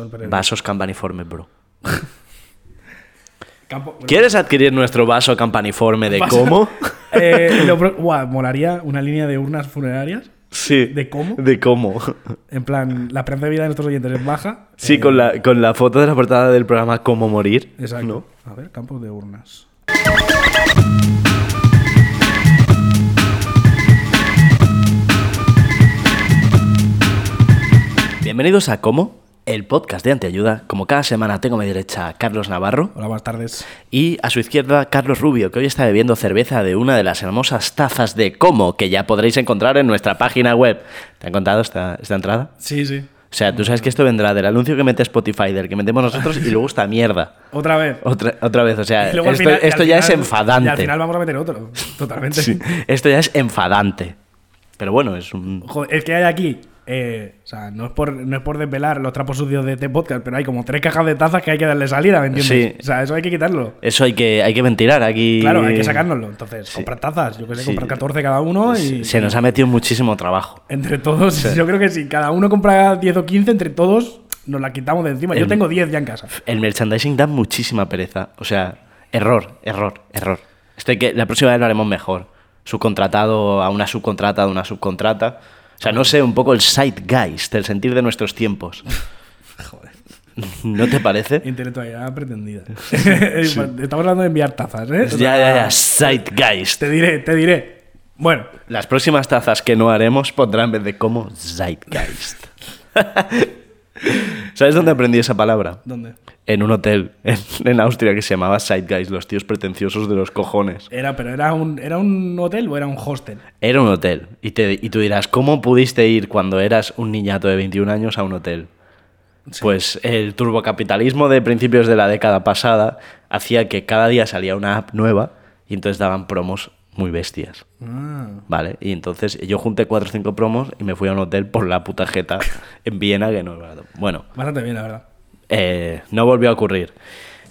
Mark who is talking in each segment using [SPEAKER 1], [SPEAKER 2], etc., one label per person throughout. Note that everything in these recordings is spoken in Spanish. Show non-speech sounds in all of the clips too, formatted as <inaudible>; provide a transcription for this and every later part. [SPEAKER 1] Vasos campaniformes, bro.
[SPEAKER 2] Campo- bueno,
[SPEAKER 1] ¿Quieres adquirir nuestro vaso campaniforme de
[SPEAKER 2] Vaso- <laughs>
[SPEAKER 1] cómo?
[SPEAKER 2] eh, lo pro- Buah, molaría una línea de urnas funerarias.
[SPEAKER 1] Sí.
[SPEAKER 2] ¿De cómo?
[SPEAKER 1] De cómo.
[SPEAKER 2] En plan, la esperanza de vida de nuestros oyentes es baja.
[SPEAKER 1] Sí,
[SPEAKER 2] eh,
[SPEAKER 1] con la, con la foto de la portada del programa Cómo morir.
[SPEAKER 2] Exacto.
[SPEAKER 1] ¿no?
[SPEAKER 2] A ver, campos de urnas.
[SPEAKER 1] Bienvenidos a Cómo, el podcast de Anteayuda. Como cada semana tengo a mi derecha a Carlos Navarro
[SPEAKER 2] Hola, buenas tardes.
[SPEAKER 1] y a su izquierda Carlos Rubio, que hoy está bebiendo cerveza de una de las hermosas tazas de Cómo que ya podréis encontrar en nuestra página web. ¿Te han contado esta, esta entrada?
[SPEAKER 2] Sí, sí.
[SPEAKER 1] O sea, tú sabes que esto vendrá del anuncio que mete Spotify, del que metemos nosotros y luego esta mierda.
[SPEAKER 2] Otra vez.
[SPEAKER 1] Otra, otra vez, o sea,
[SPEAKER 2] Y luego al
[SPEAKER 1] esto,
[SPEAKER 2] final- y
[SPEAKER 1] esto
[SPEAKER 2] al
[SPEAKER 1] ya
[SPEAKER 2] final-
[SPEAKER 1] es enfadante.
[SPEAKER 2] Y al final vamos a meter
[SPEAKER 1] <laughs>
[SPEAKER 2] otro. Totalmente.
[SPEAKER 1] Sí, esto ya es enfadante. Pero bueno, es un...
[SPEAKER 2] Joder, es que hay aquí. eh, o sea, no es, por, no es por desvelar los trapos sucios de este podcast, pero hay como tres cajas de tazas que hay que darle salida, ¿me entiendes?
[SPEAKER 1] Sí.
[SPEAKER 2] O sea, eso hay que quitarlo.
[SPEAKER 1] Eso hay que, hay que ventilar aquí.
[SPEAKER 2] Claro, hay que sacárnoslo. Entonces, comprar tazas. Yo que sé,
[SPEAKER 1] Sí.
[SPEAKER 2] comprar 14 cada uno y.
[SPEAKER 1] Se nos ha metido muchísimo trabajo.
[SPEAKER 2] Entre todos, <laughs> yo creo que si cada uno compra 10 o 15, entre todos nos la quitamos de encima. Yo
[SPEAKER 1] El-
[SPEAKER 2] tengo 10 ya en casa.
[SPEAKER 1] El merchandising da muchísima pereza. O sea, error, error, error. Esto hay que, la próxima vez lo haremos mejor. Subcontratado a una subcontrata, a una subcontrata. O sea, no sé, un poco el zeitgeist, el sentir de nuestros
[SPEAKER 2] <laughs>
[SPEAKER 1] tiempos. ¿No te parece?
[SPEAKER 2] Intelectualidad pretendida.
[SPEAKER 1] <laughs>
[SPEAKER 2] <laughs> Estamos hablando de enviar tazas, ¿eh? O
[SPEAKER 1] Ya,
[SPEAKER 2] sea,
[SPEAKER 1] ya, ya, zeitgeist.
[SPEAKER 2] Te diré, te diré. Bueno,
[SPEAKER 1] Las próximas tazas que no haremos pondrán en vez de como Zeitgeist. <laughs> ¿Sabes dónde aprendí esa palabra?
[SPEAKER 2] ¿dónde?
[SPEAKER 1] En un hotel en, en Austria que se llamaba Zeitgeist, los tíos pretenciosos de los cojones.
[SPEAKER 2] Era, pero era un, era un hotel o era un hostel.
[SPEAKER 1] Era un hotel. Y, te, y tú dirás, ¿cómo pudiste ir cuando eras un niñato de 21 años a un hotel? Pues el turbocapitalismo de principios de la década pasada hacía que cada día salía una app nueva y entonces daban promos muy bestias. ¿Vale? Y entonces yo junté cuatro o cinco promos y me fui a un hotel por la puta jeta en Viena que no... Bueno,
[SPEAKER 2] Bastante bien, la verdad.
[SPEAKER 1] eh, no volvió a ocurrir.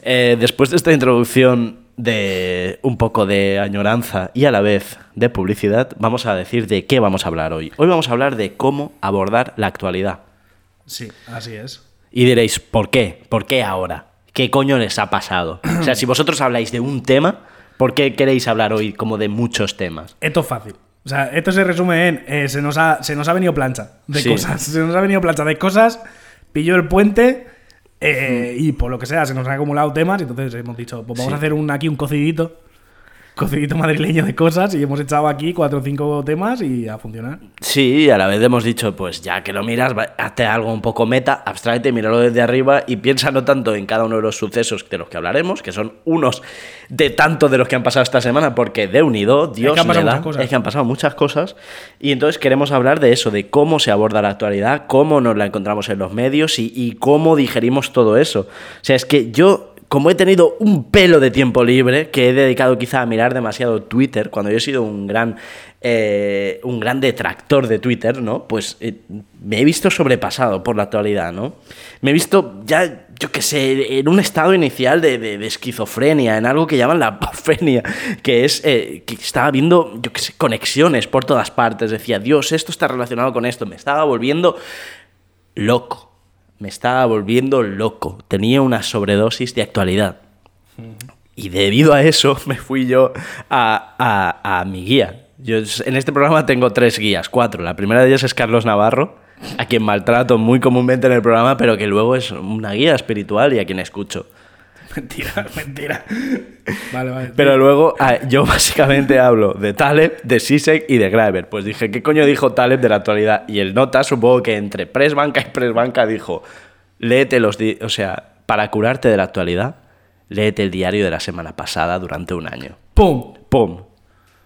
[SPEAKER 1] Eh, después de esta introducción de un poco de añoranza y a la vez de publicidad, vamos a decir de qué vamos a hablar hoy. Hoy vamos a hablar de cómo abordar la actualidad.
[SPEAKER 2] Sí, así es.
[SPEAKER 1] Y diréis, ¿por qué? ¿Por qué ahora? ¿Qué coño les ha pasado? O sea, si vosotros habláis de un tema, ¿por qué queréis hablar hoy como de muchos temas?
[SPEAKER 2] Esto es fácil. O sea, esto se resume en eh, se, nos ha, se nos ha venido plancha de
[SPEAKER 1] Sí.
[SPEAKER 2] cosas. <laughs> Se nos ha venido plancha de cosas, pilló el puente eh, y por lo que sea, se nos han acumulado temas. Y entonces hemos dicho, pues vamos
[SPEAKER 1] Hmm. Sí.
[SPEAKER 2] a hacer un, aquí un cocidito, cocidito madrileño de cosas. Y hemos echado aquí cuatro o cinco temas y a funcionar. <laughs>
[SPEAKER 1] Sí, y a la vez hemos dicho, pues ya que lo miras, va- hazte algo un poco meta, abstráete, míralo desde arriba y piensa no tanto en cada uno de los sucesos de los que hablaremos, que son unos de tanto de los que han pasado esta semana, porque de unido, Dios
[SPEAKER 2] que han
[SPEAKER 1] me
[SPEAKER 2] pasado
[SPEAKER 1] da,
[SPEAKER 2] muchas cosas.
[SPEAKER 1] es que han pasado muchas cosas. Y entonces queremos hablar de eso, de cómo se aborda la actualidad, cómo nos la encontramos en los medios y, y cómo digerimos todo eso. O sea, es que yo... Como he tenido un pelo de tiempo libre, que he dedicado quizá a mirar demasiado Twitter, cuando yo he sido un gran, eh, un gran detractor de Twitter, ¿no? Pues eh, me he visto sobrepasado por la actualidad, ¿no? Me he visto ya, yo qué sé, en un estado inicial de, de- de esquizofrenia, en algo que llaman la <laughs> apafenia, que es eh, que estaba viendo, yo qué sé, conexiones por todas partes. Decía, Dios, esto está relacionado con esto. Me estaba volviendo loco. Me estaba volviendo loco. Tenía una sobredosis de actualidad. Y debido a eso <laughs> me fui yo a, a- a mi guía. Yo s- en este programa tengo tres guías, cuatro. La primera de ellas es Carlos Navarro, a quien maltrato muy comúnmente en el programa, pero que luego es una guía espiritual y a quien escucho.
[SPEAKER 2] Mentira,
[SPEAKER 1] <laughs>
[SPEAKER 2] mentira. Vale, vale.
[SPEAKER 1] Pero luego ah, yo <laughs> básicamente hablo de Taleb, de Sisek y de Graeber. Pues dije, ¿qué coño dijo Taleb de la actualidad? Y el nota, supongo que entre Presbanca y Presbanca dijo, léete los... di- O sea, para curarte de la actualidad, léete el diario de la semana pasada durante un año.
[SPEAKER 2] ¡Pum!
[SPEAKER 1] ¡Pum!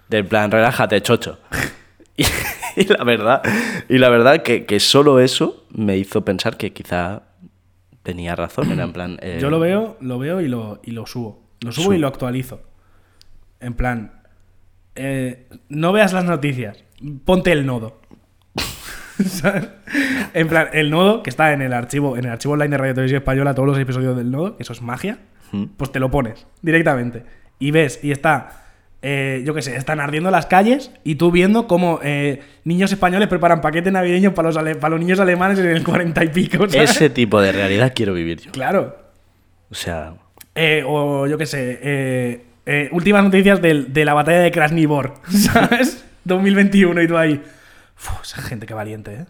[SPEAKER 1] Del plan, relájate, chocho. <laughs> Y, y la verdad, y la verdad que, que solo eso me hizo pensar que quizá tenía razón. Era en plan. eh,
[SPEAKER 2] Yo lo veo, lo veo y lo, y lo subo. Lo subo
[SPEAKER 1] Sub-
[SPEAKER 2] y lo actualizo. En plan, eh, no veas las noticias, ponte el nodo. <laughs> ¿Sabes? en plan, el nodo que está en el archivo, en el archivo online de Radio Televisión Española, todos los episodios del nodo, que eso es magia, pues te lo pones directamente. Y ves, y está, eh, yo qué sé, están ardiendo las calles y tú viendo cómo eh, niños españoles preparan paquete navideño para los, ale- para los niños alemanes en el cuarenta y pico. ¿sabes?
[SPEAKER 1] Ese tipo de realidad quiero vivir yo.
[SPEAKER 2] Claro,
[SPEAKER 1] O sea,
[SPEAKER 2] eh, o yo qué sé, eh, eh, últimas noticias del- de la batalla de Krasnivor, <laughs> ¿sabes? 2021 y tú ahí. Uf, esa gente que valiente, ¿eh?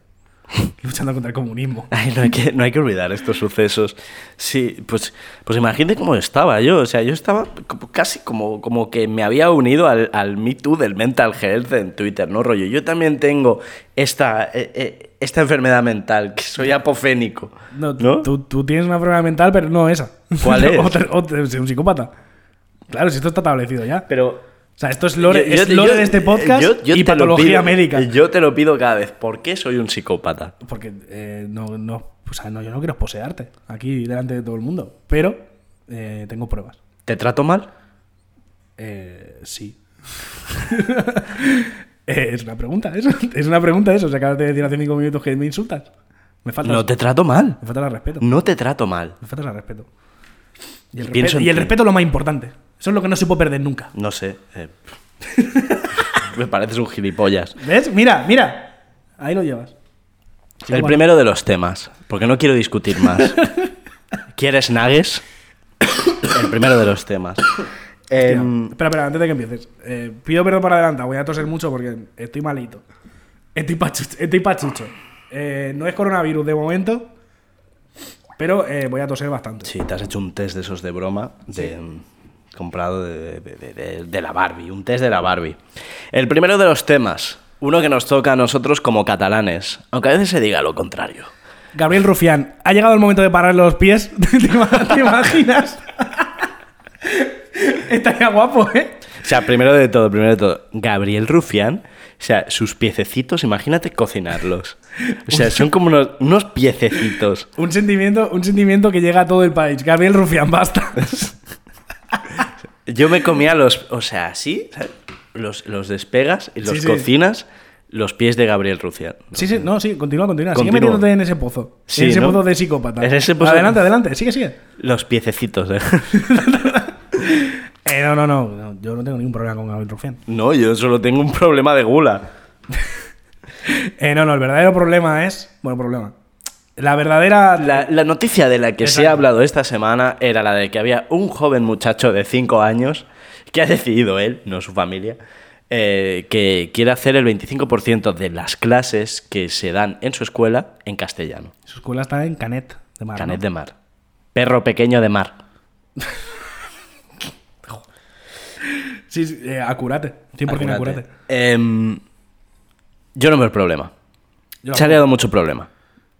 [SPEAKER 2] Luchando contra el comunismo.
[SPEAKER 1] Ay, no, hay que, no hay que olvidar estos sucesos. Sí, pues, pues imagínate cómo estaba yo. O sea, yo estaba como- casi como, como que me había unido al, al Me Too del Mental Health en Twitter, ¿no? Rollo, yo también tengo esta, eh, eh, esta enfermedad mental, que soy apofénico.
[SPEAKER 2] No,
[SPEAKER 1] No,
[SPEAKER 2] Tú, tú tienes una enfermedad mental, pero no esa. <laughs>
[SPEAKER 1] ¿Cuál es?
[SPEAKER 2] Otra- otra- es un psicópata. Claro, si esto está establecido ya.
[SPEAKER 1] Pero
[SPEAKER 2] o sea, esto es lore,
[SPEAKER 1] Yo-
[SPEAKER 2] es
[SPEAKER 1] yo-
[SPEAKER 2] lore
[SPEAKER 1] yo- eh,
[SPEAKER 2] de este podcast
[SPEAKER 1] yo- yo
[SPEAKER 2] y
[SPEAKER 1] te lo
[SPEAKER 2] patología
[SPEAKER 1] pido-
[SPEAKER 2] médica.
[SPEAKER 1] Yo te lo pido cada vez. ¿Por qué soy un psicópata?
[SPEAKER 2] Porque eh, no, no, o sea, no, yo no quiero posearte aquí delante de todo el mundo. Pero eh, tengo pruebas.
[SPEAKER 1] ¿Te trato mal?
[SPEAKER 2] Eh, sí. <laughs> Eh, es una pregunta, eso. Es una pregunta eso. O sea, acabas de decir hace cinco minutos que me insultas. Me falta,
[SPEAKER 1] No te trato mal.
[SPEAKER 2] me falta el respeto.
[SPEAKER 1] No te trato mal.
[SPEAKER 2] Me falta el respeto. Y el,
[SPEAKER 1] Pienso
[SPEAKER 2] respeto,
[SPEAKER 1] en
[SPEAKER 2] y el
[SPEAKER 1] ti.
[SPEAKER 2] respeto es lo más importante. Eso es lo que no se puede perder nunca.
[SPEAKER 1] No sé. eh, <laughs> me pareces un gilipollas.
[SPEAKER 2] ¿Ves? Mira, mira. Ahí lo llevas. Sí,
[SPEAKER 1] El
[SPEAKER 2] bueno.
[SPEAKER 1] primero de los temas, porque no quiero discutir <laughs> más. ¿Quieres nagues? El primero de los temas.
[SPEAKER 2] Hostia,
[SPEAKER 1] Em,
[SPEAKER 2] espera, espera, antes de que empieces. Eh, pido perdón por adelantado, voy a toser mucho porque estoy malito. Estoy pachucho. Estoy pachucho. Eh, no es coronavirus de momento, pero eh, voy a toser bastante.
[SPEAKER 1] sí, te has hecho un test de esos de broma, de, em, comprado de, de- de- de- de la Barbie, un test de la Barbie. El primero de los temas, uno que nos toca a nosotros como catalanes, aunque a veces se diga lo contrario.
[SPEAKER 2] Gabriel Rufián, ha llegado el momento de parar los pies. <laughs> ¿Te, ima- te imaginas? <laughs> Estaría guapo, ¿eh?
[SPEAKER 1] O sea, primero de todo, primero de todo, Gabriel Rufián, o sea, sus piececitos, imagínate cocinarlos. O sea, son como unos, unos piececitos.
[SPEAKER 2] Un sentimiento, un sentimiento que llega a todo el país. Gabriel Rufián,
[SPEAKER 1] <laughs>
[SPEAKER 2] basta.
[SPEAKER 1] Yo me comía los, o sea, así, ¿sabes? los, los despegas y los
[SPEAKER 2] Sí, sí.
[SPEAKER 1] cocinas los pies de Gabriel Rufián.
[SPEAKER 2] Sí, sí, no, sí, continúa, continúa. Sigue
[SPEAKER 1] Continúa.
[SPEAKER 2] metiéndote en ese pozo.
[SPEAKER 1] Sí,
[SPEAKER 2] en ese
[SPEAKER 1] ¿no?
[SPEAKER 2] pozo de psicópata.
[SPEAKER 1] En ese pozo-
[SPEAKER 2] Adelante, adelante, sigue, sigue. <laughs>
[SPEAKER 1] Los piececitos, ¿eh? <laughs>
[SPEAKER 2] Eh, no, no, no, no, yo no tengo ningún problema con Gabriel Rufián.
[SPEAKER 1] No, yo solo tengo un problema de gula.
[SPEAKER 2] Eh, no, no, el verdadero problema es. Bueno, problema. La verdadera.
[SPEAKER 1] La, la noticia de la que se
[SPEAKER 2] Exacto.
[SPEAKER 1] ha hablado esta semana era la de que había un joven muchacho de 5 años que ha decidido él, no su familia, eh, que quiere hacer el 25% de las clases que se dan en su escuela en castellano.
[SPEAKER 2] Su escuela está en Canet de Mar.
[SPEAKER 1] Canet
[SPEAKER 2] ¿no?
[SPEAKER 1] de mar. Perro pequeño de mar.
[SPEAKER 2] Sí, sí, eh, acurate. 100% acurate.
[SPEAKER 1] Em, yo no veo el problema.
[SPEAKER 2] Yo
[SPEAKER 1] Se ha dado mucho problema.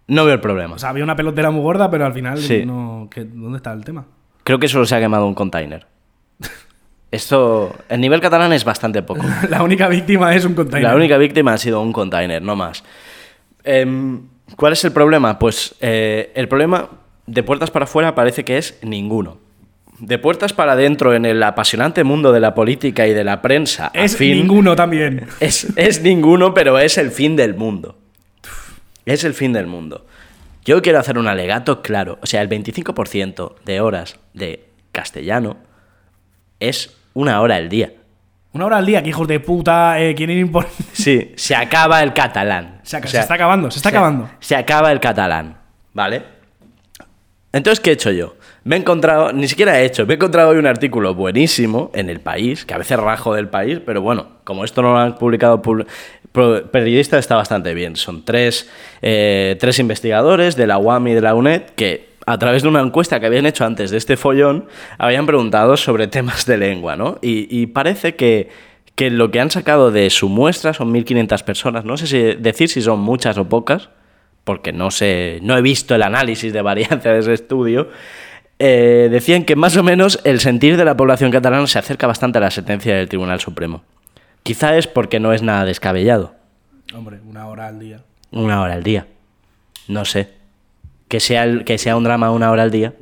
[SPEAKER 1] No veo el problema.
[SPEAKER 2] O sea, había una pelotera muy gorda, pero al final
[SPEAKER 1] Sí.
[SPEAKER 2] no. ¿qué- ¿Dónde está el tema? <laughs>
[SPEAKER 1] Creo que solo se ha quemado un container. Esto, el nivel catalán es bastante poco.
[SPEAKER 2] La única víctima es un container.
[SPEAKER 1] La única víctima ha sido un container, no más. Em, ¿Cuál es el problema? Pues eh, el problema de puertas para afuera parece que es ninguno. De puertas para adentro en el apasionante mundo de la política y de la prensa,
[SPEAKER 2] Es
[SPEAKER 1] afín,
[SPEAKER 2] ninguno también.
[SPEAKER 1] Es, es ninguno, pero es el fin del mundo. Es el fin del mundo. Yo quiero hacer un alegato claro. O sea, el 25% de horas de castellano es una hora al día.
[SPEAKER 2] Una hora al día, que hijos de puta eh, quieren <laughs> imponer.
[SPEAKER 1] Sí, se acaba el catalán.
[SPEAKER 2] Se, aca-
[SPEAKER 1] O
[SPEAKER 2] se
[SPEAKER 1] sea,
[SPEAKER 2] está acabando, se está
[SPEAKER 1] se-
[SPEAKER 2] acabando.
[SPEAKER 1] Se acaba el catalán, ¿vale? Entonces, ¿qué he hecho yo? Me he encontrado, ni siquiera he hecho, me he encontrado hoy un artículo buenísimo en El País, que a veces rajo del país, pero bueno, como esto no lo han publicado pub- pro- periodistas, está bastante bien. Son tres, eh, tres investigadores de la UAM y de la UNED que a través de una encuesta que habían hecho antes de este follón, habían preguntado sobre <laughs> temas de lengua, ¿no? Y, y parece que, que lo que han sacado de su muestra son 1.500 personas. No sé si decir si son muchas o pocas, porque no sé, no he visto el análisis de varianza de ese estudio, eh, decían que más o menos el sentir de la población catalana se acerca bastante a la sentencia del Tribunal Supremo. Quizá es porque no es nada descabellado,
[SPEAKER 2] Hombre, una hora al día.
[SPEAKER 1] una hora al día. No sé. que sea, el- que sea un drama una hora al día,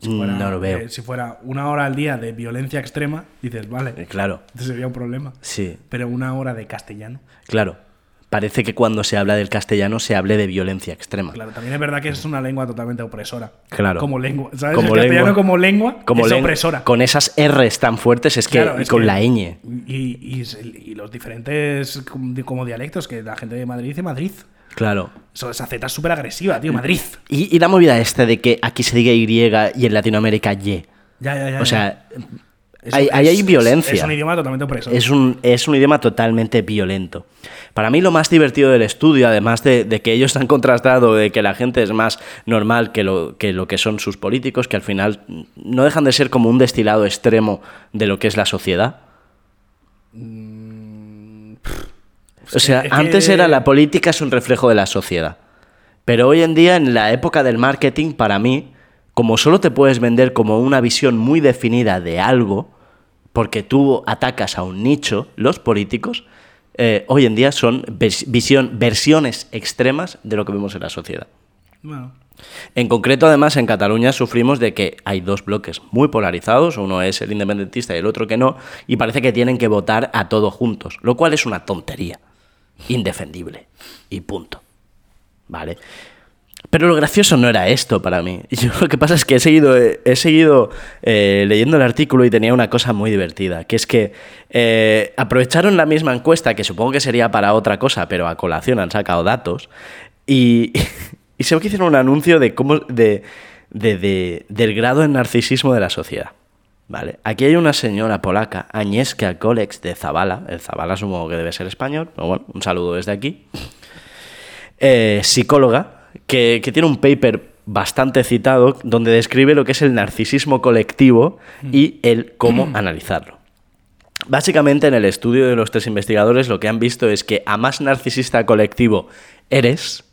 [SPEAKER 2] Si fuera,
[SPEAKER 1] Mm, no lo veo.
[SPEAKER 2] eh, si fuera una hora al día de violencia extrema, dices,
[SPEAKER 1] Eh,
[SPEAKER 2] vale,
[SPEAKER 1] Claro,
[SPEAKER 2] sería un problema.
[SPEAKER 1] sí,
[SPEAKER 2] Pero una hora de castellano.
[SPEAKER 1] claro. Parece que cuando se habla del castellano se hable de violencia extrema.
[SPEAKER 2] Claro, también es verdad que es una lengua totalmente opresora.
[SPEAKER 1] Claro.
[SPEAKER 2] Como lengua. ¿Sabes?
[SPEAKER 1] Como
[SPEAKER 2] el castellano
[SPEAKER 1] lengua.
[SPEAKER 2] como lengua
[SPEAKER 1] Como
[SPEAKER 2] es
[SPEAKER 1] len-
[SPEAKER 2] opresora.
[SPEAKER 1] Con esas R's tan fuertes es que
[SPEAKER 2] Claro,
[SPEAKER 1] y
[SPEAKER 2] es
[SPEAKER 1] con
[SPEAKER 2] que-
[SPEAKER 1] la ñ.
[SPEAKER 2] Y, y se- y los diferentes com- de- como dialectos que la gente de Madrid dice Madrid.
[SPEAKER 1] Claro.
[SPEAKER 2] Eso, esa Z es súper agresiva, tío. Madrid.
[SPEAKER 1] Y, y la movida esta de que aquí se diga Y y en Latinoamérica Y.
[SPEAKER 2] Ya, ya, ya.
[SPEAKER 1] O
[SPEAKER 2] ya.
[SPEAKER 1] sea,
[SPEAKER 2] Eso
[SPEAKER 1] ahí- ahí
[SPEAKER 2] es-
[SPEAKER 1] hay
[SPEAKER 2] es-
[SPEAKER 1] violencia.
[SPEAKER 2] Es un idioma totalmente opresor.
[SPEAKER 1] Es un, es un idioma totalmente violento. Para mí lo más divertido del estudio, además de, de que ellos han contrastado de que la gente es más normal que lo, que lo que son sus políticos, que al final no dejan de ser como un destilado extremo de lo que es la sociedad. O sea,
[SPEAKER 2] es que-
[SPEAKER 1] antes era la política es un reflejo de la sociedad. Pero hoy en día, en la época del marketing, para mí, como solo te puedes vender como una visión muy definida de algo, porque tú atacas a un nicho, los políticos, eh, hoy en día son vers- visión, versiones extremas de lo que vemos en la sociedad.
[SPEAKER 2] Bueno,
[SPEAKER 1] En concreto, además, en Cataluña sufrimos de que hay dos bloques muy polarizados, uno es el independentista y el otro que no, y parece que tienen que votar a todos juntos, lo cual es una tontería, indefendible, y punto. ¿Vale? Pero lo gracioso no era esto para mí. <laughs> Yo lo que pasa es que he seguido, eh, he seguido eh, leyendo el artículo y tenía una cosa muy divertida, que es que eh, aprovecharon la misma encuesta, que supongo que sería para otra cosa, pero a colación han sacado datos, y, <laughs> y se ve que hicieron un anuncio de cómo, de, de- de- del grado de narcisismo de la sociedad. Vale, aquí hay una señora polaca, Agnieszka Kolex de Zabala, el Zabala supongo que debe ser español, pero bueno, un saludo desde aquí, eh, psicóloga que, que tiene un paper bastante citado donde describe lo que es el narcisismo colectivo y el cómo analizarlo. Básicamente en el estudio de los tres investigadores lo que han visto es que a más narcisista colectivo eres,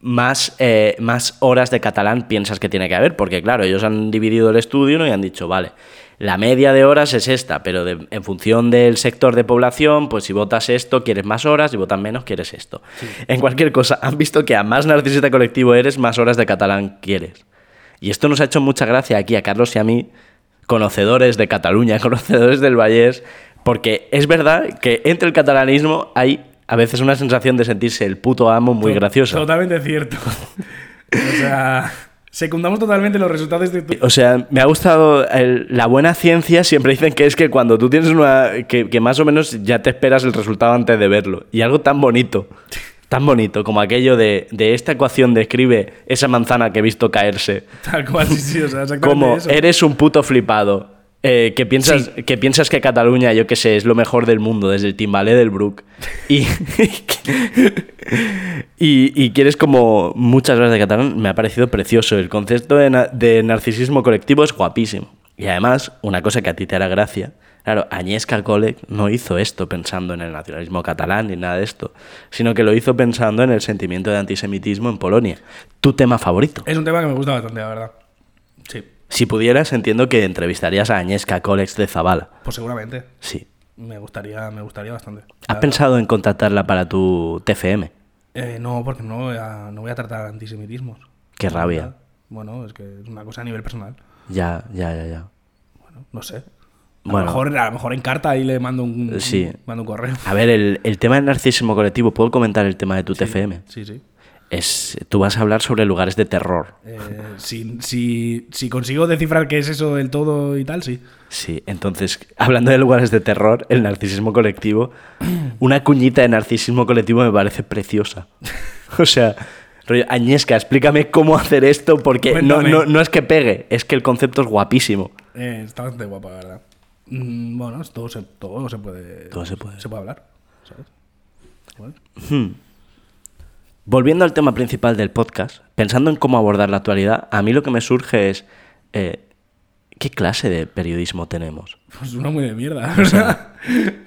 [SPEAKER 1] más, eh, más horas de catalán piensas que tiene que haber, porque claro, ellos han dividido el estudio ¿no? y han dicho, vale, la media de horas es esta, pero de- en función del sector de población, pues si votas esto, quieres más horas, si votas menos, quieres esto. En cualquier cosa, han visto que a más narcisista colectivo eres, más horas de catalán quieres. Y esto nos ha hecho mucha gracia aquí a Carlos y a mí, conocedores de Cataluña, <laughs> conocedores del Vallés, porque es verdad que entre el catalanismo hay a veces una sensación de sentirse el puto amo muy
[SPEAKER 2] to-
[SPEAKER 1] gracioso.
[SPEAKER 2] Totalmente cierto. o sea, secundamos totalmente los resultados de tu.
[SPEAKER 1] O sea, me ha gustado el- la buena ciencia. Siempre dicen que es que cuando tú tienes una. Que, que más o menos ya te esperas el resultado antes de verlo. Y algo tan bonito, tan bonito como aquello de, de esta ecuación describe esa manzana que he visto caerse.
[SPEAKER 2] <laughs> Tal cual, sí, sí, o sea, exactamente
[SPEAKER 1] Como
[SPEAKER 2] eso.
[SPEAKER 1] eres un puto flipado. eh, que, piensas, que piensas que Cataluña, yo qué sé, es lo mejor del mundo, desde el timbalé del Brook. Y, <laughs> y, y quieres como muchas horas de catalán, me ha parecido precioso. El concepto de, na- de narcisismo colectivo es guapísimo. Y además, una cosa que a ti te hará gracia, claro, Agnieszka Kolek no hizo esto pensando en el nacionalismo catalán ni nada de esto, sino que lo hizo pensando en el sentimiento de antisemitismo en Polonia. Tu tema favorito.
[SPEAKER 2] Es un tema que me gusta bastante, la verdad. Sí,
[SPEAKER 1] Si pudieras, entiendo que entrevistarías a Agnieszka Colex de Zabala.
[SPEAKER 2] pues seguramente.
[SPEAKER 1] Sí.
[SPEAKER 2] Me gustaría, me gustaría bastante.
[SPEAKER 1] ¿Has pensado en contratarla para tu TFM?
[SPEAKER 2] Eh, no, porque no voy, a, no voy a tratar antisemitismos.
[SPEAKER 1] Qué rabia.
[SPEAKER 2] Bueno, es que es una cosa a nivel personal.
[SPEAKER 1] Ya, ya, ya, ya.
[SPEAKER 2] Bueno, no sé. A,
[SPEAKER 1] Bueno. Eh,
[SPEAKER 2] lo mejor, a lo mejor en carta y le mando un,
[SPEAKER 1] Sí.
[SPEAKER 2] un- mando un correo.
[SPEAKER 1] A ver, el, el tema del narcisismo colectivo, ¿puedo comentar el tema de tu TFM?
[SPEAKER 2] Sí, sí.
[SPEAKER 1] Es, tú vas a hablar sobre lugares de terror.
[SPEAKER 2] Eh, si, si, si consigo descifrar qué es eso del todo y tal, sí.
[SPEAKER 1] Sí, entonces, <laughs> hablando de lugares de terror, el narcisismo
[SPEAKER 2] <clears throat>
[SPEAKER 1] colectivo, una cuñita de narcisismo colectivo me parece preciosa. <laughs> O sea, rollo, Agnieszka, explícame cómo hacer esto, porque no,
[SPEAKER 2] Cuéntame.
[SPEAKER 1] no, no es que pegue, es que el concepto es guapísimo.
[SPEAKER 2] Eh, está bastante guapa, la verdad. Mm, bueno, es- todo se, todo se puede.
[SPEAKER 1] Todo se puede.
[SPEAKER 2] hablar. ¿sabes? Bueno,
[SPEAKER 1] Volviendo al tema principal del podcast, pensando en cómo abordar la actualidad, a mí lo que me surge es, eh, ¿qué clase de periodismo tenemos?
[SPEAKER 2] pues uno muy de mierda. <laughs> O sea,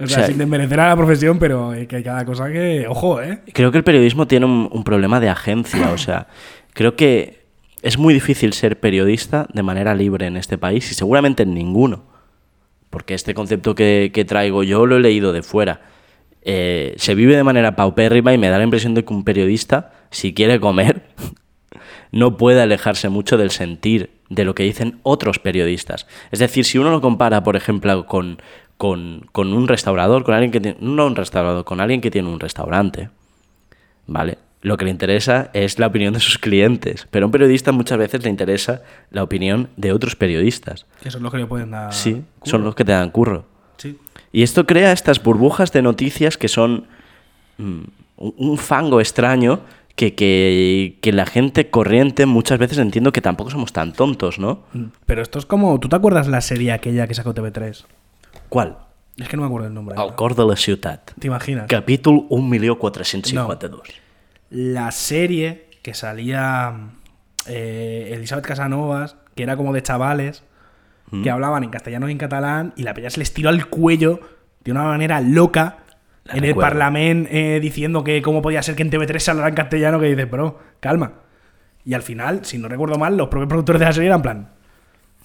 [SPEAKER 2] o sea,
[SPEAKER 1] sea,
[SPEAKER 2] sin desmerecer a la profesión, pero eh, que hay cada cosa que. Ojo, ¿eh?
[SPEAKER 1] Creo que el periodismo tiene un, un problema de agencia, o sea, creo que es muy difícil ser periodista de manera libre en este país y seguramente en ninguno, porque este concepto que, que traigo yo lo he leído de fuera. eh, se vive de manera paupérrima y me da la impresión de que un periodista, si quiere comer, <laughs> no puede alejarse mucho del sentir de lo que dicen otros periodistas. Es decir, si uno lo compara, por ejemplo, con, con, con un restaurador, con alguien que tiene, no un restaurador, con alguien que tiene un restaurante, ¿vale? Lo que le interesa es la opinión de sus clientes, pero a un periodista muchas veces le interesa la opinión de otros periodistas.
[SPEAKER 2] Que son los que le pueden dar.
[SPEAKER 1] Sí,
[SPEAKER 2] Ah, curro.
[SPEAKER 1] son los que te dan curro.
[SPEAKER 2] Sí.
[SPEAKER 1] Y esto crea estas burbujas de noticias que son mm, un un fango extraño que, que- que la gente corriente muchas veces entiendo que tampoco somos tan tontos, ¿no?
[SPEAKER 2] Pero esto es como. ¿Tú te acuerdas la serie aquella que sacó TV3?
[SPEAKER 1] ¿Cuál?
[SPEAKER 2] Es que no me acuerdo el nombre.
[SPEAKER 1] Al
[SPEAKER 2] ahora.
[SPEAKER 1] cor de la ciutat.
[SPEAKER 2] ¿Te imaginas?
[SPEAKER 1] Capítulo 1.452.
[SPEAKER 2] La serie que salía eh, Elizabeth Casanovas, que era como de chavales,
[SPEAKER 1] Mm.
[SPEAKER 2] que hablaban en castellano y en catalán, y la pella se les tiró al cuello de una manera loca
[SPEAKER 1] La
[SPEAKER 2] en el
[SPEAKER 1] recuerdo.
[SPEAKER 2] Parlamento diciendo que cómo podía ser que en TV3 se hablara en castellano, que dices, bro, calma. Y al final, si no recuerdo mal, los propios productores de la serie eran en plan.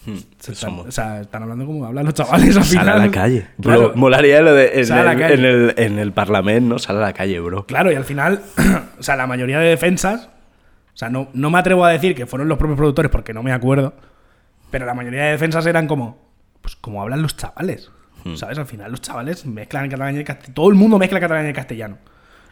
[SPEAKER 2] se están,
[SPEAKER 1] Mm, Pues somos-
[SPEAKER 2] o sea, están hablando como hablan los chavales al final.
[SPEAKER 1] Sal a la calle. Bro,
[SPEAKER 2] Claro.
[SPEAKER 1] molaría lo de en
[SPEAKER 2] Sal a la
[SPEAKER 1] el,
[SPEAKER 2] calle.
[SPEAKER 1] en el, en el Parlamento, ¿no? Sal a la calle, bro.
[SPEAKER 2] Claro, y al final, <clears throat> o sea, la mayoría de defensas, o sea, no, no me atrevo a decir que fueron los propios productores porque no me acuerdo, pero la mayoría de defensas eran como, pues como hablan los chavales,
[SPEAKER 1] Hmm.
[SPEAKER 2] ¿sabes? Al final los chavales mezclan el catalán y el castellano, todo el mundo mezcla el catalán y el castellano,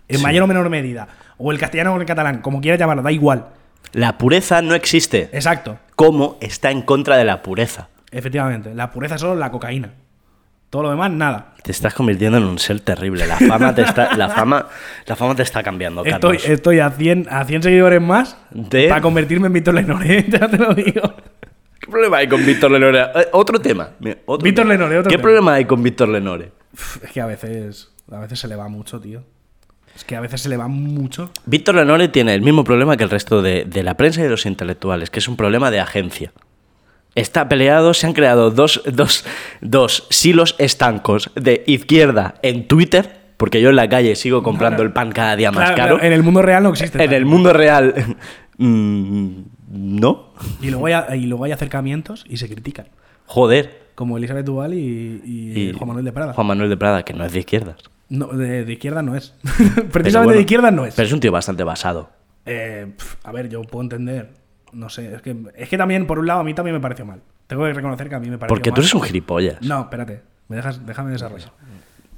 [SPEAKER 2] en mayor o menor medida, o el castellano o el catalán, como quieras llamarlo, da igual,
[SPEAKER 1] La pureza no existe.
[SPEAKER 2] exacto,
[SPEAKER 1] ¿Cómo está en contra de la pureza?
[SPEAKER 2] efectivamente, la pureza es solo la cocaína, todo lo demás, nada.
[SPEAKER 1] Te estás convirtiendo en un ser terrible. La fama te está, la fama, la fama te está
[SPEAKER 2] Oh,
[SPEAKER 1] cambiando, Carlos.
[SPEAKER 2] Estoy, estoy a 100, a 100 seguidores más
[SPEAKER 1] De-
[SPEAKER 2] para convertirme en Víctor Lenore, <laughs> ya te lo digo.
[SPEAKER 1] ¿Qué problema hay con Víctor Lenore? Eh, otro tema. Mira, otro
[SPEAKER 2] Víctor
[SPEAKER 1] tema.
[SPEAKER 2] Lenore, otro
[SPEAKER 1] ¿Qué
[SPEAKER 2] tema.
[SPEAKER 1] problema hay con Víctor Lenore?
[SPEAKER 2] Pf, Es que a veces, a veces se le va mucho, tío. Es que a veces se le va mucho.
[SPEAKER 1] Víctor Lenore tiene el mismo problema que el resto de, de la prensa y de los intelectuales, que es un problema de agencia. Está peleado, se han creado dos, dos, dos silos estancos de izquierda en Twitter, porque yo en la calle sigo comprando el pan cada día más
[SPEAKER 2] Claro,
[SPEAKER 1] caro.
[SPEAKER 2] pero en el mundo real no existe.
[SPEAKER 1] En el mundo real, <laughs> mm, no.
[SPEAKER 2] Y luego, hay, a- y luego hay acercamientos y se critican.
[SPEAKER 1] Joder.
[SPEAKER 2] Como Elizabeth Duval y, y Juan Manuel de Prada.
[SPEAKER 1] Juan Manuel de Prada, que no es de izquierdas.
[SPEAKER 2] No, de, de izquierda no es. <laughs>
[SPEAKER 1] Pero
[SPEAKER 2] Precisamente
[SPEAKER 1] bueno,
[SPEAKER 2] de izquierda no es.
[SPEAKER 1] Pero es un tío bastante basado.
[SPEAKER 2] Eh, pf, a ver, yo puedo entender. No sé, es que, es que también, por un lado, a mí también me pareció mal. Tengo que reconocer que a mí me pareció
[SPEAKER 1] Porque
[SPEAKER 2] mal.
[SPEAKER 1] tú eres un gilipollas.
[SPEAKER 2] No, espérate. Me dejas, déjame desarrollar.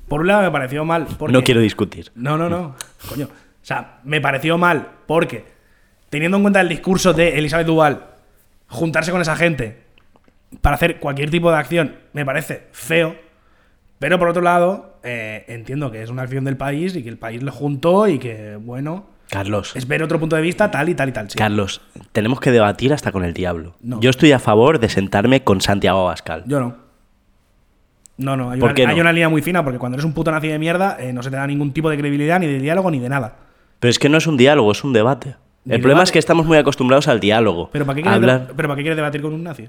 [SPEAKER 2] Por un lado me pareció mal. Porque...
[SPEAKER 1] No quiero discutir.
[SPEAKER 2] No, no, no. Coño. O sea, me pareció mal porque, teniendo en cuenta el discurso de Elizabeth Duval, juntarse con esa gente para hacer cualquier tipo de acción me parece feo. Pero por otro lado, eh, entiendo que es una acción del país y que el país lo juntó y que, bueno,
[SPEAKER 1] Carlos,
[SPEAKER 2] es ver otro punto de vista tal y tal y tal. sí.
[SPEAKER 1] Carlos, tenemos que debatir hasta con el diablo.
[SPEAKER 2] No.
[SPEAKER 1] Yo estoy a favor de sentarme con Santiago Abascal.
[SPEAKER 2] Yo no. No, no, hay,
[SPEAKER 1] ¿Por
[SPEAKER 2] una,
[SPEAKER 1] qué no?
[SPEAKER 2] hay una línea muy fina porque cuando eres un puto nazi de mierda eh, no se te da ningún tipo de credibilidad, ni de diálogo, ni de nada.
[SPEAKER 1] Pero es que no es un diálogo, es un debate. El
[SPEAKER 2] Ni
[SPEAKER 1] problema
[SPEAKER 2] debate.
[SPEAKER 1] es que estamos muy acostumbrados al diálogo.
[SPEAKER 2] ¿Pero para qué
[SPEAKER 1] a
[SPEAKER 2] quieres,
[SPEAKER 1] hablar.
[SPEAKER 2] deba- pero para qué quieres debatir con un nazi?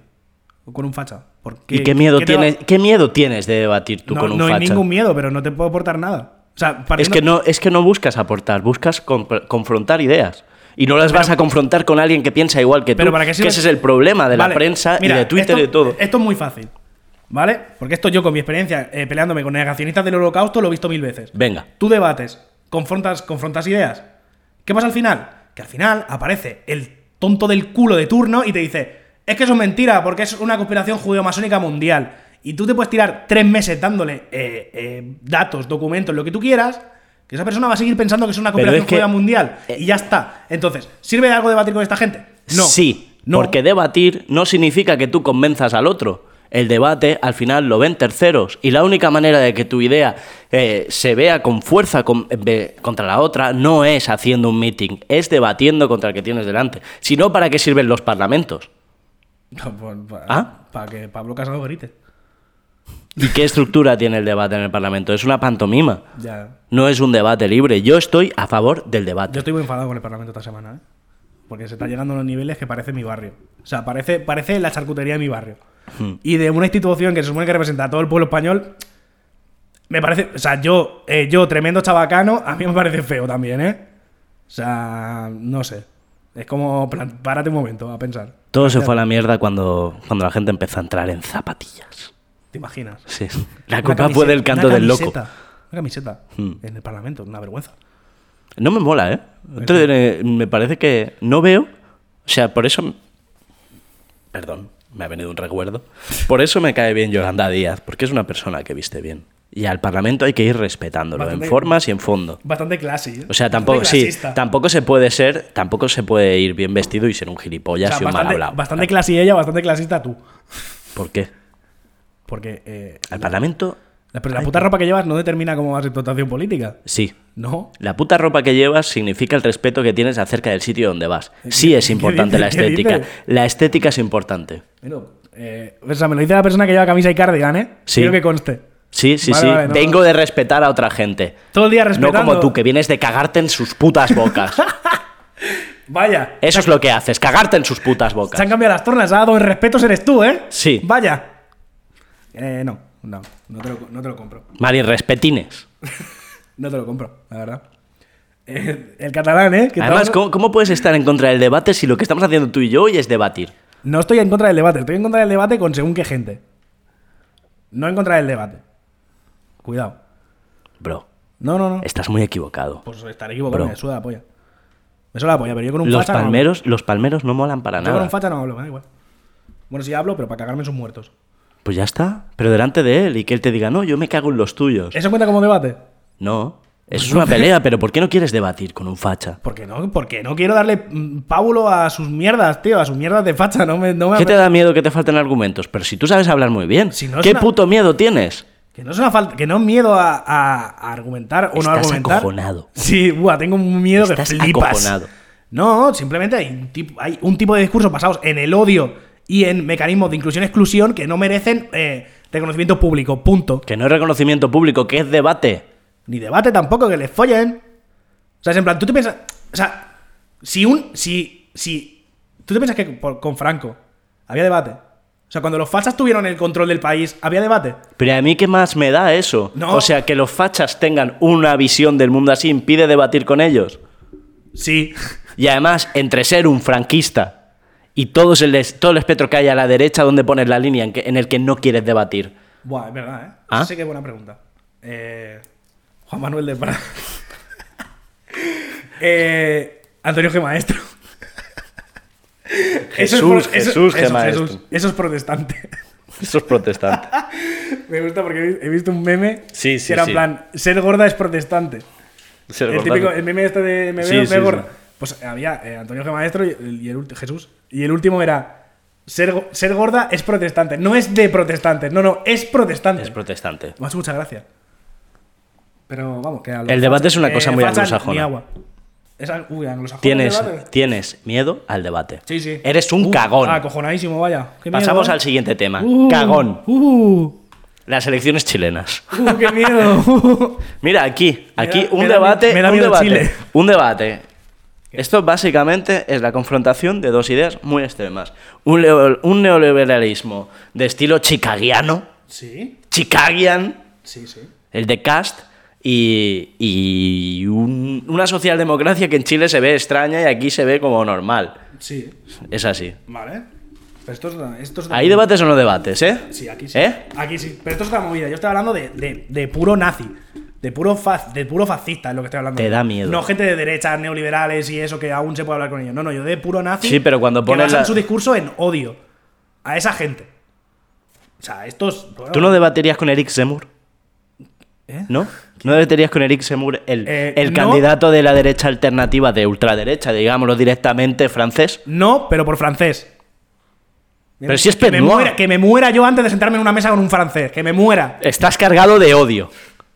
[SPEAKER 2] ¿O con un facha? ¿Por
[SPEAKER 1] ¿Y qué miedo,
[SPEAKER 2] te va-
[SPEAKER 1] tienes, qué miedo tienes de debatir tú
[SPEAKER 2] no,
[SPEAKER 1] con un
[SPEAKER 2] no hay
[SPEAKER 1] facha?
[SPEAKER 2] ningún miedo, pero no te puedo aportar nada. O sea,
[SPEAKER 1] es,
[SPEAKER 2] partiendo-
[SPEAKER 1] que no, es que no buscas aportar, buscas comp- confrontar ideas. Y no las vas a confrontar con alguien que piensa igual que tú.
[SPEAKER 2] Pero para qué
[SPEAKER 1] que
[SPEAKER 2] sirve-
[SPEAKER 1] ese es el problema de
[SPEAKER 2] Vale,
[SPEAKER 1] la prensa
[SPEAKER 2] mira,
[SPEAKER 1] y de Twitter
[SPEAKER 2] esto-
[SPEAKER 1] y de todo.
[SPEAKER 2] Esto es muy fácil, ¿vale? Porque esto yo con mi experiencia eh, peleándome con negacionistas del holocausto lo he visto mil veces.
[SPEAKER 1] Venga.
[SPEAKER 2] Tú debates, confrontas, confrontas ideas. ¿Qué pasa al final? Que al final aparece el tonto del culo de turno y te dice, es que eso es mentira, porque es una conspiración judeo-masónica mundial. Y tú te puedes tirar tres meses dándole eh, eh, datos, documentos, lo que tú quieras, que esa persona va a seguir pensando que es una
[SPEAKER 1] Pero
[SPEAKER 2] conspiración
[SPEAKER 1] es que- eh,
[SPEAKER 2] judía mundial. y ya está. Entonces, ¿sirve de algo debatir con esta gente? No.
[SPEAKER 1] Sí,
[SPEAKER 2] No.
[SPEAKER 1] porque debatir no significa que tú convenzas al otro. El debate al final lo ven terceros y la única manera de que tu idea eh, se vea con fuerza con- ve- contra la otra no es haciendo un meeting, es debatiendo contra el que tienes delante. Si no, ¿para qué sirven los parlamentos?
[SPEAKER 2] No, por- para,
[SPEAKER 1] ¿Ah?
[SPEAKER 2] para que Pablo Casado grite.
[SPEAKER 1] ¿Y qué estructura <laughs> tiene el debate en el parlamento? Es una pantomima,
[SPEAKER 2] Ya.
[SPEAKER 1] no es un debate libre. Yo estoy a favor del
[SPEAKER 2] Yo
[SPEAKER 1] debate.
[SPEAKER 2] estoy muy enfadado con el Parlamento esta semana, ¿eh? Porque se está llegando a unos niveles que parece mi barrio. O sea, parece, parece la charcutería de mi barrio.
[SPEAKER 1] Hmm.
[SPEAKER 2] Y de una institución que se supone que representa a todo el pueblo español, me parece. O sea, yo, eh, yo tremendo chabacano, a mí me parece feo también, ¿eh? O sea, no sé. Es como. plan- párate un momento a pensar.
[SPEAKER 1] Todo se fue a la mierda cuando, cuando la gente empezó a entrar en zapatillas.
[SPEAKER 2] ¿Te imaginas?
[SPEAKER 1] Sí. La
[SPEAKER 2] Una
[SPEAKER 1] culpa
[SPEAKER 2] camiseta-
[SPEAKER 1] fue del canto
[SPEAKER 2] una
[SPEAKER 1] del loco.
[SPEAKER 2] camiseta. una camiseta
[SPEAKER 1] Hmm.
[SPEAKER 2] en el Parlamento, una vergüenza.
[SPEAKER 1] No me mola, ¿eh? Otro- eh, me parece que no veo. O sea, por eso. Perdón, me ha venido un recuerdo. Por eso me cae bien Yolanda Díaz, porque es una persona que viste bien. Y al Parlamento hay que ir respetándolo,
[SPEAKER 2] Bastante-
[SPEAKER 1] en formas y en fondo.
[SPEAKER 2] Bastante classy. ¿eh?
[SPEAKER 1] O sea,
[SPEAKER 2] Bastante
[SPEAKER 1] tampoco, sí,
[SPEAKER 2] clasista.
[SPEAKER 1] tampoco se puede ser, tampoco se puede ir bien vestido y ser un gilipollas
[SPEAKER 2] O sea,
[SPEAKER 1] y un mal
[SPEAKER 2] bastante,
[SPEAKER 1] hablado.
[SPEAKER 2] bastante classy ella, bastante clasista tú.
[SPEAKER 1] ¿Por qué?
[SPEAKER 2] Porque eh,
[SPEAKER 1] Al Parlamento,
[SPEAKER 2] la, pero la puta ropa que llevas no determina cómo va ser tu actuación política.
[SPEAKER 1] sí.
[SPEAKER 2] No.
[SPEAKER 1] La puta ropa que llevas significa el respeto que tienes acerca del sitio donde vas. Sí es
[SPEAKER 2] qué
[SPEAKER 1] importante la
[SPEAKER 2] dices? ¿Qué
[SPEAKER 1] estética.
[SPEAKER 2] dices?
[SPEAKER 1] La estética es importante.
[SPEAKER 2] Bueno, eh, o sea, me lo dice la persona que lleva camisa y cardigan, ¿eh?
[SPEAKER 1] Sí.
[SPEAKER 2] Quiero que conste.
[SPEAKER 1] Sí, sí,
[SPEAKER 2] Vale,
[SPEAKER 1] sí.
[SPEAKER 2] vale, no,
[SPEAKER 1] Vengo
[SPEAKER 2] no.
[SPEAKER 1] de respetar a otra gente.
[SPEAKER 2] Todo el día respetando.
[SPEAKER 1] No como tú, que vienes de cagarte en sus putas
[SPEAKER 2] <laughs>
[SPEAKER 1] bocas.
[SPEAKER 2] Vaya.
[SPEAKER 1] Eso es lo que haces, cagarte en sus putas
[SPEAKER 2] Se han
[SPEAKER 1] bocas.
[SPEAKER 2] cambiado las tornas, ha dado el respeto, eres tú, ¿eh?
[SPEAKER 1] Sí.
[SPEAKER 2] Vaya. Eh, no, no, no te, lo, no te lo compro.
[SPEAKER 1] Mari, respetines.
[SPEAKER 2] No te lo compro, la verdad. Eh, el catalán, ¿eh? Que
[SPEAKER 1] Además,
[SPEAKER 2] estamos-
[SPEAKER 1] ¿cómo, cómo puedes estar en contra del debate si lo que estamos haciendo tú y yo hoy es debatir?
[SPEAKER 2] No estoy en contra del debate, estoy en contra del debate con según qué gente. No en contra del debate. Cuidado.
[SPEAKER 1] Bro,
[SPEAKER 2] No, no, no.
[SPEAKER 1] estás muy equivocado.
[SPEAKER 2] Pues estaré equivocado,
[SPEAKER 1] Bro.
[SPEAKER 2] me suda la polla. Me suda la polla, pero yo con un
[SPEAKER 1] Los
[SPEAKER 2] facha no
[SPEAKER 1] palmeros, los palmeros no molan para
[SPEAKER 2] hablo. Yo con
[SPEAKER 1] nada.
[SPEAKER 2] un facha no hablo, me da igual. Bueno, sí hablo, pero para cagarme en sus muertos.
[SPEAKER 1] Pues ya está, pero delante de él y que él te diga, no, yo me cago en los tuyos.
[SPEAKER 2] ¿Eso cuenta como debate?
[SPEAKER 1] No, eso es una pelea, pero ¿por qué no quieres debatir con un facha?
[SPEAKER 2] ¿Por qué no? Porque no quiero darle mm, pábulo a sus mierdas, tío, a sus mierdas de facha. No me, no me-
[SPEAKER 1] ¿Qué te da miedo que te falten argumentos? Pero si tú sabes hablar muy bien,
[SPEAKER 2] Si no es
[SPEAKER 1] ¿qué
[SPEAKER 2] una-
[SPEAKER 1] puto miedo tienes?
[SPEAKER 2] Que no es una falta, que no es miedo a, a- a argumentar o no
[SPEAKER 1] Estás
[SPEAKER 2] argumentar.
[SPEAKER 1] acojonado.
[SPEAKER 2] Sí, buah, tengo un miedo
[SPEAKER 1] Estás
[SPEAKER 2] que flipas.
[SPEAKER 1] acojonado.
[SPEAKER 2] No, simplemente hay un, tipo, hay un tipo de discursos basados en el odio y en mecanismos de inclusión-exclusión que no merecen eh, reconocimiento público, punto.
[SPEAKER 1] Que no es reconocimiento público, que es debate.
[SPEAKER 2] Ni debate tampoco, que les follen. O sea, es en plan, tú te piensas. O sea, si un. Si. Si. Tú te piensas que por- con Franco había debate. O sea, cuando los falsas tuvieron el control del país, había debate.
[SPEAKER 1] Pero a mí qué más me da eso.
[SPEAKER 2] No.
[SPEAKER 1] O sea, que los fachas tengan una visión del mundo así impide debatir con ellos.
[SPEAKER 2] Sí.
[SPEAKER 1] Y además, entre ser un franquista y todo el, es- todo el espectro que hay a la derecha, donde pones la línea en, que- en el que no quieres debatir?
[SPEAKER 2] Buah, es verdad, ¿eh?
[SPEAKER 1] ¿Ah?
[SPEAKER 2] Eso Sí que es buena pregunta. Eh, Juan Manuel de
[SPEAKER 1] <laughs>
[SPEAKER 2] Prada. eh, Antonio G. Maestro. Eso es
[SPEAKER 1] Jesús,
[SPEAKER 2] pro-
[SPEAKER 1] Jesús G. Maestro.
[SPEAKER 2] eso es protestante.
[SPEAKER 1] Eso es
[SPEAKER 2] <laughs>
[SPEAKER 1] protestante.
[SPEAKER 2] Me gusta porque he visto un meme
[SPEAKER 1] Sí, sí,
[SPEAKER 2] que era en
[SPEAKER 1] sí.
[SPEAKER 2] plan, ser gorda es protestante.
[SPEAKER 1] Ser
[SPEAKER 2] el
[SPEAKER 1] gordata.
[SPEAKER 2] típico, el meme este de me
[SPEAKER 1] Sí,
[SPEAKER 2] veo, me
[SPEAKER 1] sí,
[SPEAKER 2] veo gorda.
[SPEAKER 1] sí.
[SPEAKER 2] Pues había eh, Antonio G. Maestro y, el- y el ulti- Jesús. Y el último era, ser, go- ser gorda es protestante. No es de protestantes, no, no, es protestante.
[SPEAKER 1] Es protestante.
[SPEAKER 2] Me ha hecho mucha gracia. Pero vamos, que a los
[SPEAKER 1] El debate es una
[SPEAKER 2] eh,
[SPEAKER 1] cosa muy
[SPEAKER 2] fachas
[SPEAKER 1] anglosajona.
[SPEAKER 2] Ni agua. Es al- uy, anglosajona.
[SPEAKER 1] Tienes,
[SPEAKER 2] el debate.
[SPEAKER 1] tienes miedo al debate.
[SPEAKER 2] Sí, sí.
[SPEAKER 1] Eres un
[SPEAKER 2] Uh,
[SPEAKER 1] cagón.
[SPEAKER 2] Ah, acojonadísimo, vaya. Qué miedo,
[SPEAKER 1] Pasamos
[SPEAKER 2] ¿eh?
[SPEAKER 1] al siguiente tema.
[SPEAKER 2] Uh,
[SPEAKER 1] Cagón.
[SPEAKER 2] Uh,
[SPEAKER 1] Las elecciones chilenas.
[SPEAKER 2] uh, qué miedo. <laughs>
[SPEAKER 1] Mira, aquí, aquí
[SPEAKER 2] da-
[SPEAKER 1] un
[SPEAKER 2] me da
[SPEAKER 1] debate,
[SPEAKER 2] miedo- me da
[SPEAKER 1] un
[SPEAKER 2] miedo
[SPEAKER 1] debate,
[SPEAKER 2] Chile.
[SPEAKER 1] un debate. Esto básicamente es la confrontación de dos ideas muy extremas. Un, leo- un neoliberalismo de estilo chicaguiano,
[SPEAKER 2] sí,
[SPEAKER 1] chicagian,
[SPEAKER 2] sí, sí.
[SPEAKER 1] el de Cast, y, y un- una socialdemocracia que en Chile se ve extraña y aquí se ve como normal.
[SPEAKER 2] Sí,
[SPEAKER 1] Es así.
[SPEAKER 2] vale. Pero esto es, esto es
[SPEAKER 1] ¿Hay debates o no debates, eh?
[SPEAKER 2] Sí, aquí sí.
[SPEAKER 1] ¿Eh?
[SPEAKER 2] Aquí sí. Pero esto es otra movida. Yo estoy hablando de, de- de puro nazi. De puro, faz, de puro fascista es lo que estoy hablando.
[SPEAKER 1] Te da miedo.
[SPEAKER 2] No gente de derechas, neoliberales y eso que aún se puede hablar con ellos. No, no, yo de puro nazi.
[SPEAKER 1] Sí, pero cuando pones
[SPEAKER 2] Que basan
[SPEAKER 1] la-
[SPEAKER 2] su discurso en odio. A esa gente. O sea, estos.
[SPEAKER 1] ¿Tú no debaterías con Eric Zemmour?
[SPEAKER 2] ¿Eh?
[SPEAKER 1] ¿No? ¿No debaterías con Eric Zemmour, el,
[SPEAKER 2] Eh,
[SPEAKER 1] el
[SPEAKER 2] no.
[SPEAKER 1] candidato de la derecha alternativa, de ultraderecha, digámoslo directamente, francés?
[SPEAKER 2] No, pero por francés.
[SPEAKER 1] Pero si es
[SPEAKER 2] que me,
[SPEAKER 1] Benoit.
[SPEAKER 2] muera, que me muera yo antes de sentarme en una mesa con un francés. Que me muera.
[SPEAKER 1] Estás cargado de odio.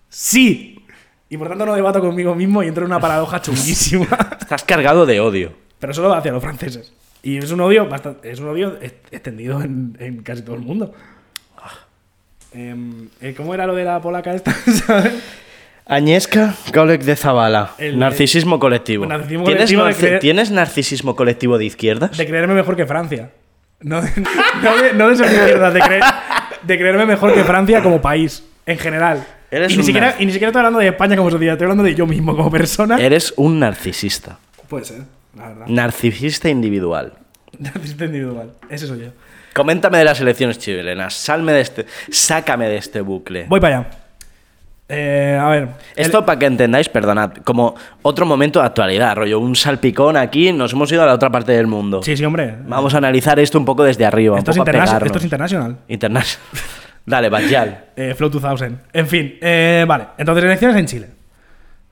[SPEAKER 2] Sí. Y por tanto no debato conmigo mismo y entro en una
[SPEAKER 1] <laughs>
[SPEAKER 2] paradoja chunguísima.
[SPEAKER 1] Estás cargado de odio.
[SPEAKER 2] pero solo hacia los franceses. Y es un odio bastante, es un odio ex- extendido en, en casi todo el mundo.
[SPEAKER 1] Ah.
[SPEAKER 2] Em, eh, ¿Cómo era lo de la polaca esta? <laughs> ¿Sabes?
[SPEAKER 1] Añesca Golek de Zavala.
[SPEAKER 2] El- eh,
[SPEAKER 1] narcisismo colectivo.
[SPEAKER 2] el narcisismo
[SPEAKER 1] ¿Tienes,
[SPEAKER 2] colectivo de
[SPEAKER 1] narci-
[SPEAKER 2] creer-
[SPEAKER 1] tienes narcisismo colectivo de izquierdas?
[SPEAKER 2] De creerme mejor que Francia. No de, no de, no de ser izquierdas, de, creer- de creerme mejor que Francia como país, en general.
[SPEAKER 1] Eres
[SPEAKER 2] y, ni
[SPEAKER 1] un
[SPEAKER 2] siquiera,
[SPEAKER 1] nazi. Eh.
[SPEAKER 2] y ni siquiera estoy hablando de España como sociedad, estoy hablando de yo mismo como persona.
[SPEAKER 1] Eres un narcisista.
[SPEAKER 2] Puede ser, la
[SPEAKER 1] Mm.
[SPEAKER 2] <laughs> verdad.
[SPEAKER 1] Narcisista individual.
[SPEAKER 2] Narcisista individual. Ese soy yo.
[SPEAKER 1] Coméntame de las elecciones chilenas. Salme de este, sácame de este bucle.
[SPEAKER 2] Voy para allá. Eh, a ver. el-
[SPEAKER 1] Esto para que entendáis, perdonad, como otro momento de actualidad, rollo, un salpicón aquí, nos hemos ido a la otra parte del mundo.
[SPEAKER 2] Sí, sí, hombre.
[SPEAKER 1] Vamos a analizar esto un poco desde arriba,
[SPEAKER 2] Esto es,
[SPEAKER 1] un poco a
[SPEAKER 2] interna-
[SPEAKER 1] pegarnos.
[SPEAKER 2] esto es internacional.
[SPEAKER 1] Internas- <laughs> Dale, Bajal.
[SPEAKER 2] Eh, Flow 2000. En fin, eh, vale. Entonces, elecciones en Chile.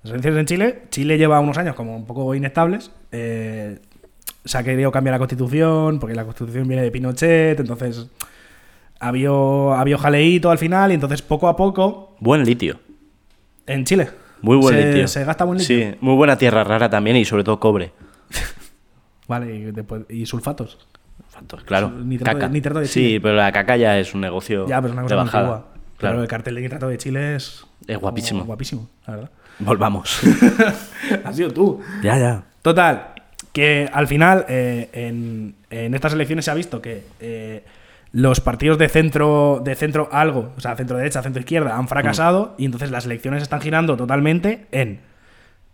[SPEAKER 2] Las elecciones en Chile. Chile lleva unos años como un poco inestables. Eh, se ha querido cambiar la constitución, porque la constitución viene de Pinochet. Entonces, había, había jaleíto al final. Y entonces, poco a poco,
[SPEAKER 1] Buen litio.
[SPEAKER 2] en Chile.
[SPEAKER 1] Muy buen
[SPEAKER 2] se,
[SPEAKER 1] litio.
[SPEAKER 2] Se gasta buen litio.
[SPEAKER 1] Sí, muy buena tierra rara también y sobre todo cobre.
[SPEAKER 2] Vale, y, después- y sulfatos.
[SPEAKER 1] Factos, Claro.
[SPEAKER 2] Nitrato de-
[SPEAKER 1] caca.
[SPEAKER 2] nitrato de
[SPEAKER 1] sí,
[SPEAKER 2] Chile.
[SPEAKER 1] pero la caca ya es un negocio
[SPEAKER 2] Ya, pero es una cosa
[SPEAKER 1] Oh, de
[SPEAKER 2] muy
[SPEAKER 1] bajada.
[SPEAKER 2] antigua. Pero
[SPEAKER 1] Claro.
[SPEAKER 2] el cartel de nitrato de Chile es.
[SPEAKER 1] Es guapísimo.
[SPEAKER 2] como Guapísimo, la verdad. <laughs>
[SPEAKER 1] Volvamos.
[SPEAKER 2] ha sido tú.
[SPEAKER 1] ya, ya.
[SPEAKER 2] Total, que al final eh, en, en estas elecciones se ha visto que eh, los partidos de centro, de centro algo, o sea, centro derecha, centro izquierda, han fracasado y entonces las elecciones están girando totalmente en,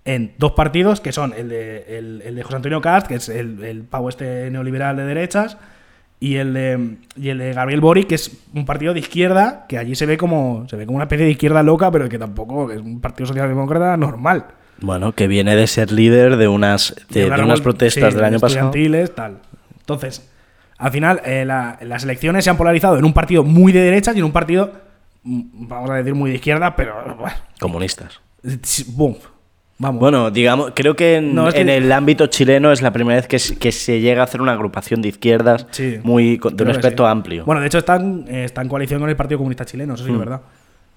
[SPEAKER 2] en dos partidos que son el de, el, el de José Antonio Cast, que es el, el pavo este neoliberal de derechas, y el de, y el de Gabriel Boric, que es un partido de izquierda, que allí se ve como se ve como una especie de izquierda loca, pero que tampoco es un partido socialdemócrata normal.
[SPEAKER 1] Bueno, que viene de ser líder de unas, de, de
[SPEAKER 2] una
[SPEAKER 1] unas
[SPEAKER 2] revol-
[SPEAKER 1] protestas
[SPEAKER 2] sí,
[SPEAKER 1] del año pasado.
[SPEAKER 2] estudiantiles, tal. Entonces, al final, eh, la- las elecciones se han polarizado en un partido muy de derecha y en un partido, mm, vamos a decir, muy de izquierda, pero. Bueno,
[SPEAKER 1] Comunistas.
[SPEAKER 2] sí, boom. Vamos.
[SPEAKER 1] Bueno, digamos, creo que en,
[SPEAKER 2] No, es que-
[SPEAKER 1] en el ámbito chileno es la primera vez que, se- que se llega a hacer una agrupación de izquierdas
[SPEAKER 2] Sí,
[SPEAKER 1] muy con- de
[SPEAKER 2] creo
[SPEAKER 1] un
[SPEAKER 2] que
[SPEAKER 1] aspecto
[SPEAKER 2] sí.
[SPEAKER 1] amplio. Mm.
[SPEAKER 2] Bueno, de hecho, están, eh, está en coalición con el Partido Comunista Chileno, eso sí que es verdad.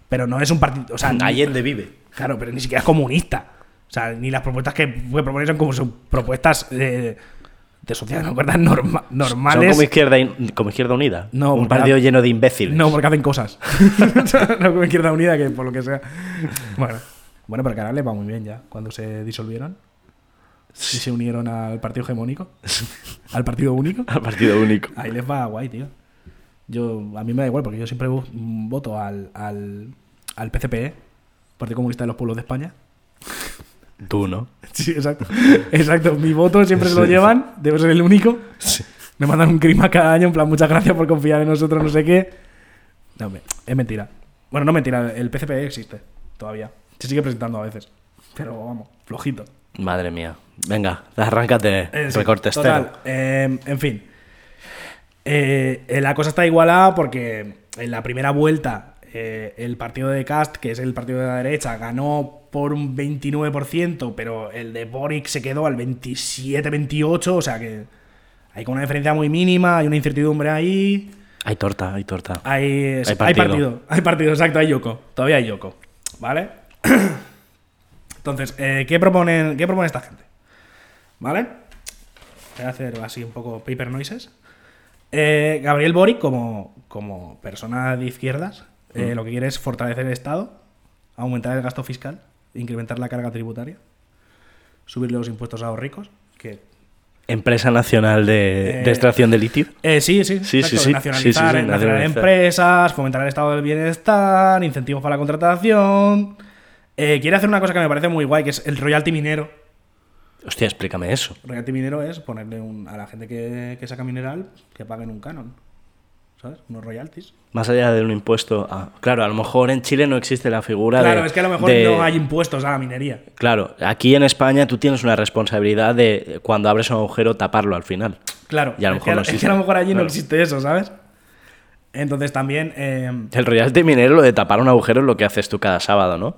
[SPEAKER 2] Pero no es un partido. O sea, ni-
[SPEAKER 1] Allende vive.
[SPEAKER 2] Claro, pero ni siquiera es comunista. O sea, ni las propuestas que que proponen son como son propuestas eh, de socialdemócratas norma- normales.
[SPEAKER 1] Son como izquierda, in- como izquierda unida.
[SPEAKER 2] No,
[SPEAKER 1] un
[SPEAKER 2] porque-
[SPEAKER 1] partido lleno de imbéciles.
[SPEAKER 2] No, porque hacen cosas. <laughs> no como Izquierda Unida, que por lo que sea. Bueno, bueno pero que ahora les va muy bien ya. Cuando se disolvieron y se unieron al partido hegemónico, al partido
[SPEAKER 1] <laughs>
[SPEAKER 2] único,
[SPEAKER 1] Al partido único.
[SPEAKER 2] ahí les va guay, tío. Yo, a mí me da igual, porque yo siempre vo- mm, voto al, al, al PCPE, ¿eh? Partido Comunista de los Pueblos de España.
[SPEAKER 1] <laughs> Tú, ¿no?
[SPEAKER 2] <laughs> Sí, exacto. Exacto, mi voto siempre se lo llevan, debo ser el único. Me mandan un crima cada año, en plan, muchas gracias por confiar en nosotros, no sé qué. No, hombre, es mentira. Bueno, no mentira, el PCPE existe todavía. Se sigue presentando a veces, pero vamos, flojito.
[SPEAKER 1] Madre mía. Venga, arráncate.
[SPEAKER 2] Eh, sí,
[SPEAKER 1] recortes
[SPEAKER 2] total,
[SPEAKER 1] cero.
[SPEAKER 2] eh, en fin. Eh, eh, la cosa está igualada porque en la primera vuelta eh, el partido de Cast, que es el partido de la derecha, ganó por un 29%, pero el de Boric se quedó al 27-28, o sea que hay como una diferencia muy mínima, hay una incertidumbre ahí.
[SPEAKER 1] Hay torta, hay torta.
[SPEAKER 2] Hay, hay, partido. hay
[SPEAKER 1] partido.
[SPEAKER 2] partido. exacto, hay Yoko. Todavía hay Yoko. ¿Vale? <clears throat> Entonces, eh, ¿qué, proponen, ¿qué propone esta gente? ¿Vale? Voy a hacer así un poco paper noises. Eh, Gabriel Boric, como, como persona de izquierdas, eh, lo que quiere es fortalecer el Estado, aumentar el gasto fiscal, incrementar la carga tributaria, subirle los impuestos a los ricos, que
[SPEAKER 1] Empresa Nacional de,
[SPEAKER 2] Eh,
[SPEAKER 1] de Extracción de Litio.
[SPEAKER 2] eh, sí, sí,
[SPEAKER 1] Sí,
[SPEAKER 2] exacto,
[SPEAKER 1] sí, sí.
[SPEAKER 2] Nacionalizar,
[SPEAKER 1] Sí, sí, sí,
[SPEAKER 2] nacionalizar
[SPEAKER 1] nacionalizar.
[SPEAKER 2] empresas, fomentar el estado del bienestar, incentivos para la contratación. Eh, quiere hacer una cosa que me parece muy guay, que es el royalty minero.
[SPEAKER 1] Hostia, explícame eso.
[SPEAKER 2] Royalty minero es ponerle un- a la gente que, que saca mineral que paguen un canon. ¿Sabes? Unos royalties.
[SPEAKER 1] Más allá de un impuesto a... Claro, a lo mejor en Chile no existe la figura de...
[SPEAKER 2] Claro, es que a lo mejor
[SPEAKER 1] de-
[SPEAKER 2] no hay impuestos a la minería.
[SPEAKER 1] Claro, aquí en España tú tienes una responsabilidad de eh, cuando abres un agujero taparlo al final.
[SPEAKER 2] Claro,
[SPEAKER 1] Y a lo
[SPEAKER 2] es, que,
[SPEAKER 1] mejor no
[SPEAKER 2] es que
[SPEAKER 1] existe.
[SPEAKER 2] a lo mejor allí no
[SPEAKER 1] Claro.
[SPEAKER 2] existe eso, ¿sabes? Entonces también... eh,
[SPEAKER 1] El Royal de Minero, lo de tapar un agujero es lo que haces tú cada sábado,
[SPEAKER 2] <laughs>
[SPEAKER 1] ¿no?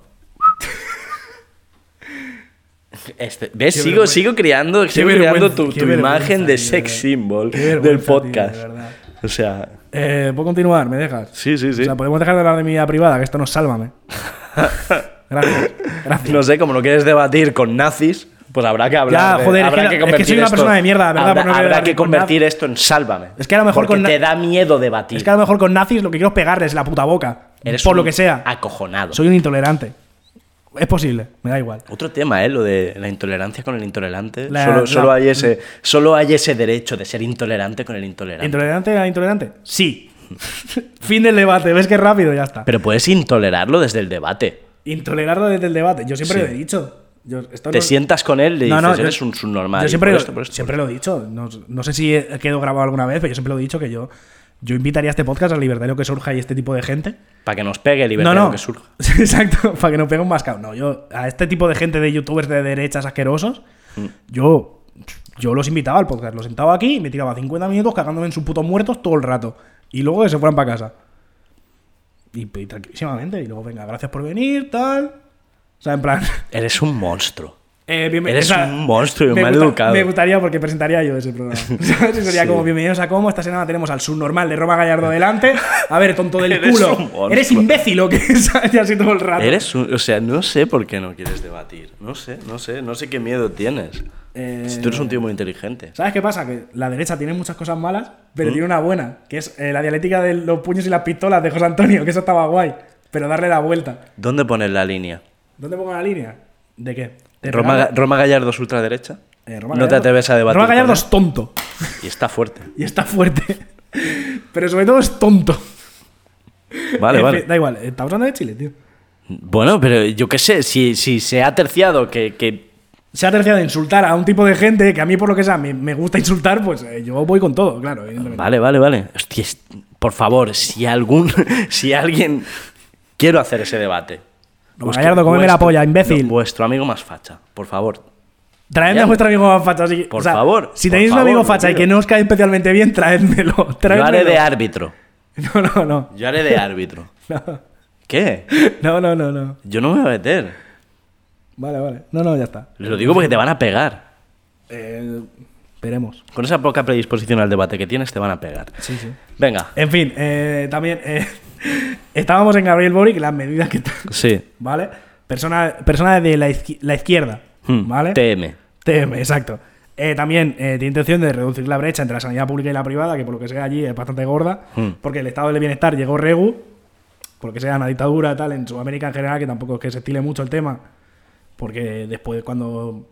[SPEAKER 1] Este- ¿Ves?
[SPEAKER 2] Qué
[SPEAKER 1] Sigo,
[SPEAKER 2] vergüenza.
[SPEAKER 1] sigo criando, sigo
[SPEAKER 2] vergüenza,
[SPEAKER 1] criando tu,
[SPEAKER 2] qué
[SPEAKER 1] tu
[SPEAKER 2] vergüenza,
[SPEAKER 1] imagen de
[SPEAKER 2] tío,
[SPEAKER 1] sex
[SPEAKER 2] de-
[SPEAKER 1] symbol
[SPEAKER 2] qué
[SPEAKER 1] del
[SPEAKER 2] vergüenza, tío, de
[SPEAKER 1] podcast.
[SPEAKER 2] verdad.
[SPEAKER 1] o sea,
[SPEAKER 2] Eh, ¿Puedo continuar? ¿Me dejas?
[SPEAKER 1] Sí, sí, sí.
[SPEAKER 2] O sea, podemos dejar de hablar de mi vida privada, que esto nos sálvame. <laughs> Gracias.
[SPEAKER 1] <laughs>
[SPEAKER 2] Gracias.
[SPEAKER 1] no sé, como no quieres debatir con nazis, pues habrá que hablar.
[SPEAKER 2] Ya,
[SPEAKER 1] de-
[SPEAKER 2] joder, es
[SPEAKER 1] habrá
[SPEAKER 2] que- es que soy una persona de mierda, ¿verdad?
[SPEAKER 1] Habrá,
[SPEAKER 2] Por no querer
[SPEAKER 1] habrá que
[SPEAKER 2] debatir con
[SPEAKER 1] convertir esto en sálvame.
[SPEAKER 2] Es que a lo mejor
[SPEAKER 1] porque
[SPEAKER 2] con na-
[SPEAKER 1] te da miedo debatir.
[SPEAKER 2] Es que a lo mejor con nazis lo que quiero es pegarles la puta boca.
[SPEAKER 1] Eres
[SPEAKER 2] por
[SPEAKER 1] un
[SPEAKER 2] lo que sea.
[SPEAKER 1] Acojonado.
[SPEAKER 2] Soy un intolerante. Es posible, me da igual.
[SPEAKER 1] Otro tema, ¿eh? Lo de la intolerancia con el intolerante.
[SPEAKER 2] La-
[SPEAKER 1] solo,
[SPEAKER 2] la-
[SPEAKER 1] solo hay ese, solo hay ese derecho de ser intolerante con el intolerante.
[SPEAKER 2] ¿Intolerante a intolerante? Sí. <laughs> fin del debate, ves que rápido, ya está.
[SPEAKER 1] Pero puedes intolerarlo desde el debate.
[SPEAKER 2] Intolerarlo desde el debate. Yo siempre
[SPEAKER 1] Sí.
[SPEAKER 2] lo he dicho. Yo- esto
[SPEAKER 1] Te
[SPEAKER 2] no-
[SPEAKER 1] sientas con él y
[SPEAKER 2] No,
[SPEAKER 1] dices,
[SPEAKER 2] no, yo-
[SPEAKER 1] eres un subnormal.
[SPEAKER 2] Yo
[SPEAKER 1] y
[SPEAKER 2] siempre,
[SPEAKER 1] por
[SPEAKER 2] lo,
[SPEAKER 1] esto, por esto,
[SPEAKER 2] siempre
[SPEAKER 1] por
[SPEAKER 2] lo he dicho. No, no sé si he- quedó grabado alguna vez, pero yo siempre lo he dicho que yo yo invitaría a este podcast al libertario que surja y este tipo de gente.
[SPEAKER 1] Para que nos pegue el libertad
[SPEAKER 2] no, no.
[SPEAKER 1] que
[SPEAKER 2] <laughs>
[SPEAKER 1] surja.
[SPEAKER 2] Exacto, para que no pegue un mascao. No, yo a este tipo de gente de youtubers de derechas asquerosos,
[SPEAKER 1] Mm.
[SPEAKER 2] yo, yo los invitaba al podcast. Los sentaba aquí y me tiraba 50 minutos cagándome en sus putos muertos todo el rato. Y luego que se fueran para casa. Y, y tranquilísimamente. Y luego, venga, gracias por venir, tal. O sea, en plan...
[SPEAKER 1] Eres un monstruo.
[SPEAKER 2] eh, bienven-
[SPEAKER 1] Eres
[SPEAKER 2] o sea,
[SPEAKER 1] un monstruo y un
[SPEAKER 2] me
[SPEAKER 1] mal
[SPEAKER 2] gusta-
[SPEAKER 1] educado.
[SPEAKER 2] Me gustaría porque presentaría yo ese
[SPEAKER 1] <laughs>
[SPEAKER 2] programa. <laughs> ¿Sabes? Y Sería
[SPEAKER 1] Sí.
[SPEAKER 2] como bienvenidos a Como. Esta semana tenemos al subnormal de
[SPEAKER 1] <laughs>
[SPEAKER 2] Roma Gallardo delante. A ver, tonto del
[SPEAKER 1] Eres un
[SPEAKER 2] culo.
[SPEAKER 1] monstruo.
[SPEAKER 2] Eres imbécil o qué <laughs> ¿Sabes? Y así todo el rato.
[SPEAKER 1] Eres un- O sea, no sé por qué no quieres debatir. No sé, no sé, no sé qué miedo tienes.
[SPEAKER 2] Eh,
[SPEAKER 1] Si tú eres un tío muy inteligente.
[SPEAKER 2] ¿Sabes qué pasa? Que la derecha tiene muchas cosas malas, pero
[SPEAKER 1] ¿Mm?
[SPEAKER 2] tiene una buena, que es eh, la dialéctica de los puños y las pistolas de José Antonio, que eso estaba guay. Pero darle la vuelta.
[SPEAKER 1] ¿Dónde pones la línea?
[SPEAKER 2] ¿Dónde pongo la línea? ¿De qué? ¿De
[SPEAKER 1] ¿Roma,
[SPEAKER 2] pegar-
[SPEAKER 1] Ga- Roma Gallardo es ultraderecha?
[SPEAKER 2] eh, Roma
[SPEAKER 1] no te
[SPEAKER 2] Gallardo?
[SPEAKER 1] atreves a debatir.
[SPEAKER 2] Roma
[SPEAKER 1] con
[SPEAKER 2] Gallardo
[SPEAKER 1] él.
[SPEAKER 2] es tonto. <laughs>
[SPEAKER 1] Y está fuerte.
[SPEAKER 2] Y está fuerte. pero sobre todo es tonto.
[SPEAKER 1] Vale,
[SPEAKER 2] <laughs> En
[SPEAKER 1] vale.
[SPEAKER 2] fin, Da igual, estamos hablando de Chile, tío.
[SPEAKER 1] Bueno, pero yo qué sé, si, si se ha terciado que, que
[SPEAKER 2] Se ha terciado de insultar a un tipo de gente que a mí, por lo que sea, me, me gusta insultar, pues eh, yo voy con todo, claro, evidentemente.
[SPEAKER 1] Vale, vale, vale. Hostia, es- por favor, si algún. <laughs> Si alguien. Quiero hacer ese debate.
[SPEAKER 2] Roma Gallardo, cómeme la polla, imbécil.
[SPEAKER 1] no, vuestro amigo más facha, por favor.
[SPEAKER 2] Traedme a
[SPEAKER 1] Ah, Ya.
[SPEAKER 2] vuestro amigo facha. Así, que-
[SPEAKER 1] Por favor,
[SPEAKER 2] Si
[SPEAKER 1] por
[SPEAKER 2] tenéis un amigo
[SPEAKER 1] favor,
[SPEAKER 2] facha y
[SPEAKER 1] tío.
[SPEAKER 2] que no os cae especialmente bien, traédmelo.
[SPEAKER 1] Yo
[SPEAKER 2] traédmelo.
[SPEAKER 1] haré de árbitro.
[SPEAKER 2] <laughs> No, no, no.
[SPEAKER 1] Yo haré
[SPEAKER 2] <laughs>
[SPEAKER 1] de árbitro. ¿Qué?
[SPEAKER 2] No, no, no, no.
[SPEAKER 1] Yo no me voy a meter.
[SPEAKER 2] Vale, vale. No, no, ya está.
[SPEAKER 1] Lo digo porque te van a pegar.
[SPEAKER 2] Eh, veremos.
[SPEAKER 1] Con esa poca predisposición al debate que tienes, te van a pegar.
[SPEAKER 2] Sí, sí.
[SPEAKER 1] Venga.
[SPEAKER 2] En fin, eh, también eh, <laughs> estábamos en Gabriel Boric, las medidas que... <laughs> ta-
[SPEAKER 1] Sí.
[SPEAKER 2] ¿Vale? Persona, persona de la, izqui- la izquierda.
[SPEAKER 1] Hmm,
[SPEAKER 2] ¿Vale?
[SPEAKER 1] TM.
[SPEAKER 2] TM, exacto. Eh, también eh, tiene intención de reducir la brecha entre la sanidad pública y la privada, que por lo que sea allí es bastante gorda,
[SPEAKER 1] Hmm.
[SPEAKER 2] porque el estado del bienestar llegó Regu, porque sea una dictadura tal, en Sudamérica en general, que tampoco es que se estile mucho el tema, porque después cuando,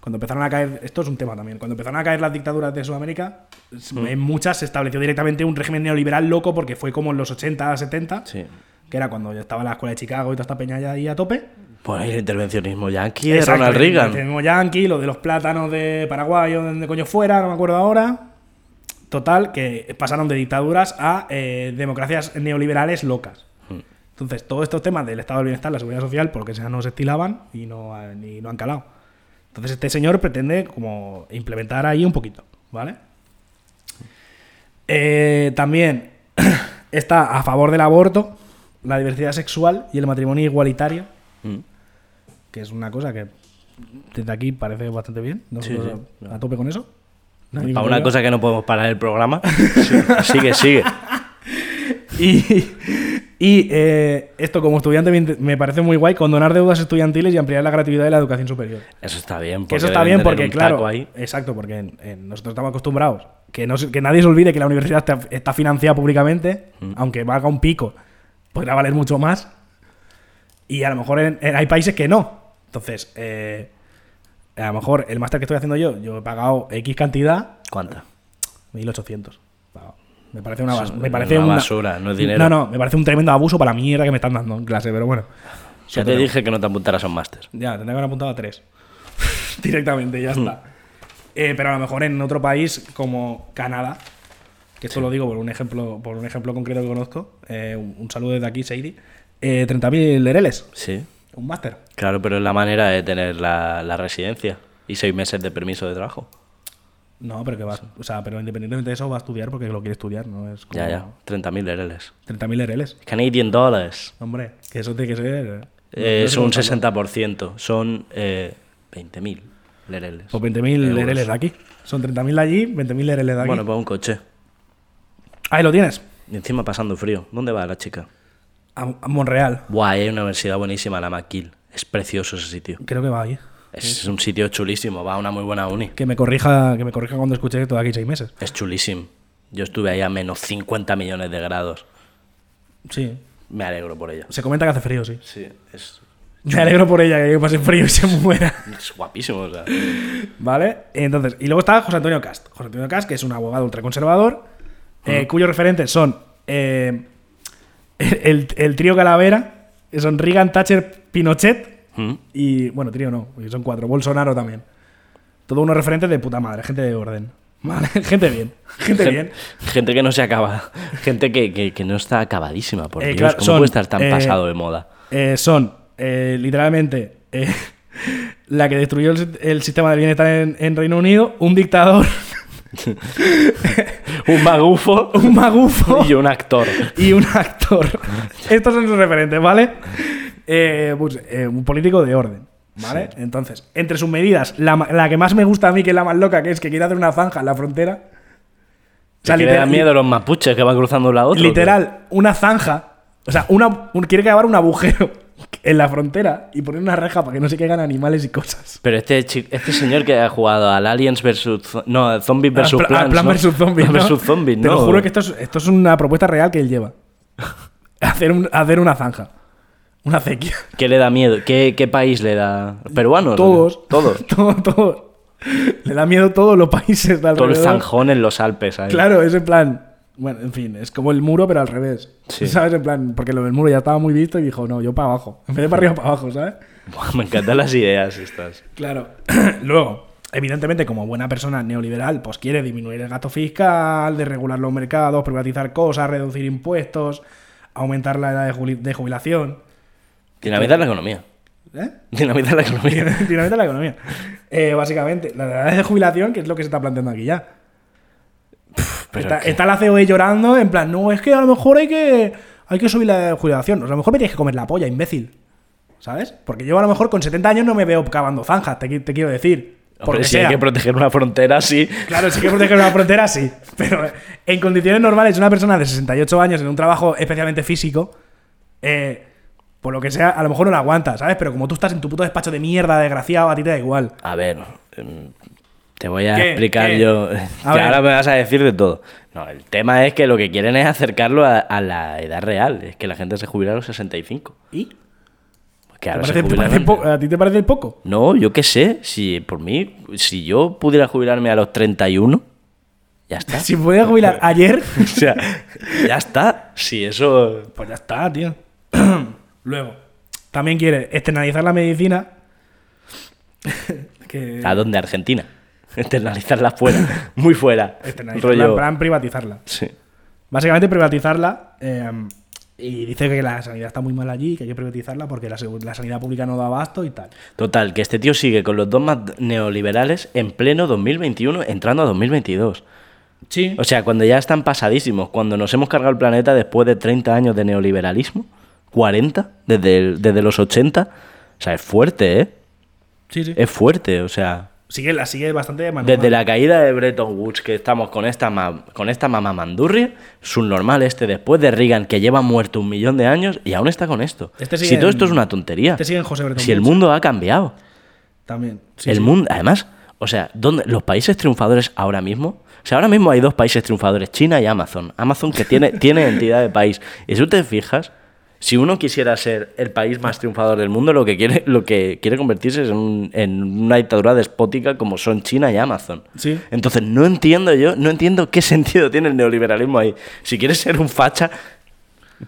[SPEAKER 2] cuando empezaron a caer, esto es un tema también, cuando empezaron a caer las dictaduras de Sudamérica, s-
[SPEAKER 1] Hmm.
[SPEAKER 2] en muchas se estableció directamente un régimen neoliberal loco, porque fue como en los 80, 70,
[SPEAKER 1] Sí.
[SPEAKER 2] que era cuando ya estaba la escuela de Chicago y toda esta peña ya ahí a tope.
[SPEAKER 1] Por ahí el intervencionismo yankee de
[SPEAKER 2] Exacto,
[SPEAKER 1] Ronald
[SPEAKER 2] el-
[SPEAKER 1] Reagan.
[SPEAKER 2] El tenemos Yankee, lo de los plátanos de Paraguay o de donde coño fuera, no me acuerdo ahora. Total, que pasaron de dictaduras a eh, democracias neoliberales locas.
[SPEAKER 1] Hmm.
[SPEAKER 2] Entonces, todos estos temas del estado del bienestar, la seguridad social, por lo que sea, no se estilaban y no, ha- ni- no han calado. Entonces, este señor pretende como implementar ahí un poquito, ¿vale? Eh, también <clears throat> está a favor del aborto, la diversidad sexual y el matrimonio igualitario
[SPEAKER 1] Mm.
[SPEAKER 2] que es una cosa que desde aquí parece bastante bien. Nosotros
[SPEAKER 1] Sí, sí,
[SPEAKER 2] a, a tope con eso. No hay ningún
[SPEAKER 1] Para una
[SPEAKER 2] problema.
[SPEAKER 1] cosa que no podemos parar el
[SPEAKER 2] <laughs>
[SPEAKER 1] programa. Sigue, sigue.
[SPEAKER 2] Y, y, eh, esto como estudiante me, me parece muy guay condonar deudas estudiantiles y ampliar la gratuidad de la educación superior.
[SPEAKER 1] Eso está bien.
[SPEAKER 2] Que
[SPEAKER 1] porque
[SPEAKER 2] eso está
[SPEAKER 1] deben
[SPEAKER 2] bien
[SPEAKER 1] de tener
[SPEAKER 2] porque,
[SPEAKER 1] un taco
[SPEAKER 2] claro,
[SPEAKER 1] ahí.
[SPEAKER 2] exacto, porque en- en- nosotros estamos acostumbrados. Que, no, se- que nadie se olvide que la universidad está, está financiada públicamente, aunque valga un pico, podrá valer mucho más. Y a lo mejor en- en- hay países que no. Entonces, eh, a lo mejor el máster que estoy haciendo yo, yo he pagado X cantidad,
[SPEAKER 1] ¿Cuánta?
[SPEAKER 2] 1800. Pagado. Me parece una, bas-
[SPEAKER 1] Eso
[SPEAKER 2] me
[SPEAKER 1] es
[SPEAKER 2] parece
[SPEAKER 1] una
[SPEAKER 2] una-
[SPEAKER 1] basura, no es dinero.
[SPEAKER 2] No, no, me parece un tremendo abuso para la mierda que me están dando en clase, pero bueno.
[SPEAKER 1] Ya te dije que no te apuntaras a un máster.
[SPEAKER 2] Ya, tendría que haber apuntado a tres. <laughs> Directamente, ya está. Eh, pero a lo mejor en otro país como Canadá, que esto lo digo por un ejemplo, por un ejemplo concreto que conozco, eh, un, un saludo desde aquí, Seidi, eh, 30.000 lereles,
[SPEAKER 1] Sí.
[SPEAKER 2] un máster.
[SPEAKER 1] Claro, pero es la manera de tener la, la residencia y seis meses de permiso de trabajo.
[SPEAKER 2] No, pero que va, o sea, pero independientemente de eso va a estudiar porque lo quiere estudiar, no es como
[SPEAKER 1] Ya, ya. 30.000 lereles.
[SPEAKER 2] 30.000 lereles.
[SPEAKER 1] Canadian dollars.
[SPEAKER 2] Hombre, que eso tiene que ser
[SPEAKER 1] Eh, es un
[SPEAKER 2] no sé cómo
[SPEAKER 1] 60%. Son eh, 20.000 lereles.
[SPEAKER 2] Pues 20.000
[SPEAKER 1] Euros.
[SPEAKER 2] lereles de aquí. Son 30.000 de allí, 20.000 lereles de aquí.
[SPEAKER 1] Bueno, pues- para un coche.
[SPEAKER 2] Ahí lo tienes.
[SPEAKER 1] Y encima pasando frío. ¿Dónde va la chica?
[SPEAKER 2] A, a Monreal.
[SPEAKER 1] Buah, hay una universidad buenísima, la McGill. Es precioso ese sitio.
[SPEAKER 2] Creo que va ahí.
[SPEAKER 1] Es un sitio chulísimo. Va a una muy buena uni.
[SPEAKER 2] Que me corrija, que me corrija cuando escuche esto de aquí seis meses.
[SPEAKER 1] Es chulísimo. Yo estuve ahí a menos 50 millones de grados.
[SPEAKER 2] Sí.
[SPEAKER 1] Me alegro por ella.
[SPEAKER 2] Se comenta que hace frío, sí.
[SPEAKER 1] Sí, es,
[SPEAKER 2] Me alegro por ella, que pase frío y se muera.
[SPEAKER 1] es guapísimo. o sea.
[SPEAKER 2] ¿Vale? Entonces, y luego está José Antonio Cast. José Antonio Cast, que es un abogado ultraconservador, eh, cuyos referentes son eh, <laughs> el, el trío Calavera, que son Reagan, Thatcher, Pinochet
[SPEAKER 1] ¿Mm?
[SPEAKER 2] y, bueno, trío no, porque son cuatro, Bolsonaro también. Todos unos referentes de puta madre, gente de orden. Vale, <laughs> gente bien. Gente
[SPEAKER 1] Gen-
[SPEAKER 2] bien.
[SPEAKER 1] gente que no se acaba. Gente que, que- que no está acabadísima, por
[SPEAKER 2] Eh,
[SPEAKER 1] Dios.
[SPEAKER 2] claro,
[SPEAKER 1] ¿Cómo
[SPEAKER 2] son,
[SPEAKER 1] puede estar tan
[SPEAKER 2] eh,
[SPEAKER 1] pasado de moda?
[SPEAKER 2] Eh, son, eh, literalmente, eh, <laughs> la que destruyó el, si- el sistema de bienestar en, en Reino Unido, un dictador, <laughs>
[SPEAKER 1] Un magufo
[SPEAKER 2] un magufo
[SPEAKER 1] y un actor.
[SPEAKER 2] y un
[SPEAKER 1] <laughs>
[SPEAKER 2] actor. Estos son sus referentes, ¿vale? Eh, pues, eh, un político de orden, ¿vale? Entonces, entre sus medidas, la, ma- la que más me gusta a mí, que es la más loca, que es que quiere hacer una zanja en la frontera. O
[SPEAKER 1] Que le da miedo a los mapuches que van cruzando la otra.
[SPEAKER 2] Literal, una zanja. O sea, una, un- quiere cavar un agujero <laughs> en la frontera y poner una reja para que no se caigan animales y cosas.
[SPEAKER 1] Pero este, chi- este señor que ha jugado al Aliens versus. Zo- No, al Zombies <laughs>
[SPEAKER 2] Al
[SPEAKER 1] versus
[SPEAKER 2] pla-
[SPEAKER 1] <laughs> Plants.
[SPEAKER 2] al plan
[SPEAKER 1] ¿no?
[SPEAKER 2] versus zombies.
[SPEAKER 1] Plan
[SPEAKER 2] ¿no?
[SPEAKER 1] versus zombies,
[SPEAKER 2] Te lo
[SPEAKER 1] ¿no?
[SPEAKER 2] juro que esto es, esto es una propuesta real que él
[SPEAKER 1] <laughs>
[SPEAKER 2] lleva. hacer, un- hacer una zanja. Una acequia.
[SPEAKER 1] ¿Qué le da miedo? ¿Qué, qué país le da? ¿Peruanos?
[SPEAKER 2] <laughs> Todos.
[SPEAKER 1] <laughs> Todos.
[SPEAKER 2] todos, todos. Le da miedo todos los países de
[SPEAKER 1] Todo el
[SPEAKER 2] alrededor.
[SPEAKER 1] zanjón en los Alpes. ahí.
[SPEAKER 2] Claro, es en plan. Bueno, en fin, es como el muro, pero al revés.
[SPEAKER 1] Sí.
[SPEAKER 2] ¿Sabes? En plan, porque lo del muro ya estaba muy visto y dijo, no, yo para abajo. En vez de para arriba, para abajo, ¿sabes?
[SPEAKER 1] <laughs> Buah, me encantan las ideas estas.
[SPEAKER 2] Claro. <clears throat> Luego, evidentemente, como buena persona neoliberal, pues quiere disminuir el gasto fiscal, desregular los mercados, privatizar cosas, reducir impuestos, aumentar la edad de, juli- de jubilación.
[SPEAKER 1] Dinamita la economía.
[SPEAKER 2] ¿Eh? <laughs>
[SPEAKER 1] Dinamita la economía.
[SPEAKER 2] Dinamita la economía. Eh, básicamente, la edad de jubilación, que es lo que se está planteando aquí ya.
[SPEAKER 1] Pero
[SPEAKER 2] está,
[SPEAKER 1] que-
[SPEAKER 2] está la COE llorando, en plan, no, es que a lo mejor hay que, hay que subir la edad de jubilación. O sea, a lo mejor me tienes que comer la polla, imbécil. ¿Sabes? Porque yo a lo mejor con 70 años no me veo cavando zanjas, te, qui- te quiero decir. Por
[SPEAKER 1] Hombre,
[SPEAKER 2] lo que
[SPEAKER 1] si
[SPEAKER 2] sea.
[SPEAKER 1] hay que proteger una frontera, sí.
[SPEAKER 2] Claro, sí que proteger una frontera, sí. Pero en condiciones normales, una persona de 68 años en un trabajo especialmente físico, eh, por lo que sea, a lo mejor no la aguanta, ¿sabes? Pero como tú estás en tu puto despacho de mierda, desgraciado, a ti te da igual.
[SPEAKER 1] A ver, em, te voy a
[SPEAKER 2] ¿Qué?
[SPEAKER 1] explicar
[SPEAKER 2] ¿Qué?
[SPEAKER 1] yo. <laughs>
[SPEAKER 2] A
[SPEAKER 1] que
[SPEAKER 2] ver.
[SPEAKER 1] ahora me vas a decir de todo. No, el tema es que lo que quieren es acercarlo a, a la edad real. Es que la gente se jubila a los 65.
[SPEAKER 2] ¿Y?
[SPEAKER 1] Que
[SPEAKER 2] ¿Te
[SPEAKER 1] ahora se
[SPEAKER 2] parece- te
[SPEAKER 1] jubilan
[SPEAKER 2] parece
[SPEAKER 1] antes.
[SPEAKER 2] po- ¿A ti te parece poco? eh?
[SPEAKER 1] No, yo qué sé. Si por mí, si yo pudiera jubilarme a los 31, ya está.
[SPEAKER 2] <laughs> Si podías jubilar ayer,
[SPEAKER 1] <laughs> O sea, ya está. Si eso.
[SPEAKER 2] pues ya está, tío. <clears throat> Luego, también quiere externalizar la medicina. <laughs> que
[SPEAKER 1] ¿A dónde? Argentina. <laughs> Externalizarla
[SPEAKER 2] <laughs>
[SPEAKER 1] fuera. Muy fuera.
[SPEAKER 2] externalizarla, en
[SPEAKER 1] Rollo.
[SPEAKER 2] plan privatizarla.
[SPEAKER 1] Sí.
[SPEAKER 2] Básicamente privatizarla. eh, y dice que la sanidad está muy mal allí, que hay que privatizarla porque la, segu- la sanidad pública no da abasto y tal.
[SPEAKER 1] Total, que este tío sigue con los dogmas neoliberales en pleno 2021, entrando a 2022.
[SPEAKER 2] Sí.
[SPEAKER 1] O sea, cuando ya están pasadísimos, cuando nos hemos cargado el planeta después de 30 años de neoliberalismo, 40, desde, el- desde los 80, o sea, es fuerte, ¿eh?
[SPEAKER 2] sí, sí.
[SPEAKER 1] Es fuerte, o sea,
[SPEAKER 2] Sigue, la sigue bastante de manual.
[SPEAKER 1] desde la caída de Bretton Woods, que estamos con esta, ma- con esta mamá mandurria, subnormal este después de Reagan, que lleva muerto un millón de años y aún está con esto.
[SPEAKER 2] Este sigue
[SPEAKER 1] si todo
[SPEAKER 2] en-
[SPEAKER 1] esto es una tontería,
[SPEAKER 2] Te siguen José Bretón.
[SPEAKER 1] si el
[SPEAKER 2] Woods.
[SPEAKER 1] mundo ha cambiado.
[SPEAKER 2] También. Sí,
[SPEAKER 1] el
[SPEAKER 2] sí.
[SPEAKER 1] mundo, además, o sea, ¿dónde, los países triunfadores ahora mismo, o sea, ahora mismo hay dos países triunfadores, China y Amazon. Amazon que
[SPEAKER 2] <laughs>
[SPEAKER 1] tiene, tiene entidad de país. Y si tú te fijas, si uno quisiera ser el país más triunfador del mundo, lo que quiere, lo que quiere convertirse es en, un- en una dictadura despótica como son China y Amazon.
[SPEAKER 2] Sí.
[SPEAKER 1] Entonces, no entiendo yo, no entiendo qué sentido tiene el neoliberalismo ahí. Si quieres ser un facha,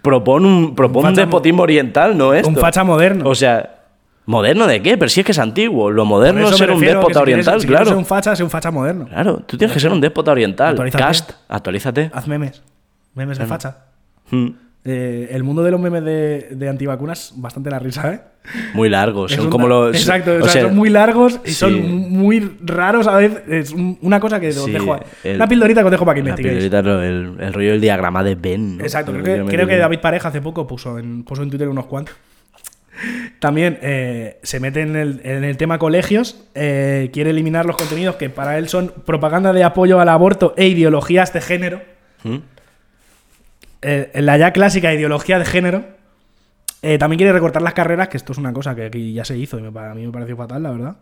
[SPEAKER 1] propon un, propon un,
[SPEAKER 2] facha mo-
[SPEAKER 1] despotismo oriental, ¿no es?
[SPEAKER 2] Un facha moderno.
[SPEAKER 1] O sea, ¿moderno de qué? Pero si es que es antiguo. Lo moderno
[SPEAKER 2] Por eso
[SPEAKER 1] es ser
[SPEAKER 2] me
[SPEAKER 1] un
[SPEAKER 2] refiero que
[SPEAKER 1] déspota
[SPEAKER 2] si quieres-
[SPEAKER 1] oriental,
[SPEAKER 2] si quieres
[SPEAKER 1] claro.
[SPEAKER 2] ser un facha, ser un facha moderno.
[SPEAKER 1] Claro, tú tienes que ser un déspota oriental.
[SPEAKER 2] Actualízate. Ah.
[SPEAKER 1] Cast, actualízate.
[SPEAKER 2] Haz memes. Memes de facha.
[SPEAKER 1] Mm.
[SPEAKER 2] Eh, el mundo de los memes de, de antivacunas, bastante la risa, ¿eh?
[SPEAKER 1] Muy largo.
[SPEAKER 2] Es
[SPEAKER 1] Pues Son
[SPEAKER 2] un-
[SPEAKER 1] como los.
[SPEAKER 2] Exacto,
[SPEAKER 1] o
[SPEAKER 2] o sea,
[SPEAKER 1] sea,
[SPEAKER 2] son muy largos y
[SPEAKER 1] sí.
[SPEAKER 2] son muy raros a veces. Es un- una cosa que os
[SPEAKER 1] Sí,
[SPEAKER 2] dejo. a-
[SPEAKER 1] el-
[SPEAKER 2] una pildorita que os dejo para que
[SPEAKER 1] la
[SPEAKER 2] investiguéis.
[SPEAKER 1] pildorita, lo- el, el rollo del diagrama de Ben. ¿no?
[SPEAKER 2] Exacto,
[SPEAKER 1] El
[SPEAKER 2] creo que,
[SPEAKER 1] diagrama
[SPEAKER 2] creo
[SPEAKER 1] de
[SPEAKER 2] que
[SPEAKER 1] Ben.
[SPEAKER 2] David Pareja hace poco puso en, puso en Twitter unos cuantos. También eh, se mete en el, en el tema colegios, eh, quiere eliminar los contenidos que para él son propaganda de apoyo al aborto e ideologías de género.
[SPEAKER 1] Hmm.
[SPEAKER 2] Eh, en la ya clásica ideología de género. Eh, también quiere recortar las carreras, que esto es una cosa que aquí ya se hizo y me, pa- a mí me pareció fatal, la verdad.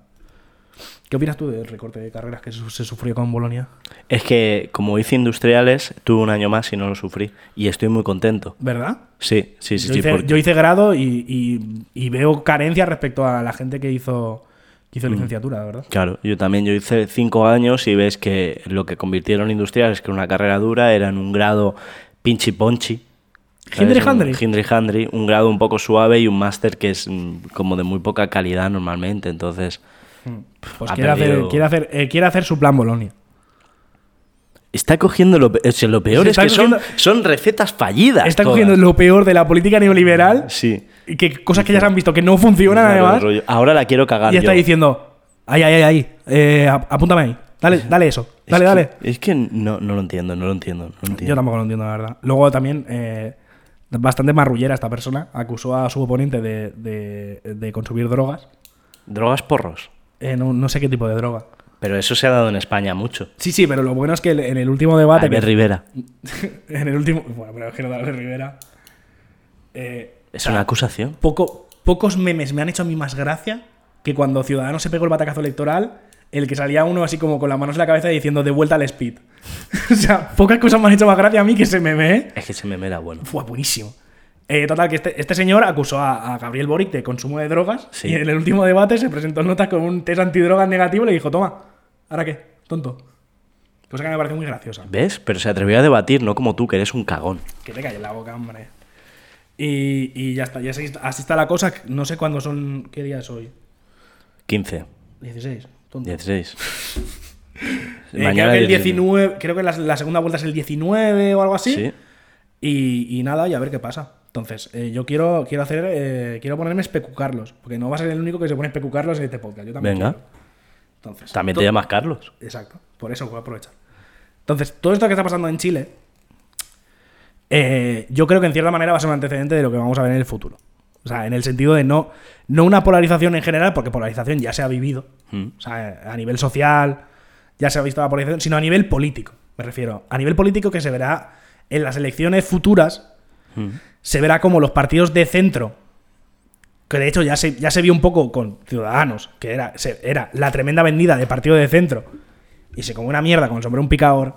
[SPEAKER 2] ¿Qué opinas tú del recorte de carreras que su- se sufrió con Bolonia?
[SPEAKER 1] Es que, como hice industriales, tuve un año más y no lo sufrí. Y estoy muy contento.
[SPEAKER 2] ¿Verdad?
[SPEAKER 1] Sí, sí, sí.
[SPEAKER 2] yo,
[SPEAKER 1] sí,
[SPEAKER 2] hice,
[SPEAKER 1] porque-
[SPEAKER 2] yo hice grado y, y- y veo carencias respecto a la gente que hizo,
[SPEAKER 1] Mm.
[SPEAKER 2] que hizo licenciatura, la verdad.
[SPEAKER 1] Claro, yo también yo hice cinco años y ves que lo que convirtieron industriales, que era una carrera dura, era en un grado pinchi ponchi. ¿sabes?
[SPEAKER 2] Hindri
[SPEAKER 1] Un-
[SPEAKER 2] Handri.
[SPEAKER 1] Hindri Handri, un grado un poco suave y un máster que es mm, como de muy poca calidad normalmente. Entonces,
[SPEAKER 2] Pues
[SPEAKER 1] Ha
[SPEAKER 2] quiere hacer,
[SPEAKER 1] perdido-
[SPEAKER 2] quiere, hacer, eh, quiere hacer su plan Bolonia.
[SPEAKER 1] Está cogiendo lo, pe- o sea, lo peor es
[SPEAKER 2] Se está
[SPEAKER 1] que son,
[SPEAKER 2] cogiendo-
[SPEAKER 1] son recetas fallidas.
[SPEAKER 2] Está
[SPEAKER 1] todas.
[SPEAKER 2] cogiendo lo peor de la política neoliberal
[SPEAKER 1] Sí.
[SPEAKER 2] y que cosas que ya se han visto que no funcionan
[SPEAKER 1] Claro,
[SPEAKER 2] además.
[SPEAKER 1] rollo, Ahora la quiero cagar.
[SPEAKER 2] Y está
[SPEAKER 1] yo.
[SPEAKER 2] diciendo, ahí, ahí, ahí, ahí, eh, ap- apúntame ahí. Dale, dale eso.
[SPEAKER 1] Es
[SPEAKER 2] Dale,
[SPEAKER 1] que-
[SPEAKER 2] dale.
[SPEAKER 1] Es que no, no lo entiendo, no lo entiendo. no lo entiendo.
[SPEAKER 2] Yo tampoco lo entiendo, la verdad. Luego también, eh, bastante marrullera esta persona, acusó a su oponente de, de- de consumir drogas.
[SPEAKER 1] Drogas porros.
[SPEAKER 2] Eh, no, no sé qué tipo de droga.
[SPEAKER 1] Pero eso se ha dado en España mucho.
[SPEAKER 2] Sí, sí, pero lo bueno es que el- en el último debate...
[SPEAKER 1] Albert
[SPEAKER 2] que-
[SPEAKER 1] Rivera.
[SPEAKER 2] <laughs> en el último... Bueno, pero es que no de Albert Rivera. Eh,
[SPEAKER 1] Es una acusación.
[SPEAKER 2] poco, pocos memes me han hecho a mí más gracia que cuando Ciudadanos se pegó el batacazo electoral, el que salía uno así como con las manos en la cabeza diciendo de vuelta al speed. <laughs> o sea, pocas cosas me han hecho más gracia a mí que ese meme, ¿eh?
[SPEAKER 1] Es que se me mera bueno.
[SPEAKER 2] Fue buenísimo. Eh, total, que este, este señor acusó a, a Gabriel Boric de consumo de drogas
[SPEAKER 1] Sí.
[SPEAKER 2] y en el último debate se presentó en notas con un test antidrogas negativo y le dijo, toma, ¿ahora qué? Tonto. Cosa que me parece muy graciosa.
[SPEAKER 1] ¿Ves? Pero se atrevió a debatir, no como tú, que eres un cagón.
[SPEAKER 2] Que te calles la boca, hombre. Y, y ya está, ya así, así está la cosa. No sé cuándo son, qué día es hoy.
[SPEAKER 1] 15,
[SPEAKER 2] 16, tonto. <laughs>
[SPEAKER 1] 16.
[SPEAKER 2] Eh, creo que
[SPEAKER 1] 16.
[SPEAKER 2] el 19, creo que la, la segunda vuelta es el 19 o algo así.
[SPEAKER 1] Sí.
[SPEAKER 2] Y, y nada, y a ver qué pasa. Entonces, eh, yo quiero, quiero hacer. eh, quiero ponerme especu Carlos. Porque no va a ser el único que se pone especu Carlos en este podcast. Yo también.
[SPEAKER 1] Venga.
[SPEAKER 2] quiero. Entonces,
[SPEAKER 1] También
[SPEAKER 2] to-
[SPEAKER 1] te llamas Carlos.
[SPEAKER 2] Exacto. Por eso voy a aprovechar. Entonces, todo esto que está pasando en Chile. eh, yo creo que en cierta manera va a ser un antecedente de lo que vamos a ver en el futuro. O sea, en el sentido de no, no una polarización en general, porque polarización ya se ha vivido. O sea, a nivel social ya se ha visto la polarización, sino a nivel político, me refiero. A nivel político que se verá en las elecciones futuras, se verá como los partidos de centro, que de hecho ya se, ya se vio un poco con Ciudadanos, que era, se- era la tremenda vendida de partido de centro, y se comió una mierda con el sombrero un picador.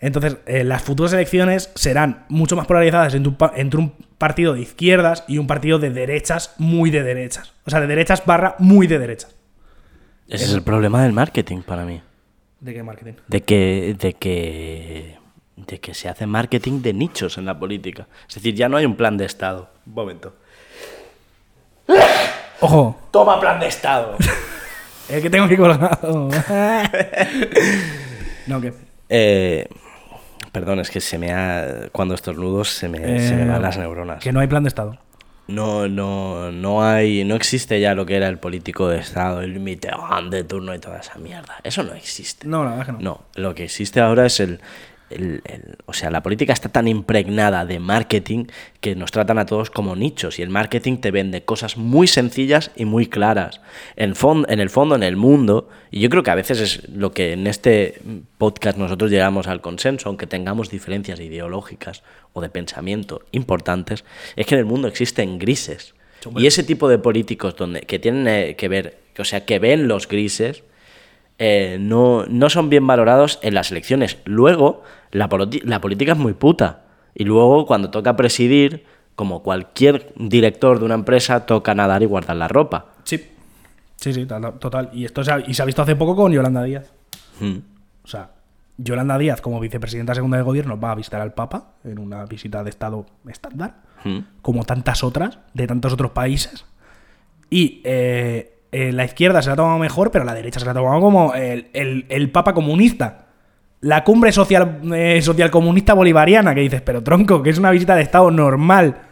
[SPEAKER 2] Entonces, eh, las futuras elecciones serán mucho más polarizadas entre un, pa- entre un partido de izquierdas y un partido de derechas muy de derechas. O sea, de derechas barra muy de derechas.
[SPEAKER 1] Ese es el problema del marketing para mí.
[SPEAKER 2] ¿De qué marketing?
[SPEAKER 1] De que, de que, de que se hace marketing de nichos en la política. Es decir, ya no hay un plan de Estado. Un momento.
[SPEAKER 2] Ojo,
[SPEAKER 1] Toma plan de
[SPEAKER 2] <laughs>
[SPEAKER 1] Estado. <laughs>
[SPEAKER 2] el que tengo aquí colgado. <laughs> no, que.
[SPEAKER 1] Eh, perdón, es que se me ha. Cuando estornudos se me, se me
[SPEAKER 2] eh,
[SPEAKER 1] van las neuronas.
[SPEAKER 2] Que no hay plan de Estado.
[SPEAKER 1] No, no, no hay. No existe ya lo que era el político de Estado, el Mitterrand de turno y toda esa mierda. Eso no existe.
[SPEAKER 2] No, la verdad que no.
[SPEAKER 1] No, lo que existe ahora es el, el- el- O sea, la política está tan impregnada de marketing que nos tratan a todos como nichos y el marketing te vende cosas muy sencillas y muy claras. En, fon- en el fondo, en el mundo, y yo creo que a veces es lo que en este podcast nosotros llegamos al consenso, aunque tengamos diferencias ideológicas o de pensamiento importantes, es que en el mundo existen grises. Y ese tipo de políticos donde, que tienen eh, que ver, o sea, que ven los grises, eh, no, no son bien valorados en las elecciones. Luego, la, politi- la política es muy puta. Y luego, cuando toca presidir, como cualquier director de una empresa, toca nadar y guardar la ropa.
[SPEAKER 2] Sí. Sí, sí, tal- total. Y esto se ha, y se ha visto hace poco con Yolanda Díaz.
[SPEAKER 1] Hmm,
[SPEAKER 2] O sea, Yolanda Díaz, como vicepresidenta segunda de gobierno, va a visitar al Papa en una visita de Estado estándar,
[SPEAKER 1] hmm.
[SPEAKER 2] como tantas otras, de tantos otros países. Y eh, eh, la izquierda se la ha tomado mejor, pero la derecha se la ha tomado como el, el- el Papa comunista. La cumbre social, eh, social comunista bolivariana, que dices, pero tronco, que es una visita de Estado normal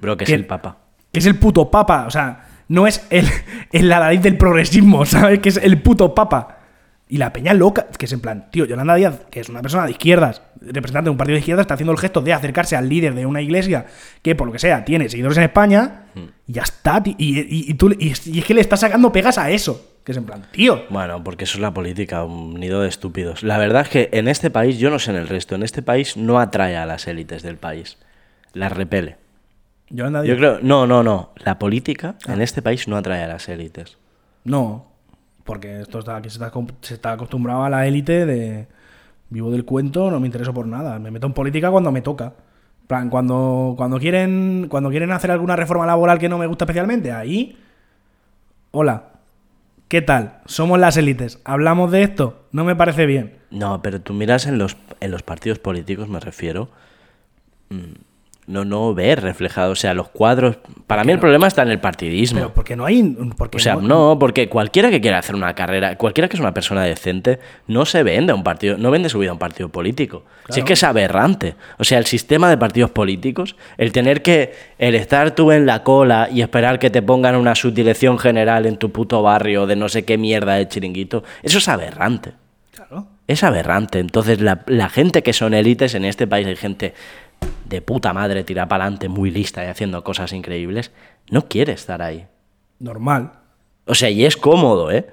[SPEAKER 1] Bro, que es
[SPEAKER 2] ¿Qué?
[SPEAKER 1] el papa.
[SPEAKER 2] que es el puto papa, o sea, no es el, <laughs> el alariz del progresismo, <laughs> ¿sabes? Que es el puto papa. Y la peña loca, que es en plan, tío, Yolanda Díaz, que es una persona de izquierdas, representante de un partido de izquierdas, está haciendo el gesto de acercarse al líder de una iglesia que, por lo que sea, tiene seguidores en España, y ya está, tío. Y, y- y tú, le- y es- y es que le está sacando pegas a eso, que es en plan, tío.
[SPEAKER 1] Bueno, porque eso es la política, un nido de estúpidos. La verdad es que en este país, yo no sé en el resto, en este país no atrae a las élites del país. Las repele.
[SPEAKER 2] Yolanda Díaz.
[SPEAKER 1] Yo creo. No, no, no. La política en este país no atrae a las élites.
[SPEAKER 2] No, porque esto está, aquí se está, com- se está acostumbrado a la élite de vivo del cuento, no me intereso por nada, me meto en política cuando me toca. En plan, cuando, cuando, quieren, cuando quieren hacer alguna reforma laboral que no me gusta especialmente, ahí... Hola, ¿qué tal? Somos las élites, hablamos de esto, no me parece bien.
[SPEAKER 1] No, pero tú miras en los, en los partidos políticos, me refiero. mm, no, no ver reflejado. O sea, los cuadros. Para mí el problema está en el partidismo.
[SPEAKER 2] Pero porque no hay. Porque
[SPEAKER 1] O sea, no, porque cualquiera que quiera hacer una carrera, cualquiera que es una persona decente, no se vende a un partido, no vende su vida a un partido político. Si es que es aberrante. O sea, el sistema de partidos políticos, el tener que, el estar tú en la cola y esperar que te pongan una subdirección general en tu puto barrio de no sé qué mierda de chiringuito, eso es aberrante.
[SPEAKER 2] Claro.
[SPEAKER 1] Es aberrante. Entonces, la, la gente que son élites en este país, hay gente de puta madre, tira para adelante, muy lista y haciendo cosas increíbles, no quiere estar ahí.
[SPEAKER 2] Normal.
[SPEAKER 1] O sea, y es cómodo, ¿eh?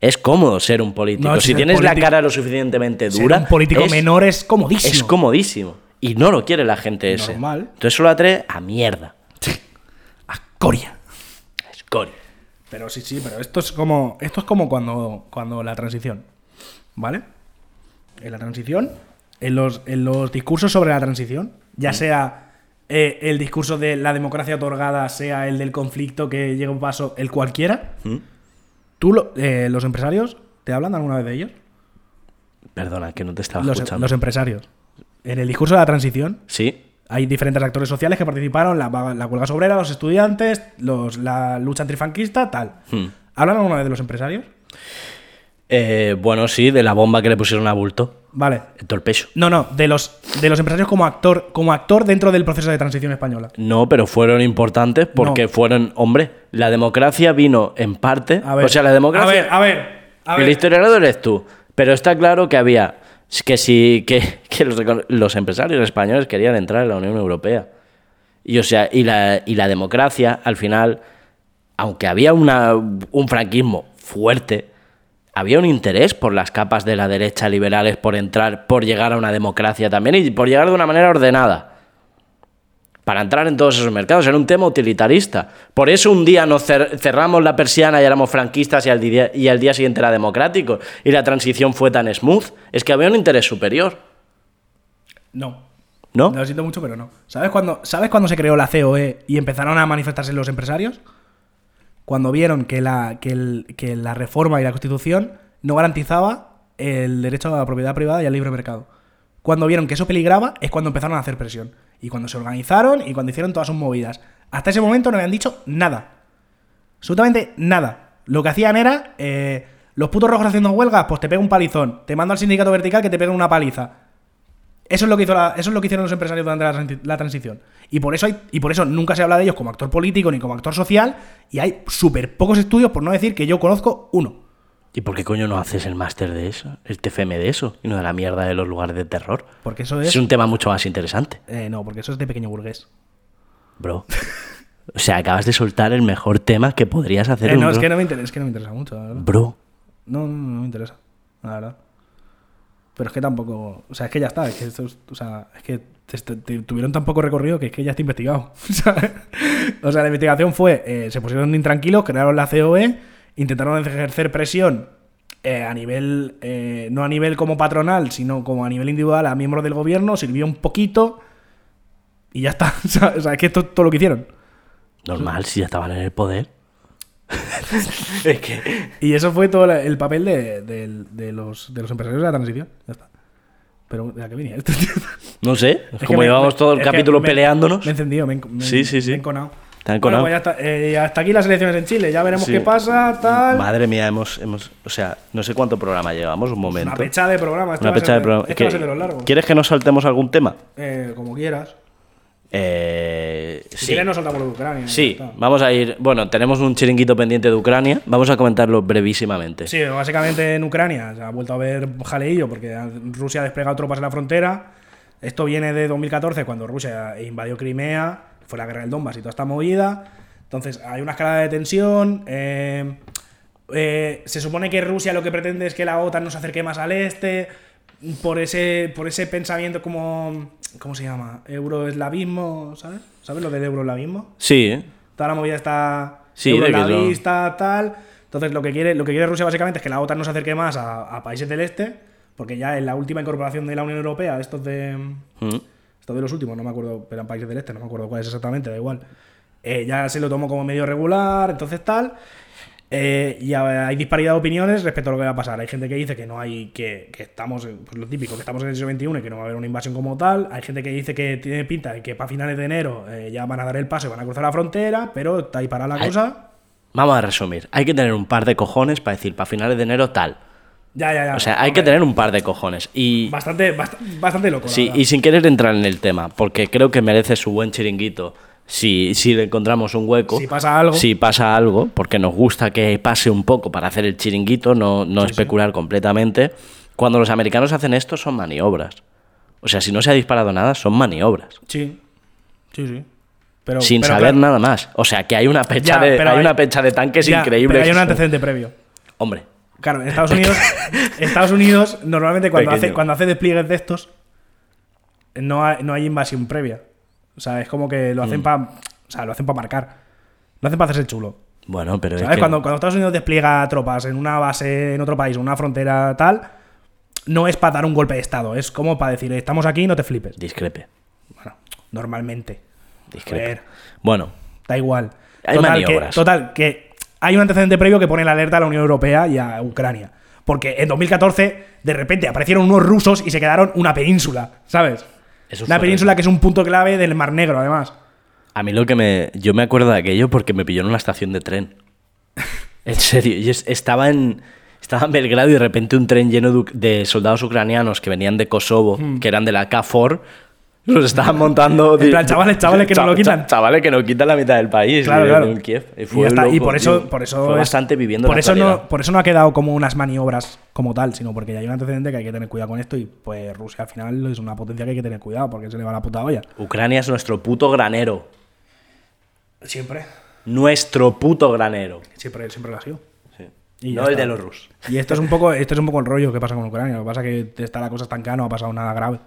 [SPEAKER 1] Es cómodo ser un político.
[SPEAKER 2] No,
[SPEAKER 1] si
[SPEAKER 2] ser
[SPEAKER 1] tienes la
[SPEAKER 2] político-
[SPEAKER 1] cara lo suficientemente
[SPEAKER 2] Ser
[SPEAKER 1] dura.
[SPEAKER 2] un político
[SPEAKER 1] es,
[SPEAKER 2] menor es comodísimo.
[SPEAKER 1] Es comodísimo. Y no lo quiere la gente ese.
[SPEAKER 2] Normal.
[SPEAKER 1] Entonces solo atrae a mierda.
[SPEAKER 2] <laughs> A Coria.
[SPEAKER 1] A escoria.
[SPEAKER 2] Pero sí, sí, pero esto es como. Esto es como cuando, cuando la transición. ¿Vale? En la transición, en los, en los discursos sobre la transición, ya sea eh, el discurso de la democracia otorgada, sea el del conflicto que llega un paso, el cualquiera, tú, lo- eh, los empresarios, ¿te hablan alguna vez de ellos?
[SPEAKER 1] Perdona, que no te estaba
[SPEAKER 2] Los,
[SPEAKER 1] escuchando.
[SPEAKER 2] los empresarios. En el discurso de la transición,
[SPEAKER 1] Sí.
[SPEAKER 2] hay diferentes actores sociales que participaron, la, vaga- la huelga obrera, los estudiantes, los, la lucha antifranquista, tal.
[SPEAKER 1] Hmm.
[SPEAKER 2] ¿Hablan alguna vez de los empresarios?
[SPEAKER 1] Eh, bueno, sí, de la bomba que le pusieron a Bulto.
[SPEAKER 2] Vale.
[SPEAKER 1] En todo el pecho.
[SPEAKER 2] No, no, de los, de los empresarios como actor, como actor dentro del proceso de transición española.
[SPEAKER 1] No, pero fueron importantes porque
[SPEAKER 2] No.
[SPEAKER 1] fueron. Hombre, la democracia vino en parte.
[SPEAKER 2] A ver,
[SPEAKER 1] o sea, la democracia.
[SPEAKER 2] A ver, a ver. A ver.
[SPEAKER 1] El historiador eres tú. Pero está claro que había. Que sí, que, <laughs> que los, recon- los empresarios españoles querían entrar en la Unión Europea. Y, o sea, y, la, y la democracia, al final, aunque había una, un franquismo fuerte, había un interés por las capas de la derecha liberales por entrar, por llegar a una democracia también y por llegar de una manera ordenada para entrar en todos esos mercados. Era un tema utilitarista. Por eso un día nos cer- cerramos la persiana y éramos franquistas y al, día, y al día siguiente era democrático. Y la transición fue tan smooth. Es que había un interés superior,
[SPEAKER 2] No.
[SPEAKER 1] ¿no?
[SPEAKER 2] Lo siento mucho, pero no. ¿Sabes cuándo, ¿Sabes cuándo se creó la COE y empezaron a manifestarse los empresarios? Cuando vieron que la, que el- que la reforma y la constitución no garantizaba el derecho a la propiedad privada y al libre mercado. Cuando vieron que eso peligraba es cuando empezaron a hacer presión. Y cuando se organizaron y cuando hicieron todas sus movidas. Hasta ese momento no habían dicho nada. Absolutamente nada. Lo que hacían era. eh, los putos rojos haciendo huelgas, pues te pega un palizón. Te mando al sindicato vertical que te pega una paliza. Eso es lo que hizo la- eso es lo que hicieron los empresarios durante la, transi- la transición. Y por eso hay- y por eso nunca se habla de ellos como actor político ni como actor social. Y hay súper pocos estudios, por no decir que yo conozco uno.
[SPEAKER 1] ¿Y por qué coño no haces el máster de eso? El TFM de eso. Y no de la mierda de los lugares de terror.
[SPEAKER 2] Porque eso es.
[SPEAKER 1] Es un tema mucho más interesante,
[SPEAKER 2] eh, no, porque eso es de pequeño burgués. <laughs>
[SPEAKER 1] bro. O sea, acabas de soltar el mejor tema que podrías hacer
[SPEAKER 2] Eh,
[SPEAKER 1] en
[SPEAKER 2] no,
[SPEAKER 1] un
[SPEAKER 2] es
[SPEAKER 1] ro-
[SPEAKER 2] que no me interesa, es que no me interesa mucho, la verdad.
[SPEAKER 1] Bro.
[SPEAKER 2] No, no, no, no me interesa. La verdad. Pero es que tampoco. O sea, es que ya está. Es que, esto es- o sea, es que te- te- te tuvieron tan poco recorrido que es que ya está investigado. <laughs> ¿sabes? o sea, la investigación fue. eh, se pusieron intranquilos, crearon la COE, intentaron ejercer presión eh, a nivel. eh, no a nivel como patronal, sino como a nivel individual a miembros del gobierno, sirvió un poquito. Y ya está. <laughs> ¿sabes? O sea, es que esto es todo lo que hicieron.
[SPEAKER 1] Normal, si ya estaban en el
[SPEAKER 2] <laughs>
[SPEAKER 1] poder. es que.
[SPEAKER 2] Y eso fue todo la- el papel de, del- de los, de los empresarios de la transición. Ya está. Pero, ¿a qué venía esto, tío? <laughs>
[SPEAKER 1] No sé,
[SPEAKER 2] Es que
[SPEAKER 1] como
[SPEAKER 2] me-
[SPEAKER 1] llevamos
[SPEAKER 2] me-
[SPEAKER 1] todo el
[SPEAKER 2] es que
[SPEAKER 1] capítulo
[SPEAKER 2] me-
[SPEAKER 1] peleándonos.
[SPEAKER 2] Me he encendido, me, he enco- me-
[SPEAKER 1] Sí, sí, sí.
[SPEAKER 2] me he enconado.
[SPEAKER 1] Te has enconado.
[SPEAKER 2] Bueno, pues ya está. Eh, hasta aquí las elecciones en Chile. Ya veremos
[SPEAKER 1] Sí.
[SPEAKER 2] qué pasa, tal.
[SPEAKER 1] Madre mía, hemos, hemos. O sea, no sé cuánto programa llevamos, un momento.
[SPEAKER 2] Una pecha de programa. Esto
[SPEAKER 1] Una
[SPEAKER 2] va a
[SPEAKER 1] pecha
[SPEAKER 2] ser-
[SPEAKER 1] de programa.
[SPEAKER 2] Esto
[SPEAKER 1] ¿Qué-
[SPEAKER 2] va a ser de los largos.
[SPEAKER 1] ¿Quieres que nos saltemos algún tema?
[SPEAKER 2] Eh, como quieras.
[SPEAKER 1] Eh,
[SPEAKER 2] Si
[SPEAKER 1] sí.
[SPEAKER 2] quieres, no soltamos lo de Ucrania.
[SPEAKER 1] Sí,
[SPEAKER 2] ya está.
[SPEAKER 1] vamos a ir. Bueno, tenemos un chiringuito pendiente de Ucrania. Vamos a comentarlo brevísimamente.
[SPEAKER 2] Sí, básicamente en Ucrania se ha vuelto a ver jaleillo porque Rusia ha desplegado tropas en la frontera. Esto viene de 2014, cuando Rusia invadió Crimea, fue la guerra del Donbass y toda esta movida. Entonces hay una escalada de tensión. eh, eh, se supone que Rusia lo que pretende es que la OTAN nos acerque más al este. Por ese, por ese pensamiento como. ¿Cómo se llama? Euroeslavismo, ¿sabes? ¿Sabes lo del euroeslavismo?
[SPEAKER 1] Sí, ¿eh?
[SPEAKER 2] Toda la movida está
[SPEAKER 1] Sí, de que lo-
[SPEAKER 2] eurolavista, tal. Entonces lo que quiere, lo que quiere Rusia básicamente es que la OTAN no se acerque más a, a países del este, porque ya en la última incorporación de la Unión Europea, estos de.
[SPEAKER 1] Mm.
[SPEAKER 2] Estos de los últimos, no me acuerdo, eran países del este, no me acuerdo cuáles exactamente, da igual. eh, ya se lo tomó como medio regular, entonces tal. Eh, y a- hay disparidad de opiniones respecto a lo que va a pasar. Hay gente que dice que no hay, que, que estamos, en- pues lo típico, que estamos en el siglo XXI y que no va a haber una invasión como tal. Hay gente que dice que tiene pinta de que para finales de enero eh, ya van a dar el paso y van a cruzar la frontera, pero está ahí parada la
[SPEAKER 1] Ay.
[SPEAKER 2] cosa.
[SPEAKER 1] Vamos a resumir. Hay que tener un par de cojones para decir para finales de enero tal.
[SPEAKER 2] Ya, ya, ya.
[SPEAKER 1] O sea, hay que
[SPEAKER 2] Hombre,
[SPEAKER 1] tener un par de cojones. Y,
[SPEAKER 2] Bastante, bast- bastante loco. la
[SPEAKER 1] sí,
[SPEAKER 2] verdad.
[SPEAKER 1] y sin querer entrar en el tema, porque creo que merece su buen chiringuito. Si, si le encontramos un hueco.
[SPEAKER 2] Si pasa algo.
[SPEAKER 1] Si pasa algo, porque nos gusta que pase un poco para hacer el chiringuito, no, no especular completamente. Cuando los americanos hacen esto, son maniobras. O sea, si no se ha disparado nada, son maniobras.
[SPEAKER 2] Sí, sí, sí. Pero,
[SPEAKER 1] sin
[SPEAKER 2] pero
[SPEAKER 1] saber
[SPEAKER 2] claro,
[SPEAKER 1] nada más. O sea, que hay una pecha,
[SPEAKER 2] ya,
[SPEAKER 1] de,
[SPEAKER 2] pero
[SPEAKER 1] hay una pecha de tanques
[SPEAKER 2] ya,
[SPEAKER 1] increíble.
[SPEAKER 2] Pero hay
[SPEAKER 1] que
[SPEAKER 2] un
[SPEAKER 1] son-
[SPEAKER 2] antecedente previo.
[SPEAKER 1] Hombre,
[SPEAKER 2] Claro, en Estados
[SPEAKER 1] <laughs>
[SPEAKER 2] Unidos, Estados Unidos normalmente cuando
[SPEAKER 1] Pequeño.
[SPEAKER 2] hace, cuando hace despliegues de estos, no hay, no hay invasión previa. O sea, es como que lo
[SPEAKER 1] Mm.
[SPEAKER 2] hacen para. O sea, lo hacen para marcar. Lo hacen para hacerse el chulo.
[SPEAKER 1] bueno, pero es
[SPEAKER 2] ¿Sabes?
[SPEAKER 1] que-
[SPEAKER 2] Cuando, cuando Estados Unidos despliega tropas en una base, en otro país, en una frontera tal, no es para dar un golpe de estado, es como para decir, "Eh, estamos aquí, no te flipes.
[SPEAKER 1] discrepe,
[SPEAKER 2] Bueno, normalmente.
[SPEAKER 1] discrepe.
[SPEAKER 2] Joder.
[SPEAKER 1] Bueno,
[SPEAKER 2] Da igual.
[SPEAKER 1] Hay
[SPEAKER 2] que,
[SPEAKER 1] maniobras.
[SPEAKER 2] total, que hay un antecedente previo que pone la alerta a la Unión Europea y a Ucrania. Porque en 2014, de repente, aparecieron unos rusos y se quedaron una península, ¿sabes?
[SPEAKER 1] Eso
[SPEAKER 2] una
[SPEAKER 1] fue
[SPEAKER 2] península
[SPEAKER 1] horrible.
[SPEAKER 2] que es un punto clave del Mar Negro, además.
[SPEAKER 1] a mí lo que me... Yo me acuerdo de aquello porque me pilló en una estación de
[SPEAKER 2] <laughs>
[SPEAKER 1] tren. En serio, yo es- estaba en... Estaba en Belgrado y de repente un tren lleno de, uc- de soldados ucranianos que venían de Kosovo, que eran de la KFOR, los estaban montando...
[SPEAKER 2] Hmm. <laughs> En plan, chavales, chavales, que nos
[SPEAKER 1] Cha-
[SPEAKER 2] lo
[SPEAKER 1] cha-
[SPEAKER 2] quitan.
[SPEAKER 1] Chavales, que nos quitan la mitad del país.
[SPEAKER 2] Claro,
[SPEAKER 1] en-
[SPEAKER 2] claro.
[SPEAKER 1] en Kiev. Y,
[SPEAKER 2] Y
[SPEAKER 1] fue
[SPEAKER 2] ya está. Y
[SPEAKER 1] loco,
[SPEAKER 2] por eso,
[SPEAKER 1] tío.
[SPEAKER 2] por eso
[SPEAKER 1] Fue
[SPEAKER 2] es-
[SPEAKER 1] bastante viviendo
[SPEAKER 2] por
[SPEAKER 1] la
[SPEAKER 2] eso no,
[SPEAKER 1] actualidad.
[SPEAKER 2] por eso no ha quedado como unas maniobras como tal, sino porque ya hay un antecedente que hay que tener cuidado con esto y pues Rusia al final es una potencia que hay que tener cuidado porque se le va la puta olla.
[SPEAKER 1] Ucrania es nuestro puto granero.
[SPEAKER 2] Siempre.
[SPEAKER 1] Nuestro puto granero.
[SPEAKER 2] Siempre, siempre lo ha sido. Y ya
[SPEAKER 1] No el
[SPEAKER 2] está.
[SPEAKER 1] de los rusos.
[SPEAKER 2] Y esto es un poco, esto es un poco el rollo que pasa con Ucrania. Lo que pasa es que está la cosa estancada, no ha pasado nada grave.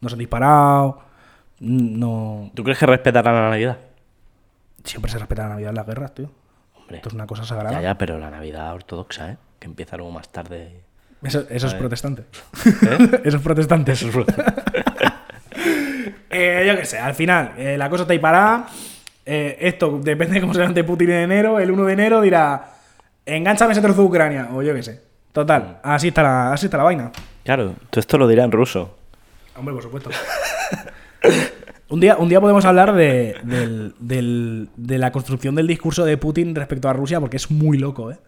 [SPEAKER 2] No se han disparado. mm, No.
[SPEAKER 1] ¿Tú crees que respetarán la Navidad?
[SPEAKER 2] Siempre se respeta la Navidad en las guerras, tío.
[SPEAKER 1] Hombre.
[SPEAKER 2] Esto es una cosa sagrada.
[SPEAKER 1] Ya, ya, pero la Navidad ortodoxa, ¿eh? Que empieza luego más tarde. <laughs>
[SPEAKER 2] Eso, eso es protestante.
[SPEAKER 1] ¿Eh?
[SPEAKER 2] <laughs> Eso es protestante. <laughs> Eh, yo qué sé, al final, eh, la cosa está ahí parada. Eh, esto depende de cómo se levante Putin en enero. El 1 de enero dirá: Engánchame ese trozo de Ucrania. O yo qué sé. Total,
[SPEAKER 1] Mm.
[SPEAKER 2] así está la, así está la vaina.
[SPEAKER 1] claro, tú esto lo dirá en ruso.
[SPEAKER 2] Hombre, por supuesto. <laughs> un, día, un día podemos hablar de, del- del- de la construcción del discurso de Putin respecto a Rusia, porque es muy loco, ¿eh?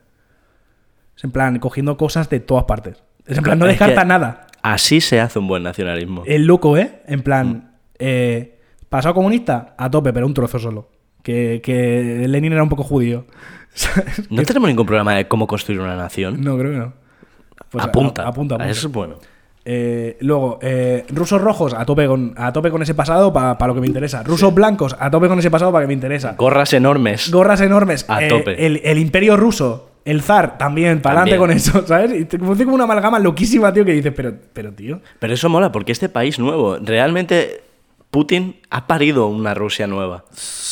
[SPEAKER 2] Es en plan, cogiendo cosas de todas partes. Es en plan, no
[SPEAKER 1] Es
[SPEAKER 2] descarta
[SPEAKER 1] que-
[SPEAKER 2] nada.
[SPEAKER 1] Así se hace un buen nacionalismo.
[SPEAKER 2] El loco, ¿eh? En
[SPEAKER 1] Mm.
[SPEAKER 2] plan, eh, pasado comunista, a tope, pero un trozo solo. Que, que Lenin era un poco judío. <laughs> ¿Sabes?
[SPEAKER 1] no tenemos ningún problema de cómo construir una nación.
[SPEAKER 2] No, creo que no. Pues a-
[SPEAKER 1] Mm. apunta.
[SPEAKER 2] a- apunta, apunta.
[SPEAKER 1] Eso es bueno.
[SPEAKER 2] Eh, luego, eh, rusos rojos a tope con, a tope con ese pasado para lo que me interesa. Rusos blancos a tope con ese pasado para que me interesa.
[SPEAKER 1] Gorras enormes.
[SPEAKER 2] Gorras enormes.
[SPEAKER 1] A
[SPEAKER 2] eh,
[SPEAKER 1] tope.
[SPEAKER 2] El, el imperio ruso, el zar, también, para adelante
[SPEAKER 1] También.
[SPEAKER 2] con eso, <laughs> ¿sabes? Y te- como tiene como una amalgama loquísima, tío, que dices, pero, pero tío.
[SPEAKER 1] pero eso mola porque este país nuevo, realmente Putin ha parido una Rusia nueva.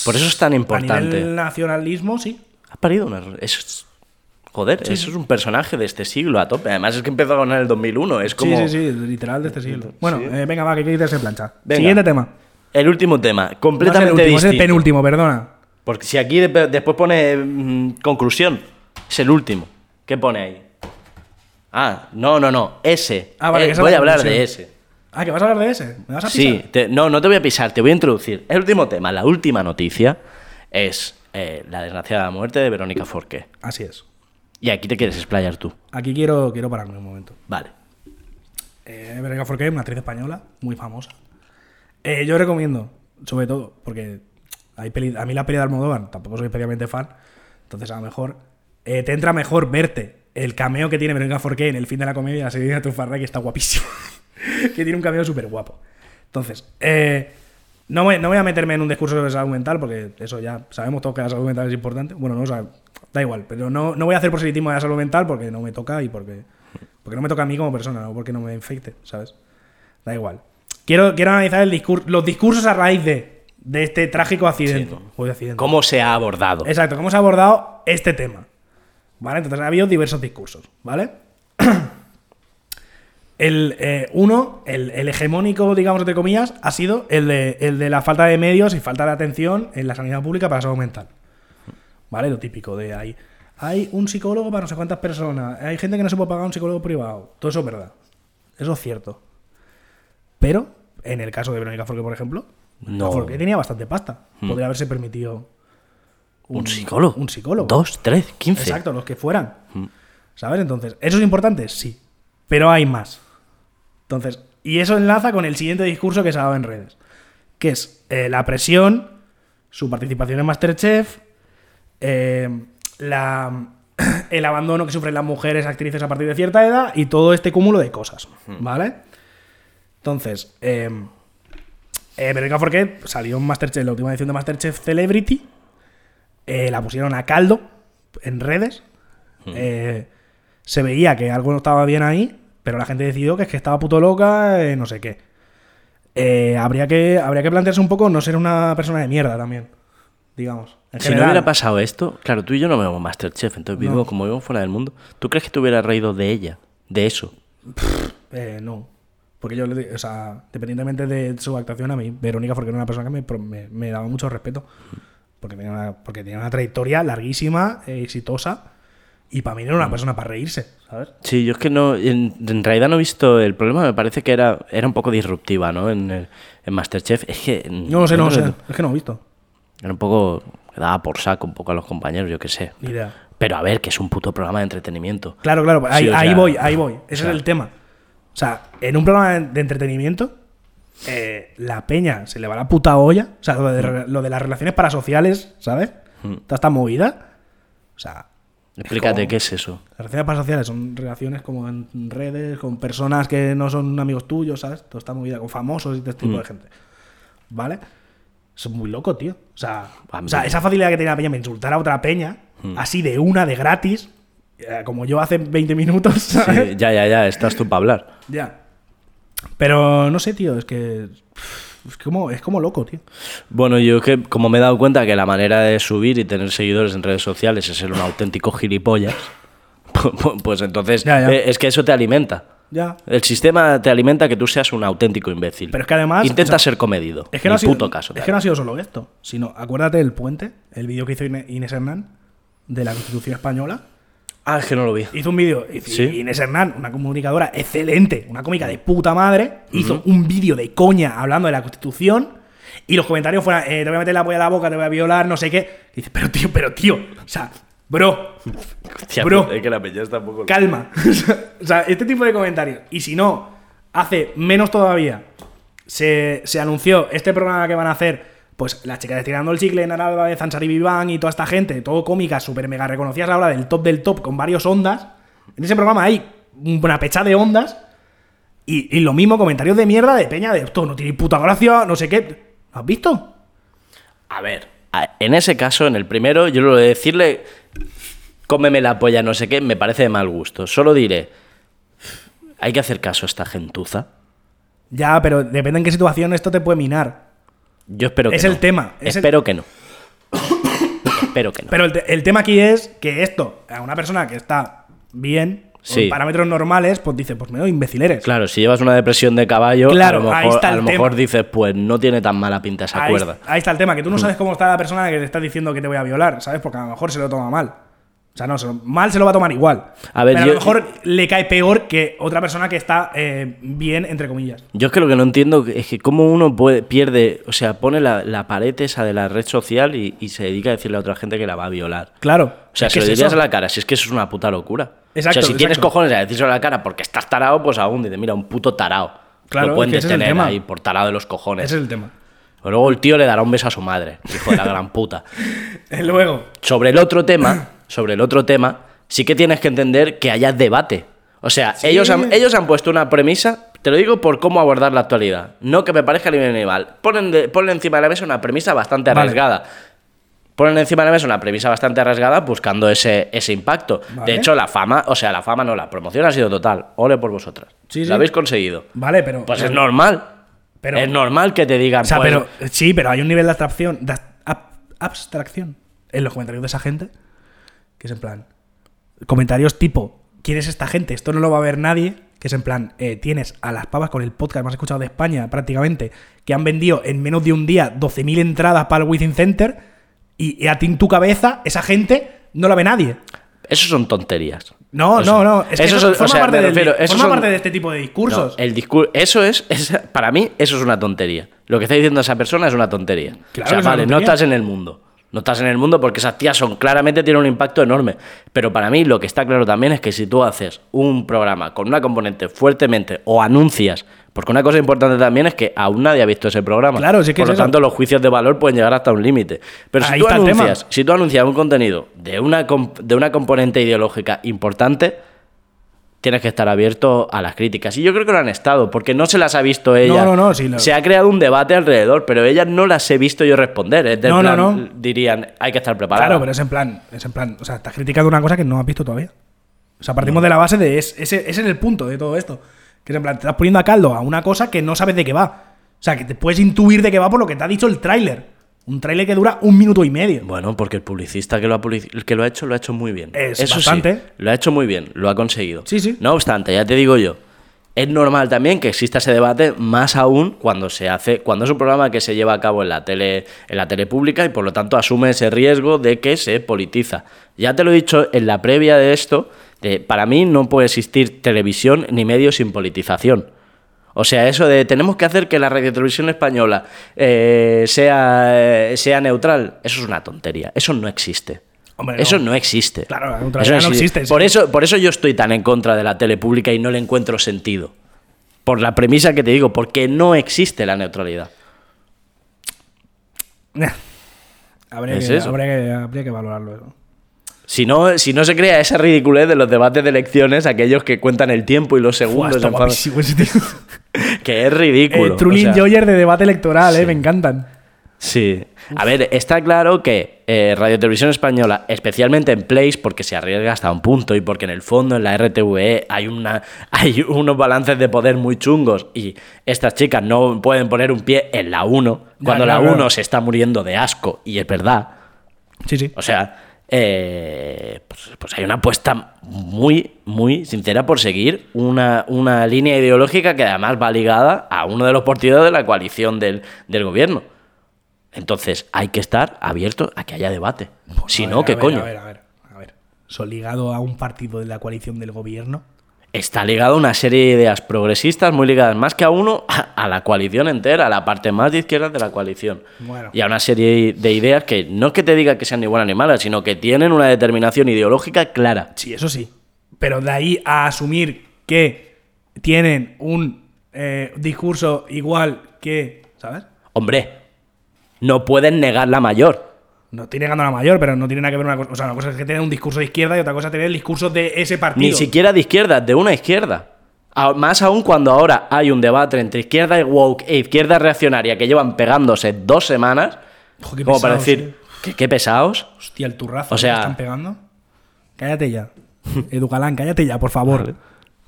[SPEAKER 1] Por eso es tan importante.
[SPEAKER 2] A nivel nacionalismo, sí.
[SPEAKER 1] Ha parido una. Eso es- Joder, eso es un personaje de este siglo a tope. Además es que empezó a ganar en el 2001. Es como.
[SPEAKER 2] Sí, sí, sí, literal de este siglo. Bueno, eh, venga, va, que hay que irse en plancha.
[SPEAKER 1] Venga.
[SPEAKER 2] Siguiente tema.
[SPEAKER 1] El último tema,
[SPEAKER 2] No es el
[SPEAKER 1] completamente
[SPEAKER 2] último, es el
[SPEAKER 1] distinto.
[SPEAKER 2] penúltimo, perdona.
[SPEAKER 1] Porque si aquí de- después pone mm, conclusión, es el último. ¿Qué pone ahí? Ah, no, no, no, ese.
[SPEAKER 2] Ah, vale,
[SPEAKER 1] Eh,
[SPEAKER 2] que esa es
[SPEAKER 1] voy
[SPEAKER 2] la
[SPEAKER 1] a hablar
[SPEAKER 2] conclusión.
[SPEAKER 1] de ese.
[SPEAKER 2] Ah, que vas a hablar de ese. ¿Me vas a pisar?
[SPEAKER 1] Sí, te- no, no te voy a pisar, te voy a introducir. El último tema, la última noticia es eh, la desgraciada muerte de Verónica Forqué.
[SPEAKER 2] Así es.
[SPEAKER 1] Y aquí te quieres explayar tú.
[SPEAKER 2] Aquí quiero, quiero pararme un momento.
[SPEAKER 1] Vale.
[SPEAKER 2] Eh, Verónica Forqué, una actriz española muy famosa. Eh, yo recomiendo, sobre todo, porque hay peli- a mí la peli de Almodóvar tampoco soy especialmente fan, entonces a lo mejor eh, te entra mejor verte el cameo que tiene Verónica Forqué en el fin de la comedia, la serie de Tufarra, que está guapísimo. <laughs> que tiene un cameo súper guapo. Entonces, eh, no, voy, no voy a meterme en un discurso sobre salud mental, porque eso ya sabemos todos que la salud mental es importante. Bueno, no, o sea, da igual, pero no, no voy a hacer proselitismo de la salud mental porque no me toca y porque, porque no me toca a mí como persona, no porque no me infecte, ¿sabes? Da igual. Quiero, quiero analizar el discur- los discursos a raíz de, de este trágico accidente.
[SPEAKER 1] Sí, ¿no?
[SPEAKER 2] Joder, accidente.
[SPEAKER 1] ¿Cómo se ha abordado?
[SPEAKER 2] Exacto, cómo se ha abordado este tema. ¿Vale? Entonces ha habido diversos discursos, ¿vale? <clears throat> El, eh, uno, el, el hegemónico, digamos, entre comillas, ha sido el de, el de la falta de medios y falta de atención en la sanidad pública para la salud mental. ¿Vale? Lo típico de ahí. Hay un psicólogo para no sé cuántas personas. Hay gente que no se puede pagar un psicólogo privado. Todo eso es verdad. Eso es cierto. Pero, en el caso de Verónica Forqué, por ejemplo,
[SPEAKER 1] No. Hmm.
[SPEAKER 2] Forqué tenía bastante pasta. Podría haberse permitido
[SPEAKER 1] Un, psicólogo.
[SPEAKER 2] Un psicólogo.
[SPEAKER 1] Dos, Mm. tres, quince.
[SPEAKER 2] Exacto, los que fueran. ¿Sabes? Entonces, ¿eso es importante? Sí. Pero hay más. Entonces, y eso enlaza con el siguiente discurso que se ha dado en redes, que es eh, la presión, su participación en Masterchef, eh, la, <clears throat> el abandono que sufren las mujeres actrices a partir de cierta edad y todo este cúmulo de cosas,
[SPEAKER 1] Mm.
[SPEAKER 2] ¿vale? Entonces, eh, eh, Verónica Forqué salió en Masterchef, la última edición de Masterchef Celebrity, eh, la pusieron a caldo en redes.
[SPEAKER 1] Hmm.
[SPEAKER 2] Eh, se veía que algo no estaba bien ahí, pero la gente decidió que es que estaba puto loca, eh, no sé qué. Eh, habría, que, habría que plantearse un poco no ser una persona de mierda también, digamos. en
[SPEAKER 1] Si no
[SPEAKER 2] general.
[SPEAKER 1] hubiera pasado esto, claro, tú y yo no vemos Masterchef, entonces vivimos como vivimos fuera del mundo. ¿Tú crees que te hubieras reído de ella? De eso.
[SPEAKER 2] Eh, no. Porque yo, le di- o sea, dependientemente de su actuación a mí, Verónica Forqué era una persona que me, pro- me- me daba mucho respeto. Porque tenía una, porque tenía una trayectoria larguísima, eh, exitosa. Y para mí era una persona para reírse, ¿sabes?
[SPEAKER 1] Sí, yo es que no. En, en realidad no he visto el problema, me parece que era, era un poco disruptiva, ¿no? En, el- en Masterchef. Es que. mm,
[SPEAKER 2] No lo sé, no lo
[SPEAKER 1] creo
[SPEAKER 2] sé.
[SPEAKER 1] que-
[SPEAKER 2] Es que no lo he visto.
[SPEAKER 1] Era un poco. Daba por saco un poco a los compañeros, yo qué sé.
[SPEAKER 2] Ni idea.
[SPEAKER 1] Pero a ver, que es un puto programa de entretenimiento.
[SPEAKER 2] Claro, claro, pues, ahí,
[SPEAKER 1] Sí, o sea,
[SPEAKER 2] ahí voy, ahí voy. Ese
[SPEAKER 1] o sea.
[SPEAKER 2] es el tema. O sea, en un programa de entretenimiento, eh, la peña se le va la puta olla. O sea, lo de,
[SPEAKER 1] Mm.
[SPEAKER 2] lo de las relaciones parasociales, ¿sabes? Toda esta movida. O sea,
[SPEAKER 1] Explícate
[SPEAKER 2] como-
[SPEAKER 1] qué es
[SPEAKER 2] <laughs>
[SPEAKER 1] eso.
[SPEAKER 2] las relaciones parasociales son relaciones como en redes, con personas que no son amigos tuyos, ¿sabes? Toda esta movida con famosos y este tipo de
[SPEAKER 1] Mm.
[SPEAKER 2] gente. ¿Vale? Eso es muy loco, tío. O sea,
[SPEAKER 1] A mí-
[SPEAKER 2] o sea, esa facilidad que tenía la peña para insultar a otra peña,
[SPEAKER 1] Mm.
[SPEAKER 2] así de una, de gratis, eh, como yo hace 20 minutos, ¿sabes?
[SPEAKER 1] Sí, ya, ya, ya, estás tú para hablar.
[SPEAKER 2] Ya. Pero no sé, tío, es que. Es como, es como loco, tío.
[SPEAKER 1] Bueno, yo es que como me he dado cuenta que la manera de subir y tener seguidores en redes sociales es ser un auténtico gilipollas, <laughs> pu- pu- pues entonces
[SPEAKER 2] Ya, ya.
[SPEAKER 1] eh, es que eso te alimenta.
[SPEAKER 2] Ya.
[SPEAKER 1] El sistema te alimenta que tú seas un auténtico imbécil.
[SPEAKER 2] Pero es que además,
[SPEAKER 1] Intenta
[SPEAKER 2] o sea,
[SPEAKER 1] ser comedido.
[SPEAKER 2] Es que,
[SPEAKER 1] Ni
[SPEAKER 2] no ha, sido,
[SPEAKER 1] puto caso. te
[SPEAKER 2] es que no ha
[SPEAKER 1] hago.
[SPEAKER 2] sido solo esto, sino acuérdate del puente, el vídeo que hizo Ine- Inés Hernán de la Constitución Española.
[SPEAKER 1] Ah, es que no
[SPEAKER 2] <laughs>
[SPEAKER 1] lo vi.
[SPEAKER 2] Hizo un vídeo, y-
[SPEAKER 1] Sí.
[SPEAKER 2] y Inés Hernán, una comunicadora excelente, una cómica de puta madre, hizo un vídeo de coña hablando de la Constitución y los comentarios fueron, eh, te voy a meter la polla a la boca, te voy a violar, no sé qué. Y dice, pero tío, pero tío, o sea, bro,
[SPEAKER 1] Hostia,
[SPEAKER 2] Bro.
[SPEAKER 1] Es que la peña está un poco...
[SPEAKER 2] calma. <laughs> o sea, este tipo de comentarios. Y si no, hace menos todavía. Se, se anunció este programa que van a hacer. Pues las chicas de Estirando el Chicle, Nara Álvarez, Ansari Viván y toda esta gente, todo cómicas, super mega reconocidas ahora del top del top con varios ondas. En ese programa hay una pecha de ondas. Y, y lo mismo, comentarios de mierda de peña de esto no tiene puta gracia, no sé qué. ¿Lo has visto?
[SPEAKER 1] A ver, a- en ese caso, en el primero, yo lo de decirle cómeme la polla, no sé qué, me parece de mal gusto. Solo diré, hay que hacer caso a esta gentuza.
[SPEAKER 2] Ya, pero depende en qué situación esto te puede minar.
[SPEAKER 1] Yo espero que
[SPEAKER 2] Es
[SPEAKER 1] no.
[SPEAKER 2] el tema, es el-
[SPEAKER 1] Espero que no. espero que no.
[SPEAKER 2] Pero el, te- el tema aquí es que esto, a una persona que está bien,
[SPEAKER 1] Sí.
[SPEAKER 2] en parámetros normales, pues dice, pues medio imbécil eres.
[SPEAKER 1] Claro, si llevas una depresión de caballo,
[SPEAKER 2] Claro,
[SPEAKER 1] a lo,
[SPEAKER 2] ahí
[SPEAKER 1] mejor,
[SPEAKER 2] está
[SPEAKER 1] a
[SPEAKER 2] el
[SPEAKER 1] lo
[SPEAKER 2] tema.
[SPEAKER 1] mejor dices, pues no tiene tan mala pinta esa
[SPEAKER 2] ahí,
[SPEAKER 1] cuerda.
[SPEAKER 2] ahí está el tema, que
[SPEAKER 1] Mm.
[SPEAKER 2] tú no sabes cómo está la persona que te está diciendo que te voy a violar, ¿sabes? Porque a lo mejor se lo toma mal. O sea, no, se lo- mal se lo va a tomar igual.
[SPEAKER 1] A ver,
[SPEAKER 2] Pero a
[SPEAKER 1] yo-
[SPEAKER 2] lo mejor le cae peor que otra persona que está eh, bien, entre comillas.
[SPEAKER 1] Yo es que lo que no entiendo es que cómo uno puede, pierde, o sea, pone la, la pared esa de la red social y, y se dedica a decirle a otra gente que la va a violar.
[SPEAKER 2] Claro.
[SPEAKER 1] O sea,
[SPEAKER 2] es
[SPEAKER 1] se
[SPEAKER 2] que
[SPEAKER 1] lo
[SPEAKER 2] es
[SPEAKER 1] dirías
[SPEAKER 2] eso.
[SPEAKER 1] a la cara, si es que eso es una puta locura.
[SPEAKER 2] Exacto,
[SPEAKER 1] o sea, si tienes
[SPEAKER 2] exacto.
[SPEAKER 1] cojones a decírselo a la cara porque estás tarado, pues aún dices, mira, un puto tarado.
[SPEAKER 2] Claro,
[SPEAKER 1] lo pueden
[SPEAKER 2] es que ese es el
[SPEAKER 1] detener
[SPEAKER 2] tema.
[SPEAKER 1] ahí por tarado de los cojones.
[SPEAKER 2] Ese es el tema. <laughs>
[SPEAKER 1] O luego el tío le dará un beso a su madre, hijo de la gran puta.
[SPEAKER 2] Eh, Luego,
[SPEAKER 1] Sobre el otro tema, <clears throat> sobre el otro tema, sí que tienes que entender que haya debate. O sea, ellos, han, ellos han puesto una premisa, te lo digo por cómo abordar la actualidad, no que me parezca ni bien ni mal. Ponen, de- ponen encima de la mesa una premisa bastante
[SPEAKER 2] Vale.
[SPEAKER 1] arriesgada. Ponen encima de la mesa una premisa bastante arriesgada buscando ese, ese impacto.
[SPEAKER 2] Vale.
[SPEAKER 1] De hecho, la fama, o sea, la fama no, la promoción ha sido total. Ole por vosotras.
[SPEAKER 2] Sí,
[SPEAKER 1] lo
[SPEAKER 2] sí.
[SPEAKER 1] habéis conseguido.
[SPEAKER 2] vale, pero.
[SPEAKER 1] Pues es normal.
[SPEAKER 2] Pero-
[SPEAKER 1] es normal que te digan.
[SPEAKER 2] O sea,
[SPEAKER 1] pues,
[SPEAKER 2] pero sí, pero hay un nivel de abstracción, de ab- abstracción en los comentarios de esa gente que es en plan comentarios tipo ¿quién es esta gente? Esto no lo va a ver nadie. Que es en plan, eh, tienes a las pavas con el podcast más escuchado de España prácticamente, que han vendido en menos de un día 12.000 entradas para el Within Center y, y a ti en tu cabeza esa gente no la ve nadie.
[SPEAKER 1] Eso son tonterías.
[SPEAKER 2] No,
[SPEAKER 1] Eso-
[SPEAKER 2] no, no. Es que
[SPEAKER 1] eso son-
[SPEAKER 2] eso,
[SPEAKER 1] o
[SPEAKER 2] forma,
[SPEAKER 1] sea,
[SPEAKER 2] parte,
[SPEAKER 1] me
[SPEAKER 2] del-
[SPEAKER 1] refiero, eso
[SPEAKER 2] forma
[SPEAKER 1] son-
[SPEAKER 2] parte de este tipo de
[SPEAKER 1] No,
[SPEAKER 2] discursos.
[SPEAKER 1] el discur- eso es, es- para mí, eso es una tontería. Lo que está diciendo esa persona es una tontería.
[SPEAKER 2] Claro
[SPEAKER 1] o sea,
[SPEAKER 2] que es una
[SPEAKER 1] vale, no
[SPEAKER 2] tontería.
[SPEAKER 1] estás en el mundo. No estás en el mundo porque esas tías son claramente tienen un impacto enorme. Pero para mí lo que está claro también es que si tú haces un programa con una componente fuertemente o anuncias, porque una cosa importante también es que aún nadie ha visto ese programa.
[SPEAKER 2] Claro, sí que
[SPEAKER 1] Por
[SPEAKER 2] es
[SPEAKER 1] lo
[SPEAKER 2] eso.
[SPEAKER 1] tanto, los juicios de valor pueden llegar hasta un límite. Pero si
[SPEAKER 2] Ahí
[SPEAKER 1] tú,
[SPEAKER 2] está el tema.
[SPEAKER 1] anuncias, si tú anuncias un contenido de una, comp- de una componente ideológica importante, tienes que estar abierto a las críticas. Y yo creo que lo han estado, porque no se las ha visto ella.
[SPEAKER 2] No, no, no, sí, lo-
[SPEAKER 1] Se ha creado un debate alrededor, pero ellas no las he visto yo responder. Es del
[SPEAKER 2] No, no,
[SPEAKER 1] plan,
[SPEAKER 2] no.
[SPEAKER 1] Dirían, hay que estar preparado.
[SPEAKER 2] Claro, pero es en plan, es en plan, o sea, estás criticando una cosa que no has visto todavía. O sea, partimos de la base de es- ese, ese es el punto de todo esto. Que es en plan, te estás poniendo a caldo a una cosa que no sabes de qué va. O sea, que te puedes intuir de qué va por lo que te ha dicho el tráiler. Un tráiler que dura un minuto y medio. <laughs>
[SPEAKER 1] Bueno, porque el publicista que lo, ha public- el que lo ha hecho, lo ha hecho muy bien.
[SPEAKER 2] Es
[SPEAKER 1] Eso sí,
[SPEAKER 2] bastante.
[SPEAKER 1] lo ha hecho muy bien, lo ha conseguido.
[SPEAKER 2] Sí, sí.
[SPEAKER 1] No obstante, ya te digo yo, es normal también que exista ese debate, más aún cuando se hace, cuando es un programa que se lleva a cabo en la tele, en la tele pública y por lo tanto asume ese riesgo de que se politiza. Ya te lo he dicho en la previa de esto, de, para mí no puede existir televisión ni medio sin politización. O sea, eso de tenemos que hacer que la radiotelevisión española eh, sea, eh, sea neutral, eso es una tontería. Eso no existe.
[SPEAKER 2] Hombre,
[SPEAKER 1] eso
[SPEAKER 2] no.
[SPEAKER 1] no existe.
[SPEAKER 2] Claro, la neutralidad no existe, sí.
[SPEAKER 1] Por, eso, por eso yo estoy tan en contra de la tele pública y no le encuentro sentido. Por la premisa que te digo, porque no existe la neutralidad.
[SPEAKER 2] habría,
[SPEAKER 1] Es
[SPEAKER 2] que,
[SPEAKER 1] eso.
[SPEAKER 2] habría que- habría que valorarlo. eso.
[SPEAKER 1] Si no, si no se crea esa ridiculez de los debates de elecciones, aquellos que cuentan el tiempo y los
[SPEAKER 2] Buah,
[SPEAKER 1] segundos,
[SPEAKER 2] está
[SPEAKER 1] en fam-
[SPEAKER 2] guapísimo ese tío.
[SPEAKER 1] <laughs> que es
[SPEAKER 2] Eh,
[SPEAKER 1] ridículo. o
[SPEAKER 2] Trulin
[SPEAKER 1] sea.
[SPEAKER 2] Joyer de debate electoral, eh, me encantan.
[SPEAKER 1] Sí. A ver, está claro que eh, Radio Televisión Española, especialmente en Place, porque se arriesga hasta un punto y porque en el fondo en la RTVE E, hay, una, <laughs> hay unos balances de poder muy chungos y estas chicas no pueden poner un pie en la 1 cuando
[SPEAKER 2] claro,
[SPEAKER 1] la
[SPEAKER 2] claro.
[SPEAKER 1] 1 se está muriendo de asco y es verdad.
[SPEAKER 2] Sí, sí.
[SPEAKER 1] O sea, eh, pues, pues hay una apuesta muy, muy sincera por seguir una, una línea ideológica que además va ligada a uno de los partidos de la coalición del, del gobierno. Entonces, hay que estar abierto a que haya debate. si
[SPEAKER 2] A
[SPEAKER 1] no,
[SPEAKER 2] ver,
[SPEAKER 1] ¿qué
[SPEAKER 2] a ver,
[SPEAKER 1] coño?
[SPEAKER 2] A ver, a ver, a ver. Soligado a un partido de la coalición del gobierno.
[SPEAKER 1] Está ligado a una serie de ideas progresistas muy ligadas más que a uno, a, a la coalición entera, a la parte más de izquierda de la coalición.
[SPEAKER 2] Bueno.
[SPEAKER 1] Y a una serie de ideas que no es que te diga que sean ni buenas ni malas, sino que tienen una determinación ideológica clara.
[SPEAKER 2] Sí, eso sí. Pero de ahí a asumir que tienen un eh, discurso igual que. ¿Sabes?
[SPEAKER 1] Hombre, no pueden negar la mayor.
[SPEAKER 2] No tiene ganado la mayor, pero no tiene nada que ver una cosa. O sea, una cosa es que tener un discurso de izquierda y otra cosa es tener el discurso de ese partido.
[SPEAKER 1] Ni siquiera de izquierda, de una izquierda. A- Más aún cuando ahora hay un debate entre izquierda y woke e izquierda reaccionaria que llevan pegándose dos semanas.
[SPEAKER 2] Ojo, qué
[SPEAKER 1] como para
[SPEAKER 2] pesados,
[SPEAKER 1] decir, que qué pesados.
[SPEAKER 2] Hostia, el
[SPEAKER 1] O
[SPEAKER 2] turrazo o
[SPEAKER 1] sea-
[SPEAKER 2] sea, están pegando.
[SPEAKER 1] <laughs>
[SPEAKER 2] Cállate ya. Educalán, cállate ya, por favor.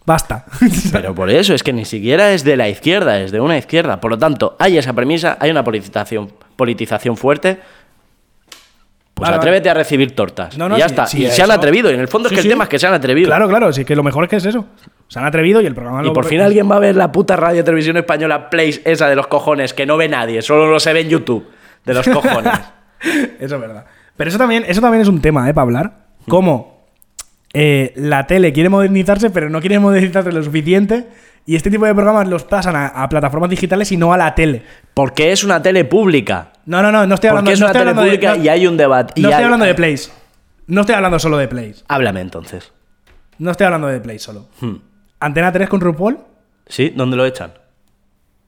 [SPEAKER 2] Basta. <laughs>
[SPEAKER 1] Pero por eso, es que ni siquiera es de la izquierda, es de una izquierda. Por lo tanto, hay esa premisa, hay una politización, politización fuerte. Pues
[SPEAKER 2] Vale, vale.
[SPEAKER 1] atrévete a recibir tortas.
[SPEAKER 2] No, no,
[SPEAKER 1] y ya
[SPEAKER 2] sí,
[SPEAKER 1] está.
[SPEAKER 2] sí,
[SPEAKER 1] y
[SPEAKER 2] a
[SPEAKER 1] se han
[SPEAKER 2] eso-
[SPEAKER 1] atrevido. Y en el fondo
[SPEAKER 2] Sí,
[SPEAKER 1] es que
[SPEAKER 2] sí.
[SPEAKER 1] el tema es que se han atrevido.
[SPEAKER 2] Claro, claro, sí, que lo mejor es que es eso. Se han atrevido y el programa
[SPEAKER 1] Y
[SPEAKER 2] lo-
[SPEAKER 1] por fin alguien va a ver la puta radio televisión española Place esa de los cojones que no ve nadie, solo lo se ve en YouTube de
[SPEAKER 2] <laughs>
[SPEAKER 1] los cojones.
[SPEAKER 2] Eso es verdad. Pero eso también, eso también es un tema, ¿eh? Para hablar. Cómo eh, la tele quiere modernizarse, pero no quiere modernizarse lo suficiente. Y este tipo de programas los pasan a, a plataformas digitales y no a la tele.
[SPEAKER 1] Porque es una tele pública.
[SPEAKER 2] No, no, no, no estoy hablando,
[SPEAKER 1] Porque es
[SPEAKER 2] no
[SPEAKER 1] una
[SPEAKER 2] estoy
[SPEAKER 1] tele
[SPEAKER 2] hablando de-
[SPEAKER 1] pública
[SPEAKER 2] no-
[SPEAKER 1] y hay un debate. y
[SPEAKER 2] No estoy
[SPEAKER 1] hay-
[SPEAKER 2] hablando de plays. No estoy hablando solo de plays.
[SPEAKER 1] Háblame entonces.
[SPEAKER 2] No estoy hablando de plays solo.
[SPEAKER 1] Hmm.
[SPEAKER 2] Antena 3 con RuPaul
[SPEAKER 1] ¿Sí? ¿Dónde lo echan?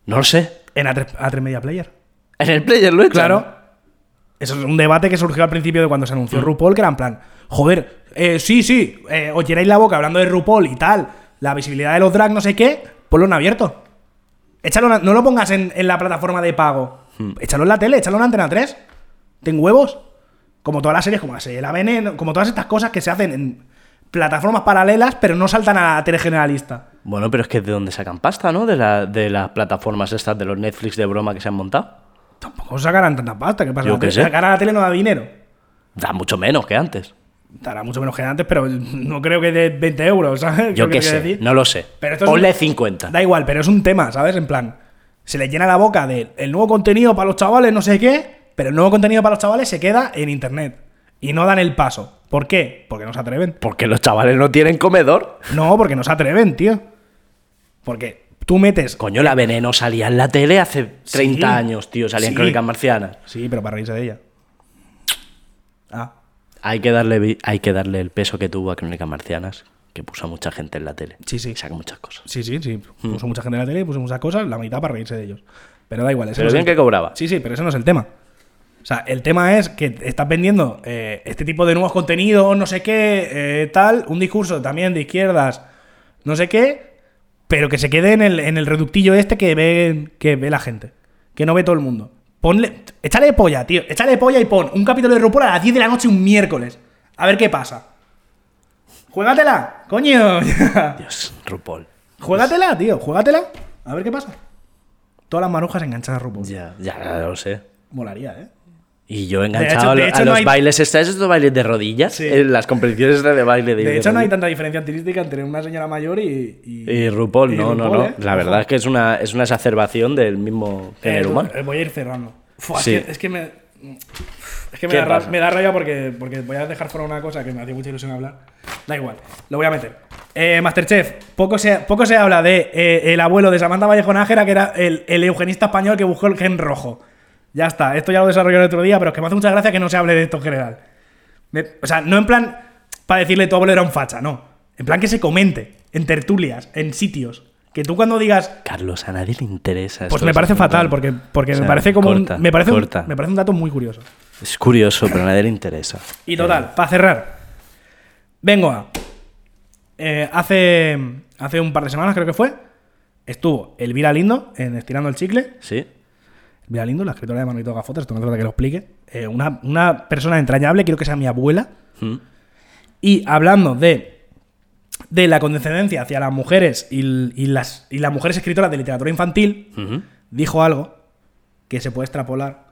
[SPEAKER 1] No lo sé.
[SPEAKER 2] en A3, A3 Media Player.
[SPEAKER 1] En el player lo echan.
[SPEAKER 2] Claro. Eso es un debate que surgió al principio de cuando se
[SPEAKER 1] Mm.
[SPEAKER 2] anunció RuPaul, que era en plan, joder, eh, sí, sí, eh, os llenáis la boca hablando de RuPaul y tal, la visibilidad de los drag, no sé qué, ponlo en abierto. Échalo, en la- no lo pongas en, en la plataforma de pago.
[SPEAKER 1] Mm.
[SPEAKER 2] Échalo en la tele, échalo en Antena 3. Ten huevos. Como todas las series, como la serie La Veneno, como todas estas cosas que se hacen en plataformas paralelas, pero no saltan a la tele generalista.
[SPEAKER 1] Bueno, pero es que es de donde sacan pasta, ¿no? De, la- de las plataformas estas, de los Netflix de broma que se han montado.
[SPEAKER 2] Tampoco sacarán tanta pasta, ¿qué pasa?
[SPEAKER 1] Yo
[SPEAKER 2] La
[SPEAKER 1] qué
[SPEAKER 2] tele-
[SPEAKER 1] sé.
[SPEAKER 2] Sacar a la tele no da dinero.
[SPEAKER 1] Da mucho menos que antes.
[SPEAKER 2] Estará mucho menos que antes, pero no creo que de 20 euros, ¿sabes?
[SPEAKER 1] Yo
[SPEAKER 2] Lo que
[SPEAKER 1] qué
[SPEAKER 2] quiero
[SPEAKER 1] sé,
[SPEAKER 2] decir.
[SPEAKER 1] no lo sé.
[SPEAKER 2] Pero esto es
[SPEAKER 1] Ponle
[SPEAKER 2] un-
[SPEAKER 1] 50.
[SPEAKER 2] Da igual, pero es un tema, ¿sabes? En plan, se les llena la boca del el nuevo contenido para los chavales, no sé qué, pero el nuevo contenido para los chavales se queda en internet. y no dan el paso. ¿Por qué? Porque no se atreven.
[SPEAKER 1] Porque los chavales no tienen comedor.
[SPEAKER 2] No, porque no se atreven, tío. Porque tú metes.
[SPEAKER 1] Coño, la veneno salía en la tele hace 30
[SPEAKER 2] Sí.
[SPEAKER 1] años, tío. Salía en
[SPEAKER 2] Sí.
[SPEAKER 1] Crónicas Marcianas.
[SPEAKER 2] Sí, pero para reírse de ella. Ah.
[SPEAKER 1] Hay que, darle, vi- hay que darle el peso que tuvo a Crónicas Marcianas, que puso a mucha gente en la tele.
[SPEAKER 2] Sí, sí.
[SPEAKER 1] Saca muchas cosas.
[SPEAKER 2] Sí, sí, sí. Puso mucha gente en la tele, puso muchas cosas, la mitad para reírse de ellos. Pero da igual. ese
[SPEAKER 1] Pero
[SPEAKER 2] no es
[SPEAKER 1] bien
[SPEAKER 2] el-
[SPEAKER 1] que cobraba.
[SPEAKER 2] Sí, sí, pero ese no es el tema. O sea, el tema es que estás vendiendo eh, este tipo de nuevos contenidos, no sé qué, eh, tal, un discurso también de izquierdas, no sé qué, pero que se quede en el, en el reductillo este que ve, que ve la gente, que no ve todo el mundo. Ponle, échale polla, tío, échale polla y pon un capítulo de RuPaul a las 10 de la noche un miércoles. A ver qué pasa. ¡Juégatela! ¡Coño! <laughs>
[SPEAKER 1] Dios, RuPaul. Pues-
[SPEAKER 2] Juégatela, tío, juégatela. A ver qué pasa. Todas las marujas enganchadas a RuPaul.
[SPEAKER 1] Ya, ya lo sé.
[SPEAKER 2] Molaría, ¿eh?
[SPEAKER 1] Y yo enganchado
[SPEAKER 2] hecho-
[SPEAKER 1] a lo-
[SPEAKER 2] de
[SPEAKER 1] a,
[SPEAKER 2] hecho no
[SPEAKER 1] los
[SPEAKER 2] hay-
[SPEAKER 1] bailes, ¿estáis estos bailes de rodillas?
[SPEAKER 2] Sí.
[SPEAKER 1] En las competiciones estas de baile de
[SPEAKER 2] De hecho, no hay
[SPEAKER 1] rodillas.
[SPEAKER 2] tanta diferencia estilística entre una señora mayor y. Y,
[SPEAKER 1] Y RuPaul,
[SPEAKER 2] y
[SPEAKER 1] no, no,
[SPEAKER 2] RuPaul,
[SPEAKER 1] no.
[SPEAKER 2] ¿eh?
[SPEAKER 1] La verdad es que es una, es una exacerbación del mismo
[SPEAKER 2] Eh,
[SPEAKER 1] género humano.
[SPEAKER 2] eh, Voy a ir cerrando. Fua,
[SPEAKER 1] Sí.
[SPEAKER 2] es, que, es que me. Es que me
[SPEAKER 1] ¿Qué
[SPEAKER 2] da, ra-
[SPEAKER 1] pasa?
[SPEAKER 2] me da rabia porque, porque voy a dejar fuera una cosa que me hacía mucha ilusión hablar. Da igual, lo voy a meter. Eh, Masterchef, poco se, poco se habla de eh, el abuelo de Samantha Vallejo Nájera, que era el, el eugenista español que buscó el gen rojo. Ya está, esto ya lo desarrollé el otro día, pero es que me hace mucha gracia que no se hable de esto en general. Me- o sea, no en plan para decirle tu abuelo era un facha, no. En plan que se comente, en tertulias, en sitios. Que tú cuando digas,
[SPEAKER 1] Carlos, a nadie le interesa.
[SPEAKER 2] pues
[SPEAKER 1] esto
[SPEAKER 2] me
[SPEAKER 1] que
[SPEAKER 2] parece
[SPEAKER 1] estás
[SPEAKER 2] fatal,
[SPEAKER 1] contando.
[SPEAKER 2] porque, porque
[SPEAKER 1] O sea,
[SPEAKER 2] me parece como
[SPEAKER 1] corta,
[SPEAKER 2] un, me parece un-
[SPEAKER 1] corta.
[SPEAKER 2] me parece un dato muy curioso.
[SPEAKER 1] Es curioso, pero a nadie le interesa.
[SPEAKER 2] Y total, para cerrar. Vengo a. eh, hace. Hace un par de semanas, creo que fue. Estuvo Elvira Lindo en Estirando el Chicle.
[SPEAKER 1] ¿Sí?
[SPEAKER 2] Elvira Lindo, la escritora de Manolito Gafotas, esto no hace falta que lo explique. Eh, una, una persona entrañable, quiero que sea mi abuela.
[SPEAKER 1] Mm.
[SPEAKER 2] Y hablando de. De la condescendencia hacia las mujeres y, l- y las, y las mujeres escritoras de literatura infantil,
[SPEAKER 1] Ujú.
[SPEAKER 2] dijo algo que se puede extrapolar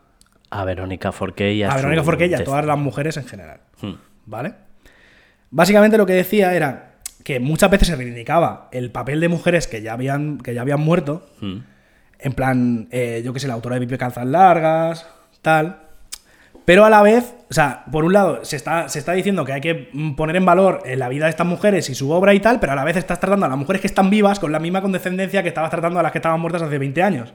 [SPEAKER 1] A Verónica Forqué y
[SPEAKER 2] a
[SPEAKER 1] su
[SPEAKER 2] Verónica Forqué y a
[SPEAKER 1] tez.
[SPEAKER 2] todas las mujeres en general.
[SPEAKER 1] Hmm.
[SPEAKER 2] ¿Vale? Básicamente lo que decía era que muchas veces se reivindicaba el papel de mujeres que ya habían, que ya habían muerto,
[SPEAKER 1] Mm.
[SPEAKER 2] en plan, eh, yo qué sé, la autora de Pipi Calzas Largas, tal. Pero a la vez, o sea, por un lado se está, se está diciendo que hay que mm, poner en valor eh, la vida de estas mujeres y su obra y tal, pero a la vez estás tratando a las mujeres que están vivas con la misma condescendencia que estabas tratando a las que estaban muertas hace 20 años.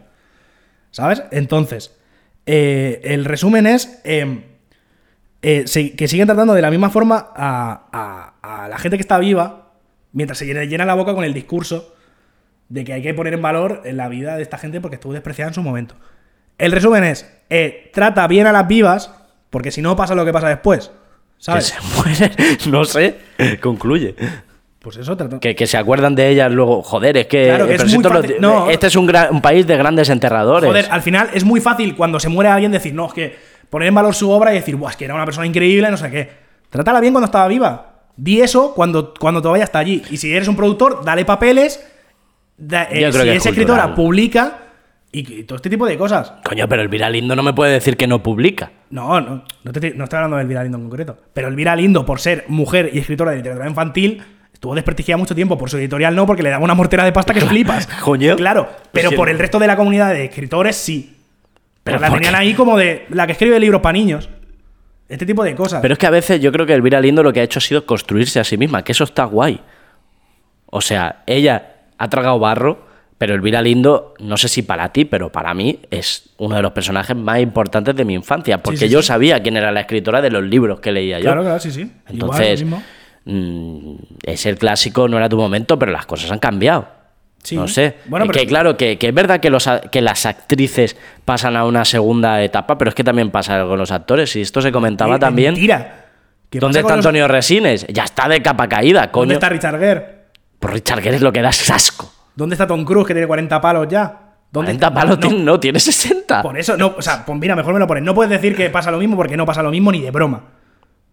[SPEAKER 2] ¿Sabes? Entonces, eh, el resumen es em, eh, se- que siguen tratando de la misma forma a, a- a la gente que está viva, mientras se llena, llena la boca con el discurso de que hay que poner en valor en la vida de esta gente porque estuvo despreciada en su momento. El resumen es, eh, trata bien a las vivas, porque si no pasa lo que pasa después.
[SPEAKER 1] Que
[SPEAKER 2] ¿Sabes?
[SPEAKER 1] se <laughs> mueren, no sé. Concluye.
[SPEAKER 2] Pues eso trata.
[SPEAKER 1] Que, que se acuerdan de ellas luego. Joder, es que. eh,
[SPEAKER 2] Claro, que es
[SPEAKER 1] pero si
[SPEAKER 2] muy
[SPEAKER 1] todos los
[SPEAKER 2] fácil-
[SPEAKER 1] di-
[SPEAKER 2] no.
[SPEAKER 1] Este es un, gran- un país de grandes enterradores.
[SPEAKER 2] Joder, al final es muy fácil cuando se muere alguien decir, no, es que poner en valor su obra y decir, Buah, es que era una persona increíble, no sé qué. Trátala bien cuando estaba viva. Di eso cuando, cuando todavía está allí. Y si eres un productor, dale papeles. da- eh,
[SPEAKER 1] Yo creo
[SPEAKER 2] si
[SPEAKER 1] que es
[SPEAKER 2] es escritora,
[SPEAKER 1] cultural.
[SPEAKER 2] publica. Y, y todo este tipo de cosas.
[SPEAKER 1] Coño, pero Elvira Lindo no me puede decir que no publica.
[SPEAKER 2] No, no, no, te, no estoy hablando de Elvira Lindo en concreto. Pero Elvira Lindo, por ser mujer y escritora de literatura infantil, estuvo desprestigiada mucho tiempo. Por su editorial no, porque le daba una mortera de
[SPEAKER 1] <laughs>
[SPEAKER 2] pasta que flipas.
[SPEAKER 1] coño. Pues
[SPEAKER 2] Claro, pero
[SPEAKER 1] Sí.
[SPEAKER 2] por el resto de la comunidad de escritores sí.
[SPEAKER 1] Pero
[SPEAKER 2] Pero la
[SPEAKER 1] ¿por
[SPEAKER 2] tenían
[SPEAKER 1] qué?
[SPEAKER 2] ahí como de la que escribe libros para niños. Este tipo de cosas.
[SPEAKER 1] Pero es que a veces yo creo que Elvira Lindo lo que ha hecho ha sido construirse a sí misma, que eso está guay. O sea, ella ha tragado barro, pero Elvira Lindo, no sé si para ti, pero para mí es uno de los personajes más importantes de mi infancia, porque
[SPEAKER 2] sí,
[SPEAKER 1] yo
[SPEAKER 2] sí.
[SPEAKER 1] sabía quién era la escritora de los libros que leía yo.
[SPEAKER 2] claro, claro, sí, sí. Igual, lo
[SPEAKER 1] Entonces,
[SPEAKER 2] mismo.
[SPEAKER 1] mm, es el clásico, no era tu momento, pero las cosas han cambiado.
[SPEAKER 2] Sí.
[SPEAKER 1] No sé.
[SPEAKER 2] Bueno,
[SPEAKER 1] Eh,
[SPEAKER 2] pero-
[SPEAKER 1] que claro, que, que es verdad que, los, a- que las actrices pasan a una segunda etapa, pero es que también pasa con los actores. Y esto se comentaba
[SPEAKER 2] Eh,
[SPEAKER 1] también.
[SPEAKER 2] Mentira. ¿Qué
[SPEAKER 1] ¿Dónde
[SPEAKER 2] pasa
[SPEAKER 1] está
[SPEAKER 2] con los-
[SPEAKER 1] Antonio Resines? Ya está de capa caída, coño.
[SPEAKER 2] ¿Dónde está Richard Gere?
[SPEAKER 1] Por Richard Gere lo que da es asco.
[SPEAKER 2] ¿Dónde está Tom Cruise que tiene 40 palos ya? ¿Dónde
[SPEAKER 1] 40
[SPEAKER 2] está-
[SPEAKER 1] palos
[SPEAKER 2] no,
[SPEAKER 1] tiene- no, tiene 60.
[SPEAKER 2] Por eso, no, o sea, pues mira, mejor me lo pones. No puedes decir que pasa lo mismo porque no pasa lo mismo ni de broma.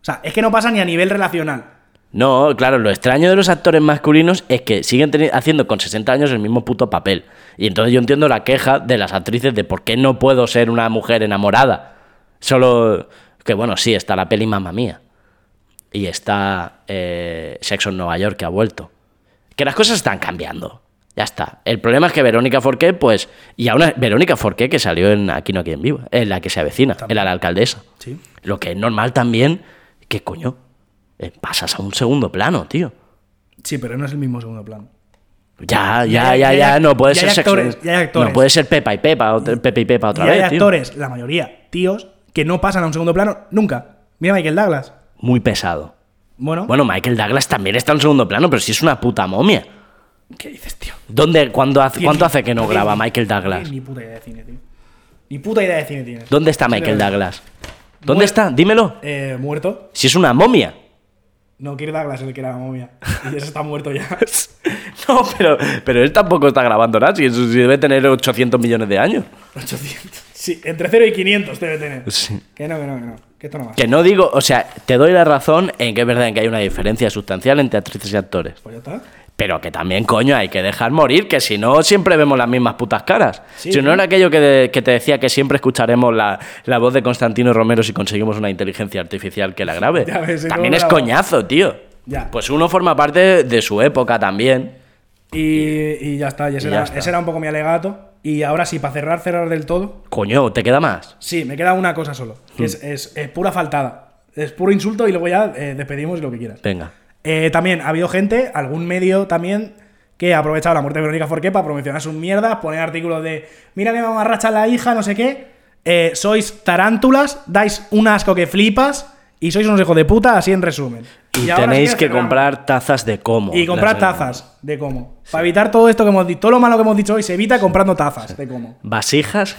[SPEAKER 2] O sea, es que no pasa ni a nivel relacional.
[SPEAKER 1] No, claro, lo extraño de los actores masculinos es que siguen teni- haciendo con 60 años el mismo puto papel. Y entonces yo entiendo la queja de las actrices de por qué no puedo ser una mujer enamorada. Solo que bueno, sí, está la peli Mamma Mía. Y está eh, Sexo en Nueva York, que ha vuelto. Que las cosas están cambiando. Ya está. El problema es que Verónica Forqué, pues... Y a una Verónica Forqué que salió en Aquí no hay quien viva, en la que se avecina, en la alcaldesa.
[SPEAKER 2] Sí.
[SPEAKER 1] Lo que es normal también ¿Qué coño? Eh, pasas a un segundo plano, tío.
[SPEAKER 2] Sí, pero no es el mismo segundo plano.
[SPEAKER 1] Ya,
[SPEAKER 2] Ya,
[SPEAKER 1] ya,
[SPEAKER 2] ya,
[SPEAKER 1] ya,
[SPEAKER 2] ya,
[SPEAKER 1] ya, no puede
[SPEAKER 2] ya
[SPEAKER 1] ser
[SPEAKER 2] hay
[SPEAKER 1] sexo-
[SPEAKER 2] actores, ya hay actores.
[SPEAKER 1] No puede ser Pepa y Pepa, otra- Pepe y Pepa otra
[SPEAKER 2] y
[SPEAKER 1] vez,
[SPEAKER 2] hay
[SPEAKER 1] tío.
[SPEAKER 2] actores, la mayoría, tíos, que no pasan a un segundo plano nunca. Mira a Michael Douglas.
[SPEAKER 1] Muy pesado.
[SPEAKER 2] Bueno,
[SPEAKER 1] Bueno, Michael Douglas también está en segundo plano, pero si es una puta momia.
[SPEAKER 2] ¿qué dices, tío?
[SPEAKER 1] ¿Dónde, cuándo hace,
[SPEAKER 2] Tío,
[SPEAKER 1] ¿Cuánto
[SPEAKER 2] ni-
[SPEAKER 1] hace que no
[SPEAKER 2] tío,
[SPEAKER 1] graba
[SPEAKER 2] ni-
[SPEAKER 1] Michael Douglas?
[SPEAKER 2] Ni puta idea de cine, tío. Ni puta idea de cine tienes.
[SPEAKER 1] ¿Dónde está Michael Douglas?
[SPEAKER 2] Douglas?
[SPEAKER 1] ¿Dónde está? Dímelo.
[SPEAKER 2] Eh, muerto.
[SPEAKER 1] Si es una momia. <laughs>
[SPEAKER 2] No, Kirk Douglas es el que era la momia. Y eso está
[SPEAKER 1] <laughs>
[SPEAKER 2] muerto ya.
[SPEAKER 1] No, pero, pero él tampoco está grabando nada. Si, si debe tener 800 millones de años.
[SPEAKER 2] 800. Sí, entre 0 y 500 debe tener.
[SPEAKER 1] Sí.
[SPEAKER 2] Que no, que no, que no. Que esto no va.
[SPEAKER 1] Que no digo, o sea, te doy la razón en que es verdad que hay una diferencia sustancial entre actrices y actores.
[SPEAKER 2] Pues ya está.
[SPEAKER 1] Pero que también, coño, hay que dejar morir, que si no, siempre vemos las mismas putas caras.
[SPEAKER 2] Sí,
[SPEAKER 1] si no
[SPEAKER 2] sí.
[SPEAKER 1] era aquello que, de- que te decía que siempre escucharemos la, la voz de Constantino Romero si conseguimos una inteligencia artificial que la grabe.
[SPEAKER 2] <laughs> Ya ves, sí,
[SPEAKER 1] también
[SPEAKER 2] no
[SPEAKER 1] es
[SPEAKER 2] grabo.
[SPEAKER 1] coñazo, tío.
[SPEAKER 2] Ya.
[SPEAKER 1] Pues uno forma parte de su época también.
[SPEAKER 2] Y, y ya está. Y ese,
[SPEAKER 1] Y ya
[SPEAKER 2] era,
[SPEAKER 1] está.
[SPEAKER 2] ese era un poco mi alegato. Y ahora sí, para cerrar, cerrar del todo.
[SPEAKER 1] Coño, ¿te queda más?
[SPEAKER 2] Sí, me queda una cosa solo.
[SPEAKER 1] Hmm.
[SPEAKER 2] Que es, es- es pura faltada. Es puro insulto y luego ya eh, despedimos y lo que quieras.
[SPEAKER 1] Venga.
[SPEAKER 2] Eh, también ha habido gente, algún medio también, que ha aprovechado la muerte de Verónica Forqué para promocionar sus mierdas, poner artículos de mira que mamarracha la hija, no sé qué. Eh, sois tarántulas, dais un asco que flipas y sois unos hijos de puta, así en resumen.
[SPEAKER 1] Y,
[SPEAKER 2] ahora sí
[SPEAKER 1] tenéis que
[SPEAKER 2] cerramos.
[SPEAKER 1] comprar tazas de como.
[SPEAKER 2] Y
[SPEAKER 1] Las-
[SPEAKER 2] comprar tazas de como. Para evitar todo esto que hemos dicho, todo lo malo que hemos dicho hoy se evita comprando tazas de como.
[SPEAKER 1] Vasijas.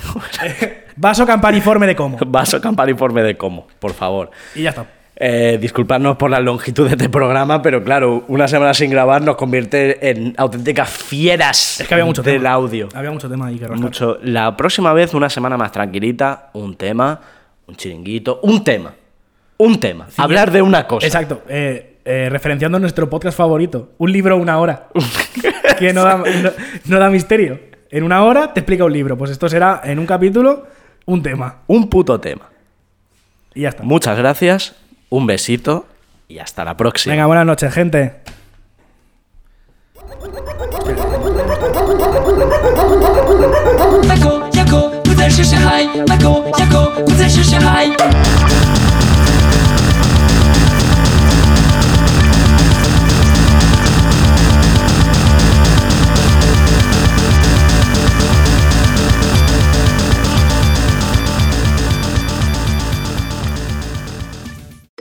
[SPEAKER 2] <laughs> Vaso campaniforme
[SPEAKER 1] <laughs>
[SPEAKER 2] de como.
[SPEAKER 1] Vaso campaniforme de como, por favor.
[SPEAKER 2] Y ya está.
[SPEAKER 1] Eh, disculpadnos por la longitud de este programa, pero claro, una semana sin grabar nos convierte en auténticas fieras
[SPEAKER 2] Es que había mucho
[SPEAKER 1] del
[SPEAKER 2] tema.
[SPEAKER 1] audio.
[SPEAKER 2] Había mucho tema ahí que rascar.
[SPEAKER 1] Mucho. La próxima vez, una semana más tranquilita, un tema, un chiringuito, un tema. Un tema. Hablar de una cosa.
[SPEAKER 2] Exacto. eh, eh, referenciando nuestro podcast favorito, un libro una hora. que no da, no- no da misterio. En una hora te explica un libro. Pues esto será en un capítulo un tema.
[SPEAKER 1] Un puto tema.
[SPEAKER 2] Y ya está.
[SPEAKER 1] Muchas gracias, un besito y hasta la próxima.
[SPEAKER 2] Venga, buenas noches, gente.
[SPEAKER 3] Michael 牙口不再是小孩，Michael 牙口不再是小孩。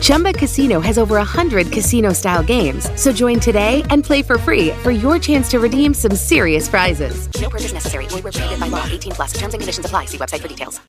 [SPEAKER 4] Chumba Casino has over 100 casino style games. So join today and play for free for your chance to redeem some serious prizes.
[SPEAKER 5] No purchase necessary. Void where prohibited by law. 18 plus. Terms and conditions apply. See website for details.